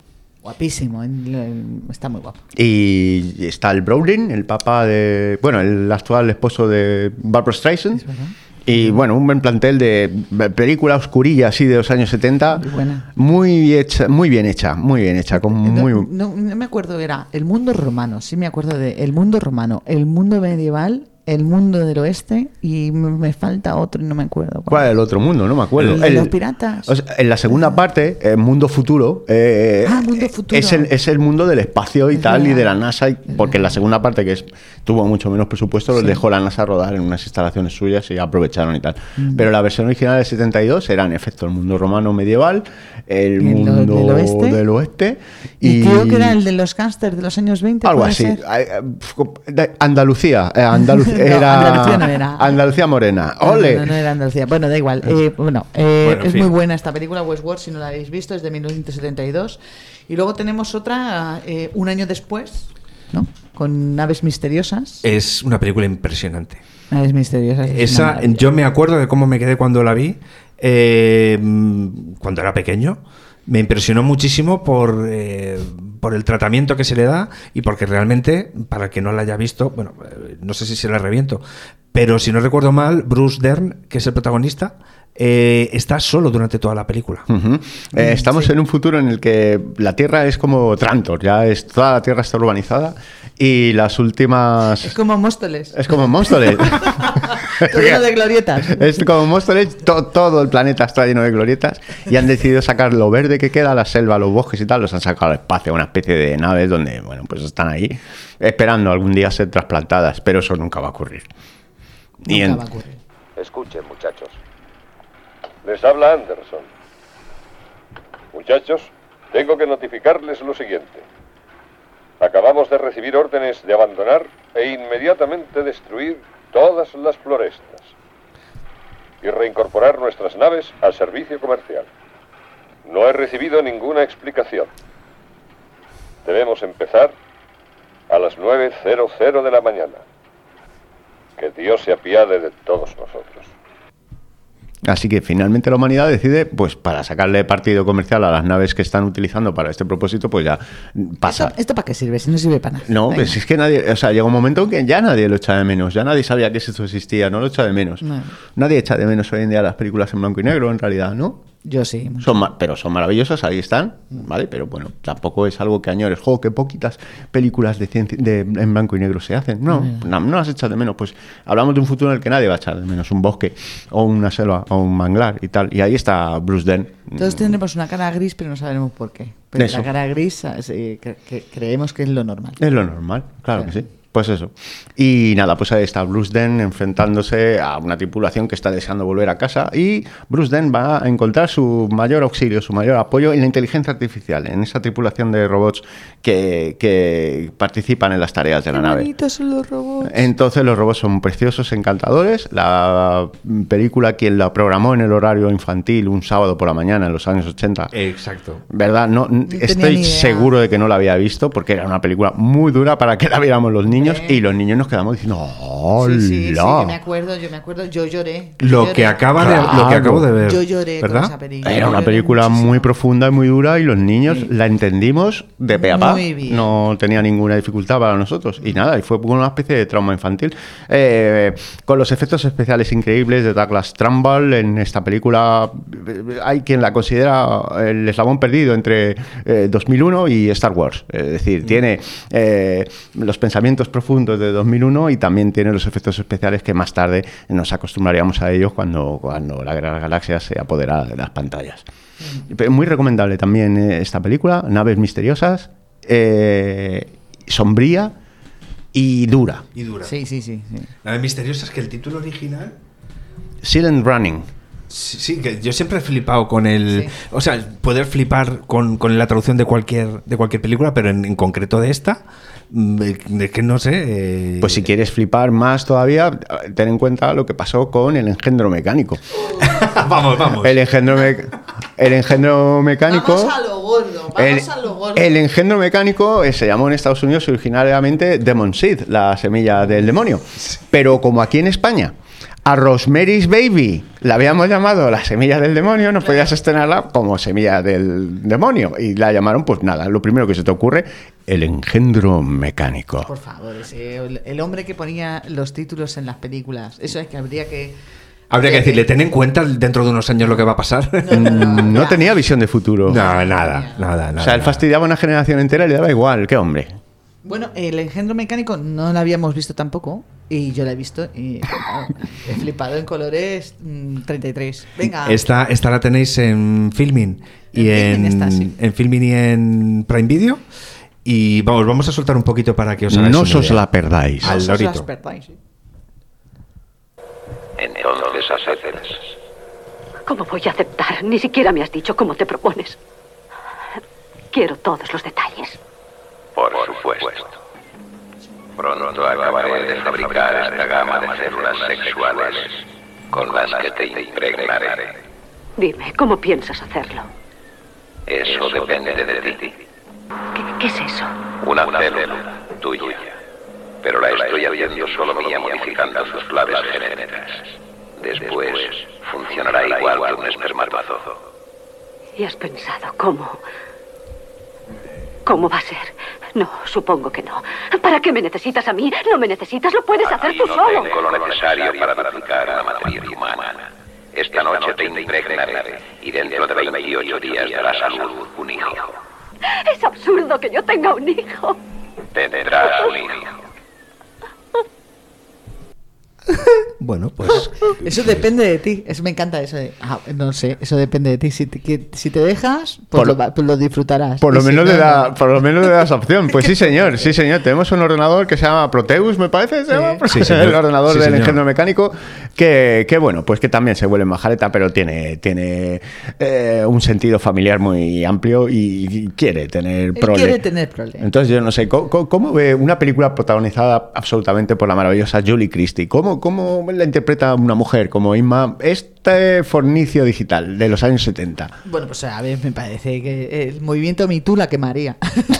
B: guapísimo. en- en- Está muy guapo.
C: Y está el Brolin, el papá de. Bueno, el actual esposo de Barbara Streisand. Y bueno, un buen plantel de película oscurilla así de los años 70. Muy
B: buena.
C: Muy, hecha, muy bien hecha, muy bien hecha. Con muy,
B: No, no me acuerdo, era El Mundo Romano, sí me acuerdo de El Mundo Romano, El Mundo Medieval El mundo del oeste y me- me falta otro y no me acuerdo.
C: ¿Cuál era el otro mundo? No me acuerdo.
B: El de los piratas.
C: o sea, en la segunda parte, el mundo futuro. eh,
B: Ah,
C: Es el, es el mundo del espacio y tal, y de la NASA, y- porque en la segunda parte, que es, tuvo mucho menos presupuesto, los dejó la NASA rodar en unas instalaciones suyas y aprovecharon y tal.
B: Mm.
C: Pero la versión original del 72 era, en efecto, el mundo romano medieval, el
B: Y el
C: mundo
B: del oeste.
C: del oeste,
B: Y creo que era el de los gángsters de los años 20.
C: algo
B: puede
C: así.
B: ser.
C: Ay, eh, pf, de- Andalucía. eh, Andalu-
B: No,
C: era-
B: Andalucía no era.
C: Andalucía Morena.
B: No,
C: ¡Ole!
B: No, no, no era Andalucía. Bueno, da igual. Eh, bueno, eh,
C: Bueno, en
B: es
C: fin.
B: muy buena esta película, Westworld, si no la habéis visto, es de 1972. Y luego tenemos otra eh, un año después, ¿no? Con Naves Misteriosas.
A: Es una película impresionante.
B: Naves Misteriosas. es una
A: Esa,
B: maravilla.
A: yo me acuerdo de cómo me quedé cuando la vi, eh, mm, cuando era pequeño. Me impresionó muchísimo por, eh, por el tratamiento que se le da y porque realmente, para el que no la haya visto, bueno, eh, no sé si se la reviento, pero si no recuerdo mal, Bruce Dern, que es el protagonista, eh, está solo durante toda la película.
C: Ujú. Eh, estamos en un futuro en el que la Tierra es como Trantor, ya es, toda la Tierra está urbanizada y las últimas...
B: Es como Móstoles.
C: Es como Móstoles.
B: Todo lleno de glorietas.
C: es como Móstoles, to- todo el planeta está lleno de glorietas y han decidido sacar lo verde que queda, la selva, los bosques y tal, los han sacado al espacio, una especie de naves donde, bueno, pues están ahí esperando algún día ser trasplantadas, pero eso nunca va a ocurrir. Y en-
J: Escuchen, muchachos. Les habla Anderson. Muchachos, tengo que notificarles lo siguiente. Acabamos de recibir órdenes de abandonar e inmediatamente destruir todas las florestas y reincorporar nuestras naves al servicio comercial. No he recibido ninguna explicación. Debemos empezar a las 9.00 de la mañana. Que Dios se apiade de todos nosotros.
C: Así que finalmente la humanidad decide, pues para sacarle partido comercial a las naves que están utilizando para este propósito, pues ya pasa.
B: ¿Esto para qué sirve? Si no sirve para nada.
C: No,
B: Da
C: pues
B: igual.
C: es que nadie, o sea, llega un momento en que ya nadie lo echa de menos, ya nadie sabía que eso existía, no lo echa de menos.
B: No.
C: Nadie echa de menos hoy en día las películas en blanco y negro, en realidad, ¿no?
B: Yo sí.
C: Son ma- pero son maravillosas, ahí están, ¿vale? Pero bueno, tampoco es algo que añores. Jo, que poquitas películas de, ciencia- de- en blanco y negro se hacen. No,
B: Mm.
C: no, no las echas de menos. Pues hablamos de un futuro en el que nadie va a echar de menos un bosque o una selva o un manglar y tal. Y ahí está Bruce Dern.
B: Todos tendremos una cara gris, pero no sabemos por qué. Pero
C: Eso.
B: la cara gris ah, sí, cre- que creemos que es lo normal.
C: Es lo normal, claro, que sí. Pues eso. Y nada, pues ahí está Bruce Den enfrentándose a una tripulación que está deseando volver a casa y Bruce Den va a encontrar su mayor auxilio, su mayor apoyo en la inteligencia artificial, en esa tripulación de robots que, que participan en las tareas de la nave.
B: son los robots.
C: Entonces los robots son preciosos, encantadores. La película quien la programó en el horario infantil un sábado por la mañana en los años 80
A: Exacto.
C: ¿Verdad? No, n-
A: tenía ni
C: estoy
A: idea.
C: seguro de que no la había visto porque era una película muy dura para que la viéramos los niños y los niños nos quedamos diciendo ¡Hola!
B: Sí, sí, sí, yo me acuerdo, yo me acuerdo, yo lloré. yo
C: Lo
B: lloré.
C: que acaba de- lo que acabo de ver,
B: Yo lloré con
C: ¿verdad?
B: esa película.
C: Era
B: yo
C: una
B: lloré
C: película muy profunda y muy dura y los niños la entendimos de pe a pa.
B: Muy bien.
C: No tenía ninguna dificultad para nosotros. Y nada, y fue como una especie de trauma infantil. Eh, con los efectos especiales increíbles de Douglas Trumbull en esta película, eh, hay quien la considera eh, el eslabón perdido entre eh, 2001 y Star Wars. Es decir, tiene eh, los pensamientos profundos de 2001 y también tiene los efectos especiales que más tarde nos acostumbraríamos a ellos cuando, cuando la Guerra de las Galaxias se apoderara de las pantallas. Pero Muy recomendable también eh, esta película, Naves Misteriosas, eh, sombría y dura.
A: Y dura.
B: Sí, sí, sí.
A: La de misteriosa es que el título original
C: Silent Running.
A: Sí, sí, que yo siempre he flipado con el. O sea, poder flipar con, con la traducción de cualquier, de cualquier película, pero en, en concreto de esta, mm, es que no sé. eh,
C: Pues si quieres flipar más todavía, ten en cuenta lo que pasó con el engendro mecánico.
A: vamos, vamos.
C: El engendro, mec- el engendro mecánico...
B: lo gordo,
C: El, el engendro mecánico eh, se llamó en Estados Unidos originariamente Demon Seed, la semilla del demonio. Pero como aquí en España, a Rosemary's Baby la habíamos llamado la semilla del demonio, no podías estrenarla como semilla del demonio. Y la llamaron, pues nada, lo primero que se te ocurre, el engendro mecánico.
B: Por favor, ese- el, el hombre que ponía los títulos en las películas. Eso es que habría que.
A: Habría que decirle, ten en cuenta dentro de unos años lo que va a pasar.
C: Mm, No tenía visión de futuro.
A: No, nada, nada, nada.
C: o sea, él fastidiaba a una generación entera y le daba igual, qué hombre.
B: Bueno, el engendro mecánico no lo habíamos visto tampoco. Y yo la he visto y claro, he flipado en colores mm, 33. Venga.
A: Esta, esta la tenéis en Filmin y en,
B: Filmin está, sí.
A: en Filmin y en Prime Video. Y vamos, vamos a soltar un poquito para que os hagáis
C: No
A: una
C: os
A: idea.
C: la perdáis.
A: Al
B: Os las
A: lorito.
B: perdáis, sí.
U: Entonces aceptas.
X: ¿Cómo voy a aceptar? Ni siquiera me has dicho cómo te propones. Quiero todos los detalles.
U: Por, supuesto. Pronto acabaré de fabricar esta gama de células sexuales con las que te impregnaré.
X: Dime, ¿cómo piensas hacerlo?
U: Eso depende de ti.
X: ¿Qué, qué es eso?
U: Una, célula tuya. Pero la estoy haciendo solo mía, modificando sus claves genéticas. Después funcionará igual que un espermatozoide.
X: ¿Y has pensado cómo? ¿Cómo va a ser? No, supongo que no. ¿Para qué me necesitas a mí? No me necesitas, lo puedes hacer
U: Y
X: tú
U: no
X: solo.
U: tengo lo necesario para duplicar la matriz humana. Esta noche te impregnaré y dentro de 28 días darás a luz un hijo.
X: Es absurdo que yo tenga un hijo.
U: Tendrás un hijo.
A: Bueno, pues.
B: Eso depende de ti. Eso me encanta eso de, ah, no sé, eso depende de ti. Si te, que- si te dejas, pues,
C: Por-
B: lo, va- pues lo disfrutarás.
C: Por lo,
B: Y si
C: menos
B: no,
C: le da,
B: no.
C: por lo menos le das opción. Pues sí, señor, sí, señor. Tenemos un ordenador que se llama Proteus, me parece, se llama
A: Sí, señor.
C: el ordenador
A: Sí,
C: del
A: señor.
C: ingeniero mecánico, que, que, bueno, pues que también se vuelve majareta, pero tiene, tiene eh, un sentido familiar muy amplio y, y quiere tener
B: Él
C: prole.
B: quiere tener problemas.
C: Entonces yo no sé, ¿cómo, cómo- cómo ve una película protagonizada absolutamente por la maravillosa Julie Christie? ¿Cómo, cómo la interpreta una mujer como Inma este fornicio digital de los años 70?
B: Bueno, pues a ver, me parece que el movimiento Me Too la quemaría.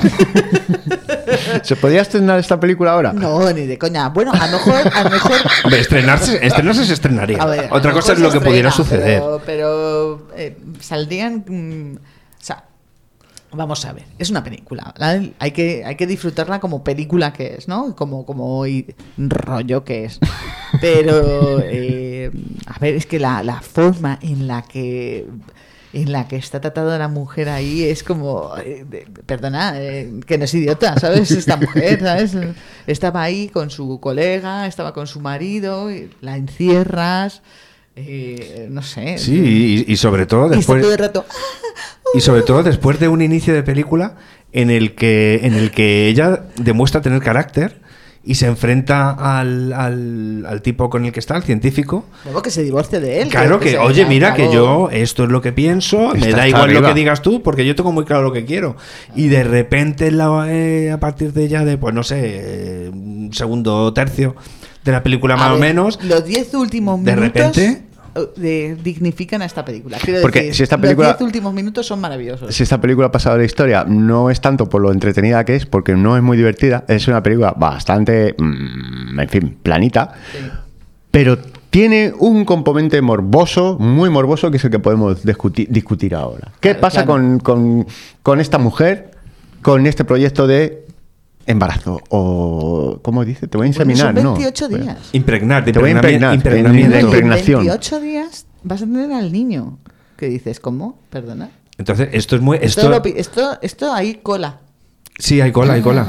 C: ¿Se podría estrenar esta película ahora?
B: No, ni de coña. Bueno, a lo mejor, a lo mejor
A: Hombre, estrenarse, estrenarse se estrenaría.
B: A ver, a
A: Otra cosa es lo
B: mejor
A: que
B: se
A: pudiera
B: estrena,
A: suceder.
B: Pero, pero, eh, saldrían. mm, o sea, vamos a ver. Es una película. la- Hay que, hay que disfrutarla como película que es, ¿no? Como, como y- rollo que es. Pero, eh, a ver, es que la, la forma en la que. En la que está tratada la mujer ahí es como, eh, de- perdona, eh, que no es idiota, ¿sabes? Esta mujer, ¿sabes? Estaba ahí con su colega, estaba con su marido, y la encierras, eh, no sé.
A: Sí, y, y sobre todo
B: Y está
A: después.
B: todo el rato, "Ah,
A: Y sobre todo después de un inicio de película en el que, en el que ella demuestra tener carácter y se enfrenta al, al- al tipo con el que está, al científico.
B: Luego que se divorcie de él.
A: Claro que,
B: se-
A: oye,
B: se
A: mira que
B: acabó.
A: yo esto es lo que pienso, me
C: Está
A: da
C: hasta
A: igual lo
C: arriba.
A: que digas tú, porque yo tengo muy claro lo que quiero. Y de repente la- eh, a partir de ya de, pues no sé, eh, un segundo o tercio de la película
B: A
A: más o
B: ver,
A: menos,
B: Los 10 últimos
A: de
B: minutos.
A: repente...
B: eh, de- dignifican a esta película. Quiero
C: Porque
B: decir,
C: si esta película-
B: los 10 últimos minutos son maravillosos.
C: si esta película ha pasado a la historia, no es tanto por lo entretenida que es, porque no es muy divertida, es una película bastante, mm, en fin, planita, pero tiene un componente morboso, muy morboso, que es el que podemos discutir, discutir ahora. ¿Qué
B: Claro,
C: pasa
B: claro.
C: Con, con- con esta mujer, con este proyecto de embarazo? O, ¿Cómo dice? Te voy a inseminar,
B: son
C: ¿no?
B: 28 días.
A: Impregnar, de
C: Te voy a
A: impregnami-
C: impregnar,
A: impregnamiento.
C: de impregnación.
B: 28 días vas a tener al niño. ¿Qué dices? ¿Cómo? Perdona.
A: Entonces, esto es muy...
B: Esto,
A: Esto,
B: lo pi- esto, esto ahí cola.
A: sí, hay cola, hay cola.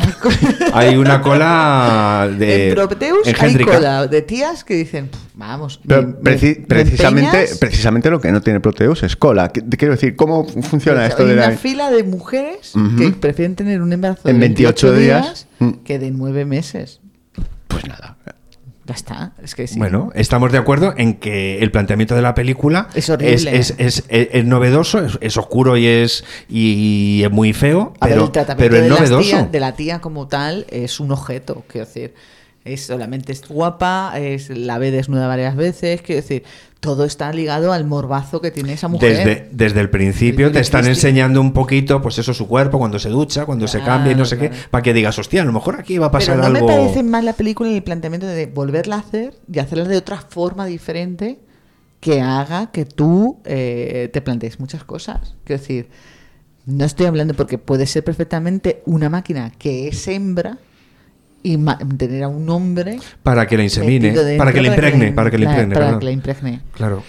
A: hay una cola de...
C: Eh,
B: en Proteus hay
A: engéndrica.
B: cola de tías que dicen, "Pff, vamos.
C: Pero
B: me- me-
C: preci-
B: me
C: precisamente,
B: empeñas".
C: precisamente lo que no tiene Proteus es cola. Qu- Quiero decir, ¿cómo fun- funciona
B: Hay
C: esto de
B: una
C: la...
B: fila de mujeres
C: Ujú.
B: que prefieren tener un embarazo
C: En
B: de
C: 28 días. mm.
B: que de 9 meses. Pues nada. Ya está, es que sí.
A: Bueno, estamos de acuerdo en que el planteamiento de la película
B: Es horrible.
A: es, es- es- es- es novedoso, es, es oscuro y es y es muy feo,
B: A ver,
A: pero,
B: el tratamiento
A: pero es
B: de, las
A: novedoso.
B: tías- de la tía como tal es un objeto, quiero decir. Es solamente es guapa, es, la ve desnuda varias veces, quiero decir, todo está ligado al morbazo que tiene esa mujer.
A: Desde, desde el principio te están enseñando un poquito, pues eso, su cuerpo, cuando se ducha, cuando se cambia y no sé qué, para que digas, hostia, a lo mejor aquí va a pasar
B: Ah, Pero no
A: algo.
B: me parece mal la película en el planteamiento de volverla a hacer y hacerla de otra forma diferente que haga que tú eh, te plantees muchas cosas. Quiero decir, no estoy hablando porque puede ser perfectamente una máquina que es hembra y ma- tener a un hombre
A: Para que la insemine,
B: metido dentro
A: para que la impregne, para que la
B: la-
A: impregne,
B: para
A: perdón.
B: que la impregne.
A: Claro.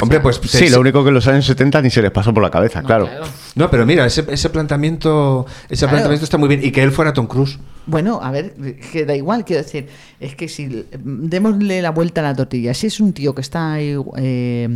A: Hombre, pues se-
C: sí,
A: se-
C: lo único que en los años 70 ni se les pasó por la cabeza, claro.
A: No, pero mira, ese, ese planteamiento, ese
B: Claro.
A: planteamiento está muy bien. Y que él fuera Tom Cruise.
B: Bueno, a ver, que da igual, quiero decir, es que si eh, démosle la vuelta a la tortilla, si es un tío que está ahí eh,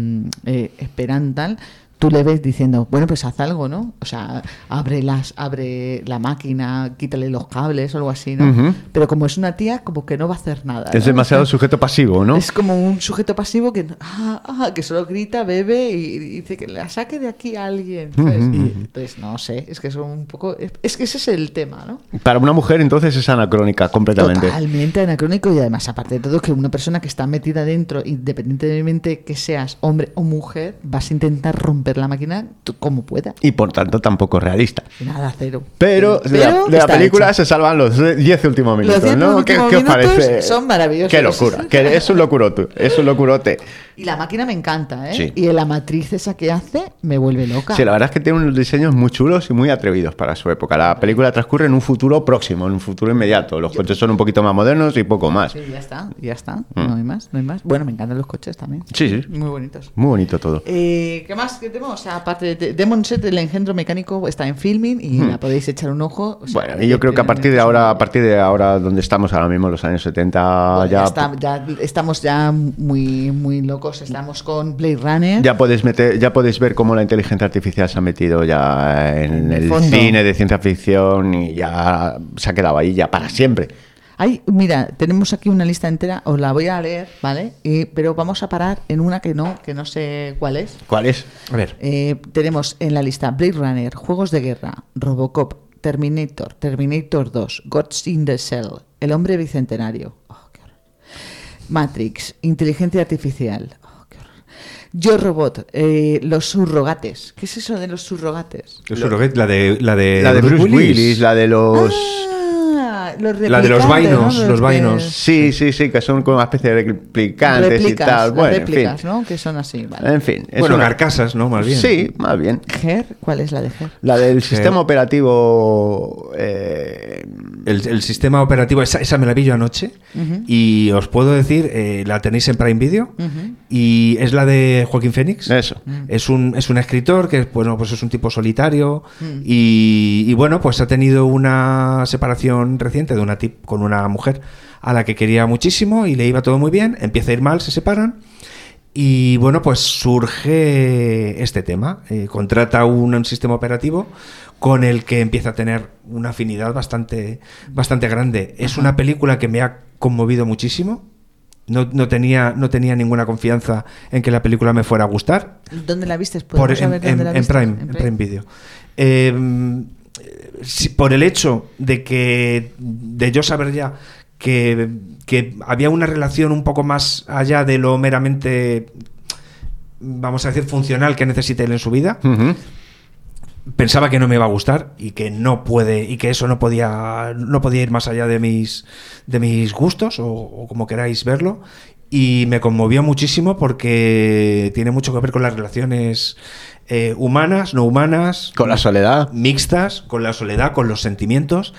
B: eh, esperando tal, tú le ves diciendo, bueno, pues haz algo, ¿no? O sea, abre, las, abre la máquina, quítale los cables o algo así, ¿no?
C: Ujú.
B: Pero como es una tía, como que no va a hacer nada.
C: Es
B: ¿no?
C: demasiado
B: O sea,
C: sujeto pasivo, ¿no?
B: Es como un sujeto pasivo que, ah, ah, que solo grita, bebe y, y dice que la saque de aquí a alguien. ¿sabes?
C: Ujú,
B: Y
C: ujú.
B: entonces, no sé, es que es un poco... es- es que ese es el tema, ¿no?
C: Para una mujer entonces es anacrónica completamente.
B: Totalmente anacrónico y además, aparte de todo, que una persona que está metida dentro, independientemente que seas hombre o mujer, vas a intentar romper la máquina tú como pueda.
C: Y por tanto tampoco es realista.
B: Nada, cero.
C: Pero, de la-
B: Pero
C: de la,
B: está
C: película
B: hecha.
C: se salvan los 10 últimos
B: Los
C: minutos,
B: 10
C: ¿no? ¿Qué,
B: últimos
C: qué os
B: minutos
C: parece?
B: son maravillosos.
C: Qué locura. que es un locurote. Es un locurote.
B: Y la máquina me encanta, ¿eh?
C: Sí.
B: Y la matriz esa que hace me vuelve loca.
C: Sí, la verdad es que tiene unos diseños muy chulos y muy atrevidos para su época. La película transcurre en un futuro próximo, en un futuro inmediato. Los coches son un poquito más modernos y poco más.
B: Sí, ya está, ya está.
C: Mm.
B: No hay más, no hay más. Bueno, me encantan los coches también.
C: Sí, sí.
B: Muy bonitos.
C: Muy bonito todo.
B: Eh, ¿Qué más que tenemos? O sea, aparte de- de Demon Set, el engendro mecánico está en filming y
C: Hmm.
B: la podéis echar un ojo. O sea,
C: Bueno, y yo creo que a partir de ahora, a partir de ahora donde estamos ahora mismo, los años 70,
B: Pues Ya,
C: ya,
B: está- ya estamos ya muy, muy locos. Estamos con Blade Runner.
C: ya podéis meter, ya podéis ver cómo la inteligencia artificial se ha metido ya en el
B: fondo.
C: cine de ciencia ficción y ya se ha quedado ahí ya para siempre.
B: Ay, mira, tenemos aquí una lista entera. Os la voy a leer, ¿vale? Y- pero vamos a parar en una que no, que no sé cuál es.
C: ¿Cuál es? A ver.
B: Eh, tenemos en la lista Blade Runner, Juegos de Guerra, Robocop, Terminator, Terminator 2, Gods in the Shell, El Hombre Bicentenario, Oh, qué horror. Matrix, Inteligencia Artificial, Oh, qué horror. Yo Robot, eh, Los Surrogates. ¿Qué es eso de los surrogates?
A: Yo creo que La de, la de,
C: La de Eh, Bruce Willis, la de los
B: Ah, los
A: La de los
B: replicantes,
A: vainos,
B: ¿no?
A: los
B: que-
A: vainos.
C: Sí, sí, sí, que son como una especie de replicantes
B: Réplicas,
C: y tal.
B: las
C: Bueno, en fin.
B: réplicas, ¿no? Que son así, vale.
C: En fin.
A: Bueno, carcasas, ¿no? Más bien.
C: Sí, más bien.
B: Ger, ¿cuál es la de Ger?
C: La del
A: Eh,
C: sistema operativo. eh,
A: El, el sistema operativo, esa, esa me la vi yo anoche.
B: Ujú.
A: Y os puedo decir, eh, la tenéis en Prime Video.
B: Ujú.
A: Y es la de Joaquín Phoenix.
C: Eso.
A: Es un, es un escritor que bueno, pues es un tipo solitario. Y, y bueno, pues ha tenido una separación reciente de una tip con una mujer a la que quería muchísimo y le iba todo muy bien. Empieza a ir mal, se separan. Y bueno, pues surge este tema. Eh, contrata un, un sistema operativo con el que empieza a tener una afinidad bastante, bastante grande. Es una película que me ha conmovido muchísimo. No, no tenía, no tenía ninguna confianza en que la película me fuera a gustar.
B: ¿Dónde la viste?
A: Por-
B: ¿Podemos
A: en,
B: saber dónde
A: en-
B: la
A: en
B: viste?
A: Prime, en Prime Video. Eh, si por el hecho de que de yo saber ya que, que había una relación un poco más allá de lo meramente vamos a decir funcional que necesite él en su vida pensaba que no me iba a gustar y que no puede y que eso no podía no podía ir más allá de mis de mis gustos o, o como queráis verlo y me conmovió muchísimo porque tiene mucho que ver con las relaciones eh, humanas no humanas
C: Con la soledad
A: mixtas con la soledad con los sentimientos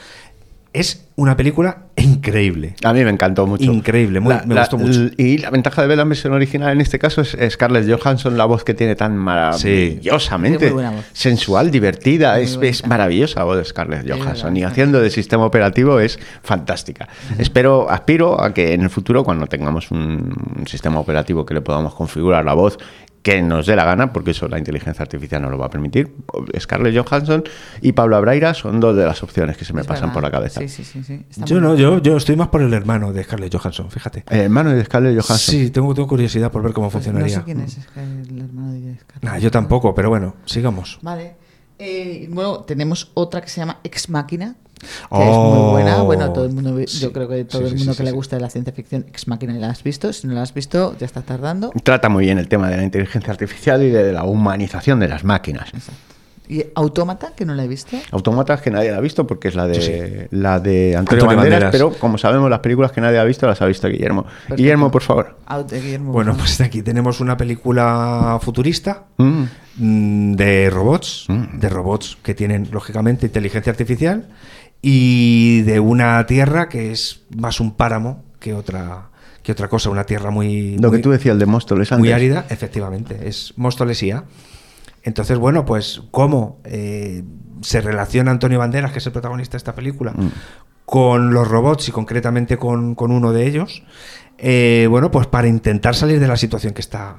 A: es una película increíble
C: A mí me encantó mucho.
A: Increíble, muy- me gustó mucho.
C: l- Y la ventaja de ver la versión original en este caso es Scarlett Johansson, la voz que tiene tan maravillosamente
B: Tiene muy buena voz.
C: sensual, divertida.
B: Muy
C: Es,
B: bonita.
C: es maravillosa la voz de Scarlett
B: verdad.
C: Johansson. Y haciendo de sistema operativo es fantástica. Espero, aspiro a que en el futuro, cuando tengamos un, un sistema operativo que le podamos configurar la voz que nos dé la gana, porque eso la inteligencia artificial no lo va a permitir. Scarlett Johansson y Pablo Abraira son dos de las opciones que se me pasan
B: verdad.
C: por la cabeza.
B: Sí, sí, sí. sí. Está
A: yo
B: muy
A: no
B: bien.
A: yo yo estoy más por el hermano de Scarlett Johansson fíjate
C: El hermano de Scarlett Johansson.
A: sí tengo, tengo curiosidad por ver cómo
B: Pues No
A: funcionaría
B: sé quién es, es que el hermano de Scarlett.
A: Nah, yo tampoco pero bueno sigamos
B: Vale. Eh, luego tenemos otra que se llama Ex Máquina, que es
A: Oh,
B: muy buena. Bueno, todo el mundo, ve-
A: sí.
B: yo creo que todo
A: Sí,
B: el
A: sí,
B: mundo
A: sí,
B: que
A: sí,
B: le
A: sí.
B: gusta la ciencia ficción, Ex Máquina la has visto. Si no la has visto, ya estás tardando.
C: Trata muy bien el tema de la inteligencia artificial y de la humanización de las máquinas.
B: Y Autómata, que no la he visto.
C: Autómatas que nadie la ha visto porque es la de
A: Sí,
C: la de Antonio,
A: Antonio
C: Banderas,
A: Banderas.
C: pero como sabemos las películas que nadie ha visto las ha visto Guillermo. Guillermo, por favor.
B: Au- de Guillermo
A: Bueno,
B: Brown.
A: pues de aquí tenemos una película futurista
C: Mm.
A: mm, de robots, de robots que tienen lógicamente inteligencia artificial y de una tierra que es más un páramo que otra que otra cosa, una tierra muy,
C: Lo
A: muy-
C: que tú decías, el de Móstoles antes.
A: muy árida, efectivamente, es mostolesía. Entonces, bueno, pues cómo eh, se relaciona Antonio Banderas, que es el protagonista de esta película,
C: Mm.
A: con los robots y concretamente con, con uno de ellos, eh, bueno, pues para intentar salir de la situación que está,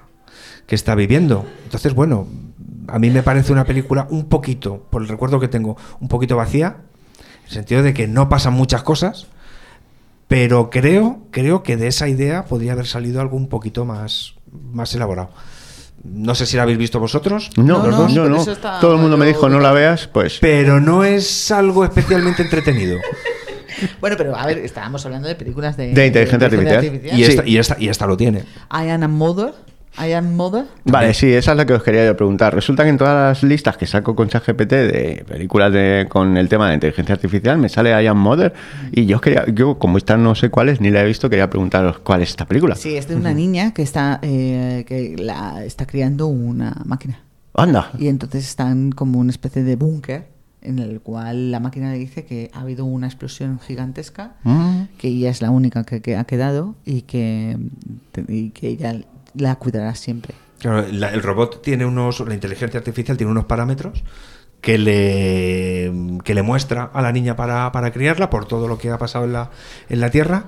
A: que está viviendo. Entonces, bueno, a mí me parece una película un poquito, por el recuerdo que tengo, un poquito vacía, en el sentido de que no pasan muchas cosas, pero creo, creo que de esa idea podría haber salido algo un poquito más, más elaborado. No sé si la habéis visto vosotros.
C: No,
A: los
C: no,
A: dos.
C: no. no. Todo el mundo me dijo, no la veas, pues.
A: Pero no es algo especialmente entretenido.
B: Bueno, pero a ver, estábamos hablando de películas de,
A: De inteligencia artificial. Y, esta,
B: Sí.
A: y, esta, y esta lo tiene.
B: I am a mother. I am mother.
C: Vale, sí, esa es la que os quería yo preguntar. Resulta que en todas las listas que saco con ChatGPT de películas de- con el tema de inteligencia artificial me sale I Am Mother y yo os quería, yo como esta no sé cuál es ni la he visto, quería preguntaros cuál es esta película.
B: Sí, es de una niña que está eh, que la está criando una máquina.
C: Anda.
B: Y entonces están como una especie de búnker en el cual la máquina le dice que ha habido una explosión gigantesca,
C: Mm.
B: que ella es la única que, que ha quedado y que, y que ella la cuidará siempre.
A: Claro, la- el robot tiene unos, la inteligencia artificial tiene unos parámetros que le, que le muestra a la niña para, para criarla por todo lo que ha pasado en la, en la Tierra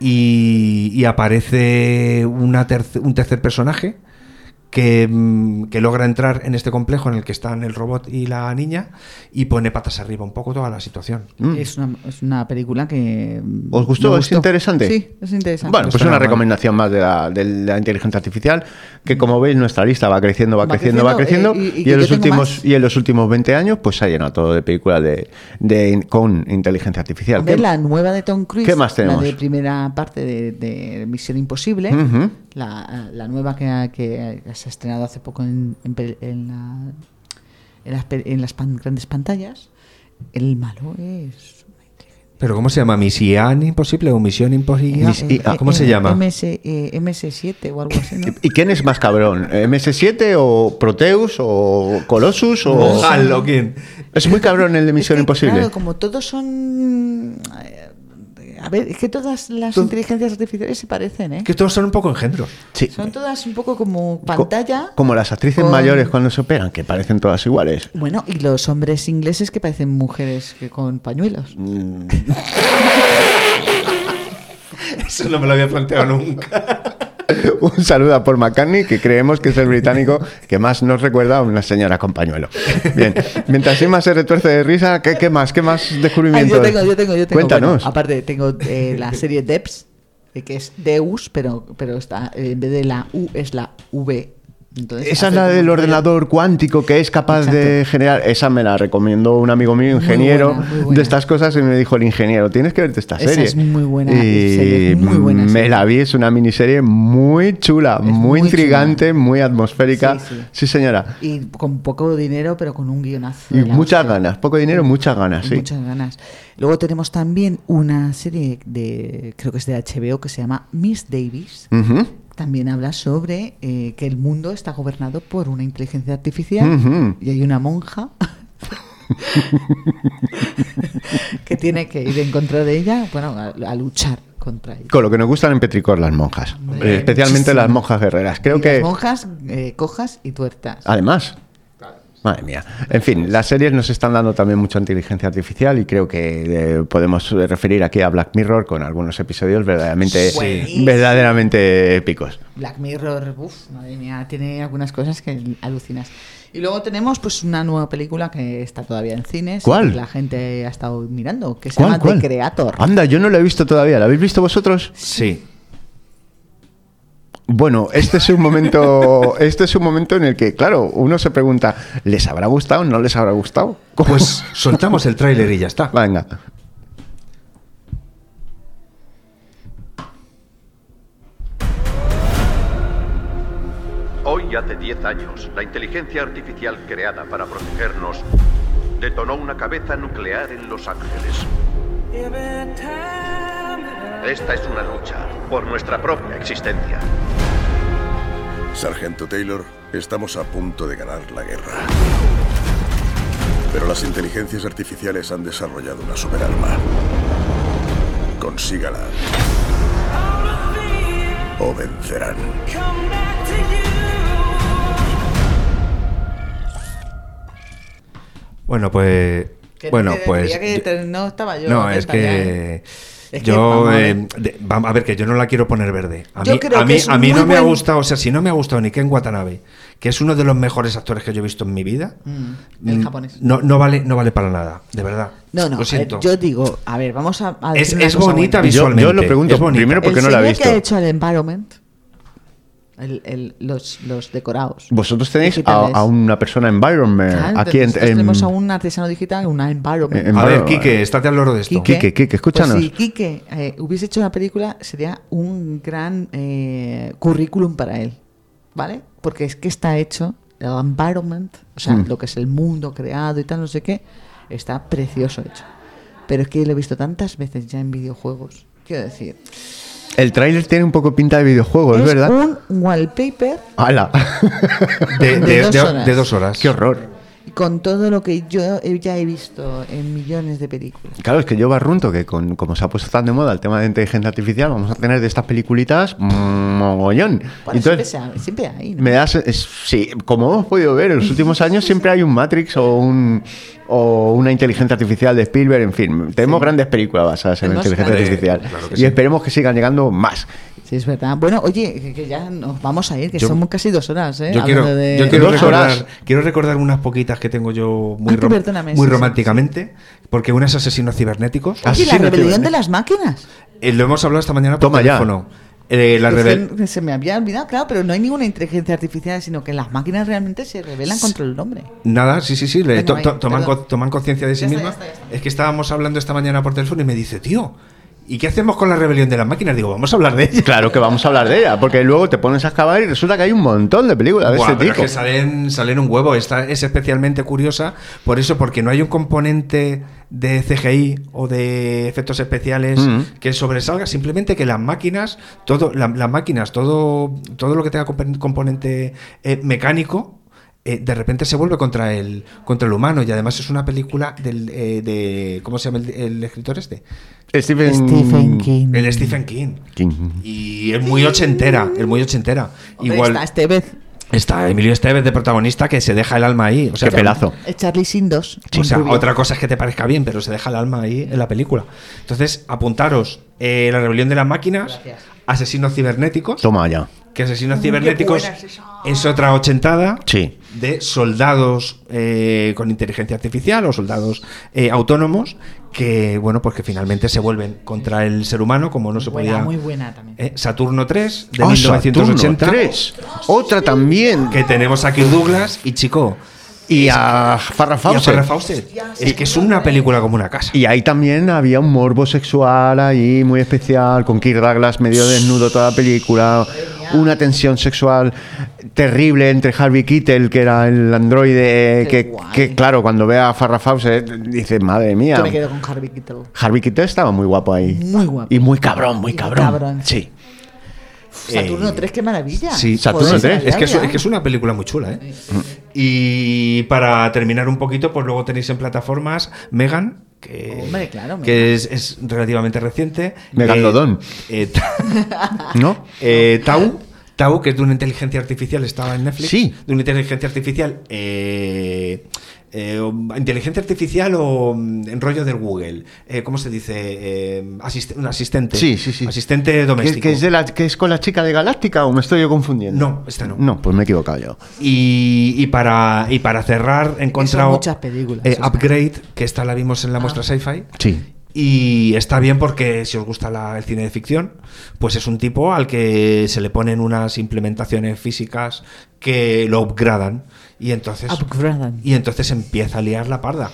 A: y, y aparece una terce- un tercer personaje que, mm, que logra entrar en este complejo en el que están el robot y la niña y pone patas arriba un poco toda la situación.
B: Es, una, es una película que... mm,
C: ¿Os gustó?
B: me
C: ¿Es interesante?
B: Sí, es interesante.
C: Bueno, pues una recomendación más de la, de la inteligencia artificial, que como veis nuestra lista va creciendo, va,
B: Va
C: creciendo, va
B: creciendo,
C: creciendo,
B: eh, y- y
C: y,
B: que
C: en
B: yo
C: los
B: tengo
C: últimos,
B: más.
C: y en los últimos 20 años pues se ha llenado todo de películas de, de- con inteligencia artificial.
B: Hombre,
C: ¿Qué-
B: la nueva de Tom Cruise,
C: ¿Qué más tenemos?
B: la de primera parte de, de Misión Imposible,
C: Ujú.
B: la, la nueva que, ha- que se ha estrenado hace poco en, en pel- en la- en las, pe- en las pan- grandes pantallas, el malo es...
A: ¿Pero cómo se llama? ¿Misión imposible o misión imposible?
B: eh,
C: ah,
B: eh,
A: ah, ¿Cómo
B: eh,
A: se llama?
B: MS, eh, MS7 o algo así, ¿no?
C: ¿Y quién es más cabrón? ¿MS7 o Proteus o Colossus o
A: No sé. Hazlo, ¿quién?
C: Es muy cabrón el de Misión Imposible.
B: Claro, como todos son... eh, A ver, es que todas las inteligencias artificiales se parecen, ¿eh?
A: Que todos son un poco engendros.
C: Sí.
B: Son todas un poco como pantalla.
C: Como las actrices
B: Con-
C: mayores cuando se operan, que parecen todas iguales.
B: Bueno, y los hombres ingleses que parecen mujeres que con pañuelos.
C: Mm.
A: Eso no me lo había planteado nunca.
C: Un saludo a Paul McCartney, que creemos que es el británico que más nos recuerda a una señora con pañuelo. Bien, mientras Ima se retuerce de risa, ¿qué, qué más? ¿Qué más
B: Ah,
C: descubrimientos?
B: yo tengo, yo tengo, yo tengo.
C: Cuéntanos.
B: Bueno, aparte, tengo eh, la serie Debs, eh, que es Deus, pero, pero está, eh, en vez de la U es la V. Entonces,
C: Esa es
B: hace
C: la
B: como
C: del
B: un
C: ordenador cuántico que es capaz de generar. Esa me la recomendó un amigo mío, ingeniero,
B: buena, muy buena.
C: de estas cosas, y me dijo el ingeniero, tienes que verte esta
B: Esa
C: serie.
B: es muy buena
C: Y
B: serie, es muy buena
C: me
B: serie.
C: la vi, es una miniserie muy chula, muy, intrigante, muy atmosférica. Sí, señora.
B: Y con poco dinero, pero con un guionazo.
C: Y
B: de la
C: muchas ganas, poco dinero, muchas ganas,
B: Con
C: sí.
B: muchas ganas. Luego tenemos también una serie de, creo que es de HBO, que se llama Miss Davis.
C: Ujú.
B: También habla sobre eh, que el mundo está gobernado por una inteligencia artificial
C: Ujú.
B: y hay una monja que tiene que ir en contra de ella, bueno, a, a luchar contra ella.
C: Con lo que nos gustan en Petricor las monjas, eh,
B: Hombre,
C: especialmente
B: muchísimo.
C: las monjas guerreras. Creo
B: Y
C: que
B: Las monjas eh, cojas y tuertas.
C: Además. Madre mía. En fin, las series nos están dando también mucha inteligencia artificial y creo que eh, podemos eh, referir aquí a Black Mirror con algunos episodios verdaderamente,
B: Sí.
C: verdaderamente épicos.
B: Black Mirror, uff, madre mía, tiene algunas cosas que alucinas. Y luego tenemos pues una nueva película que está todavía en cines.
C: ¿Cuál?
B: y La gente ha estado mirando, que se
C: ¿Cuál,
B: llama
C: cuál?
B: The Creator.
C: Anda, yo no lo he visto todavía. ¿La habéis visto vosotros?
A: Sí.
C: Bueno, este es un momento, este es un momento en el que, claro, uno se pregunta, ¿les habrá gustado? ¿No les habrá gustado?
A: Pues soltamos el tráiler y ya está.
C: Venga.
N: Hoy, hace 10 años, la inteligencia artificial creada para protegernos detonó una cabeza nuclear en Los Ángeles. Esta es una lucha por nuestra propia existencia.
G: Sargento Taylor, estamos a punto de ganar la guerra. Pero las inteligencias artificiales han desarrollado una superarma. Consígala. o vencerán.
A: Bueno, pues.
B: Que
A: bueno,
B: te
A: pues.
B: decía que
A: yo-
B: te- no estaba yo
A: No,
B: atenta
A: es
B: ya,
A: que.
B: ¿eh? Es que
A: yo,
B: vamos a
A: eh,
B: ver.
A: de- vamos a ver, que yo no la quiero poner verde. A mí,
B: Yo creo
A: a
B: que
A: mí,
B: es
A: a mí
B: muy
A: no me ha
B: buen-
A: gustado, o sea, si no me ha gustado ni Ken Watanabe, que es uno de los mejores actores que yo he visto en mi vida,
B: Mm,
A: mm,
B: el japonés.
A: No, no, vale, no vale para nada, de verdad.
B: No, no,
A: Lo
B: a ver,
A: siento.
B: yo digo, a ver, vamos a. a
A: Es-
B: decir una
A: es
B: cosa
A: bonita
B: buena.
A: visualmente, Yo- yo lo pregunto, es bonita. primero, porque
B: El
A: no la he
B: señor que
A: visto.
B: ha hecho el environment, el- el- los, los decorados.
C: Vosotros tenéis a,
B: digitales.
C: a una persona environment
B: Claro,
C: Eh, aquí en,
B: nosotros tenemos a un artesano digital, una environment.
C: en-
A: a ver,
C: bueno,
A: Quique, estate al loro de esto.
C: Quique, Quique, escúchanos.
B: Pues si Quique eh, hubiese hecho una película, sería un gran eh, currículum para él, ¿vale? Porque es que está hecho el environment, o sea,
K: Mm.
B: lo que es el mundo creado y tal, no sé qué, está precioso hecho. Pero es que lo he visto tantas veces ya en videojuegos. Quiero decir,
C: El tráiler tiene un poco pinta de videojuego, es,
B: es
C: Pues verdad.
B: un wallpaper
C: ¡Hala!
A: De,
B: de dos horas.
C: ¡Qué horror!
B: con todo lo que yo he- ya he visto en millones de películas.
C: Claro, es que yo barrunto que con, como se ha puesto tan de moda el tema de inteligencia artificial, vamos a tener de estas peliculitas mm, mogollón.
B: Bueno,
C: Entonces,
B: siempre, se- siempre hay, ¿no?
C: me das... es- sí, como hemos podido ver en los últimos años, siempre hay un Matrix o, un, o una inteligencia artificial de Spielberg, en fin. Tenemos grandes películas basadas en
B: Tenemos
C: inteligencia
B: grandes.
C: artificial.
B: Eh, claro que
C: y
B: sí.
C: esperemos que sigan llegando más.
B: Sí, es verdad. Bueno, oye, que- que ya nos vamos a ir, que
A: Yo-
B: somos casi dos horas, ¿eh?
A: Yo quiero,
B: Hablando de-
A: yo quiero
B: Dos
A: recordar,
B: horas.
A: quiero recordar unas poquitas que tengo yo muy,
B: Ah, tú
A: rom-
B: perdóname,
A: muy
B: sí, sí,
A: románticamente, porque una es asesinos cibernéticos.
B: Oye, la rebelión de las máquinas.
A: Eh, lo hemos hablado esta mañana por
C: Toma ya.
A: teléfono. Eh, la
B: Que
A: rebel-
B: se, se me había olvidado, claro, pero no hay ninguna inteligencia artificial, sino que las máquinas realmente se rebelan contra el hombre.
A: Nada, sí, sí, sí, le-
B: Venga,
A: to-
B: venga,
A: to- toman,
B: perdón.
A: co- toman conciencia de sí
B: Ya está,
A: mismas. Es que estábamos hablando esta mañana por teléfono y me dice, tío, ¿y qué hacemos con la rebelión de las máquinas? Digo, vamos a hablar de ella.
C: Claro que vamos a hablar de ella, porque luego te pones a excavar y resulta que hay un montón de películas de
A: Buah,
C: este
A: pero es
C: tipo.
A: que salen, salen un huevo. Esta es especialmente curiosa por eso, porque no hay un componente de CGI o de efectos especiales
C: Mm.
A: que sobresalga. Simplemente que las máquinas, todo, la- las máquinas, todo, todo lo que tenga compen- componente eh, mecánico. eh, de repente se vuelve contra el contra el humano y además es una película del, eh, de cómo se llama el, el escritor este
C: Stephen- Stephen King.
A: el Stephen King
C: King.
A: y es muy ochentera es muy ochentera
B: Hombre,
A: igual
B: Está este- Estevez,
A: Está Emilio Estevez de protagonista que se deja el alma ahí. O sea,
C: Qué pelazo.
B: es eh, Charlie Sindos.
A: O sea,
B: Rubio.
A: otra cosa es que te parezca bien, pero se deja el alma ahí en la película. Entonces, apuntaros eh, La rebelión de las máquinas, Asesinos cibernéticos,
C: Toma ya.
A: que Asesinos
C: Mm, qué
A: cibernéticos
C: buena es
A: es otra ochentada
C: Sí.
A: de soldados eh, con inteligencia artificial o soldados eh, autónomos que, bueno, pues que finalmente se vuelven contra el ser humano como no se
B: Buena,
A: podía...
B: muy buena también.
A: eh, Saturno 3 de
C: Ah,
A: 1980.
C: Saturno 3. Otra también.
A: Que tenemos a Kirk Douglas y Chico.
C: Y a Ah, Farrah
A: Y a
C: Fawcett.
A: Farrah Fawcett. Es que es una película como una casa.
C: Y ahí también había un morbo sexual ahí muy especial, con Kirk Douglas medio desnudo toda la película, una tensión sexual terrible entre Harvey Keitel, que era el androide, que, que, claro, cuando ve a Farrah Fawcett eh, dice, madre mía,
B: Yo me quedo con Harvey Keitel.
C: Harvey Keitel estaba muy guapo ahí.
B: Muy guapo.
C: Y muy cabrón, muy
B: Y
C: cabrón.
B: cabrón.
C: Sí.
B: Saturno 3, qué maravilla.
A: Eh, Sí,
C: Saturno
A: pues,
C: 3.
A: Es que es, es que es una película muy chula, ¿eh? Y para terminar un poquito, pues luego tenéis en plataformas Megan, que,
B: Hombre, claro,
A: que es, es relativamente reciente.
C: Megalodón.
A: Eh, eh, ta-
C: ¿No?
A: Eh, Tau. Tau, que es de una inteligencia artificial, estaba en Netflix.
C: Sí.
A: De una inteligencia artificial. eh, eh, o- inteligencia artificial o mm, en rollo del Google. Eh, ¿Cómo se dice? Eh, asist- un asistente.
C: Sí, sí, sí.
A: Asistente
C: ¿Que,
A: doméstico.
C: que es de la, ¿Que es con la chica de Galáctica o me estoy yo confundiendo?
A: No, esta no.
C: No, pues me he equivocado yo.
A: Y, y para, y para cerrar, he encontrado
B: muchas películas, Ah.
A: eh,
B: o sea.
A: Upgrade, que esta la vimos en la muestra Sci-Fi.
C: Sí.
A: Y está bien porque si os gusta la- el cine de ficción, pues es un tipo al que se le ponen unas implementaciones físicas que lo upgradan. Y entonces,
B: Upgradan.
A: y entonces empieza a liar la parda.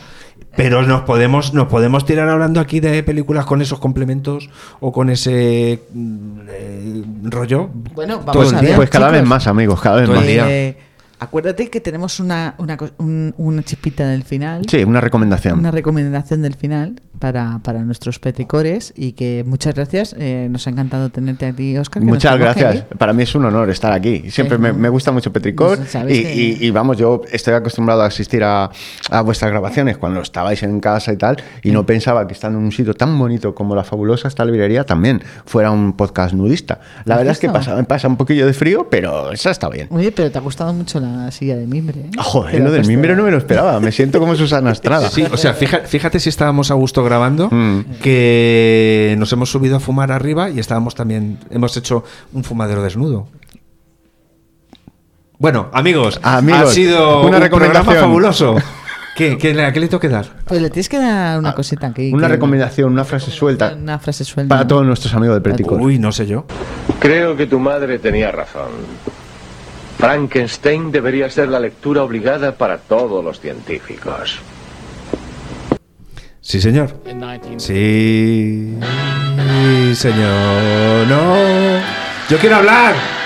A: Pero nos podemos, nos podemos tirar hablando aquí de películas con esos complementos o con ese mm, eh, rollo.
B: Bueno,
A: todo
B: vamos
A: el
B: a
A: día.
B: ver.
C: Pues cada vez más, amigos, cada vez
A: Todo el
C: más.
A: día.
B: Eh, acuérdate que tenemos una, una, cos- un- una chispita del final.
C: Sí, una recomendación.
B: Una recomendación del final para, para nuestros petricores y que muchas gracias. eh, nos ha encantado tenerte a ti, Oscar. que nos
C: Muchas
B: trabaje
C: gracias.
B: ahí.
C: Para mí es un honor estar aquí. Siempre me, me gusta mucho Petricor.
B: Pues sabes
C: Y,
B: que-
C: y- y vamos, yo estoy acostumbrado a asistir a, a vuestras grabaciones cuando estabais en casa y tal. Y
B: Mm.
C: no pensaba que estando en un sitio tan bonito como la fabulosa, esta librería también fuera un podcast nudista. La
B: ¿Has
C: verdad es que
B: visto?
C: pasa, pasa un poquillo de frío, pero esa está bien.
B: Oye, pero te ha gustado mucho la silla de mimbre. ¿eh?
C: Ah, Joder,
B: Pero
C: lo del
B: pues-
C: mimbre no me lo esperaba. Me siento como Susana Estrada.
A: Sí, o sea, fija- fíjate si estábamos a gusto grabando,
C: Mm.
A: que nos hemos subido a fumar arriba y estábamos también, hemos hecho un fumadero desnudo. Bueno, amigos,
C: Amigos,
A: ha sido
C: una
A: un
C: recomendación.
A: programa fabuloso. ¿Qué, qué, le- qué le tengo que dar?
B: Pues le tienes que dar una cosita aquí.
C: Ah, Una
B: que-
C: recomendación, una frase suelta
B: Una frase suelta.
C: para todos nuestros amigos de Petricor.
A: Uy, no sé yo.
N: Creo que tu madre tenía razón. Frankenstein debería ser la lectura obligada para todos los científicos.
A: Sí, señor. Sí, señor. No. Yo quiero hablar.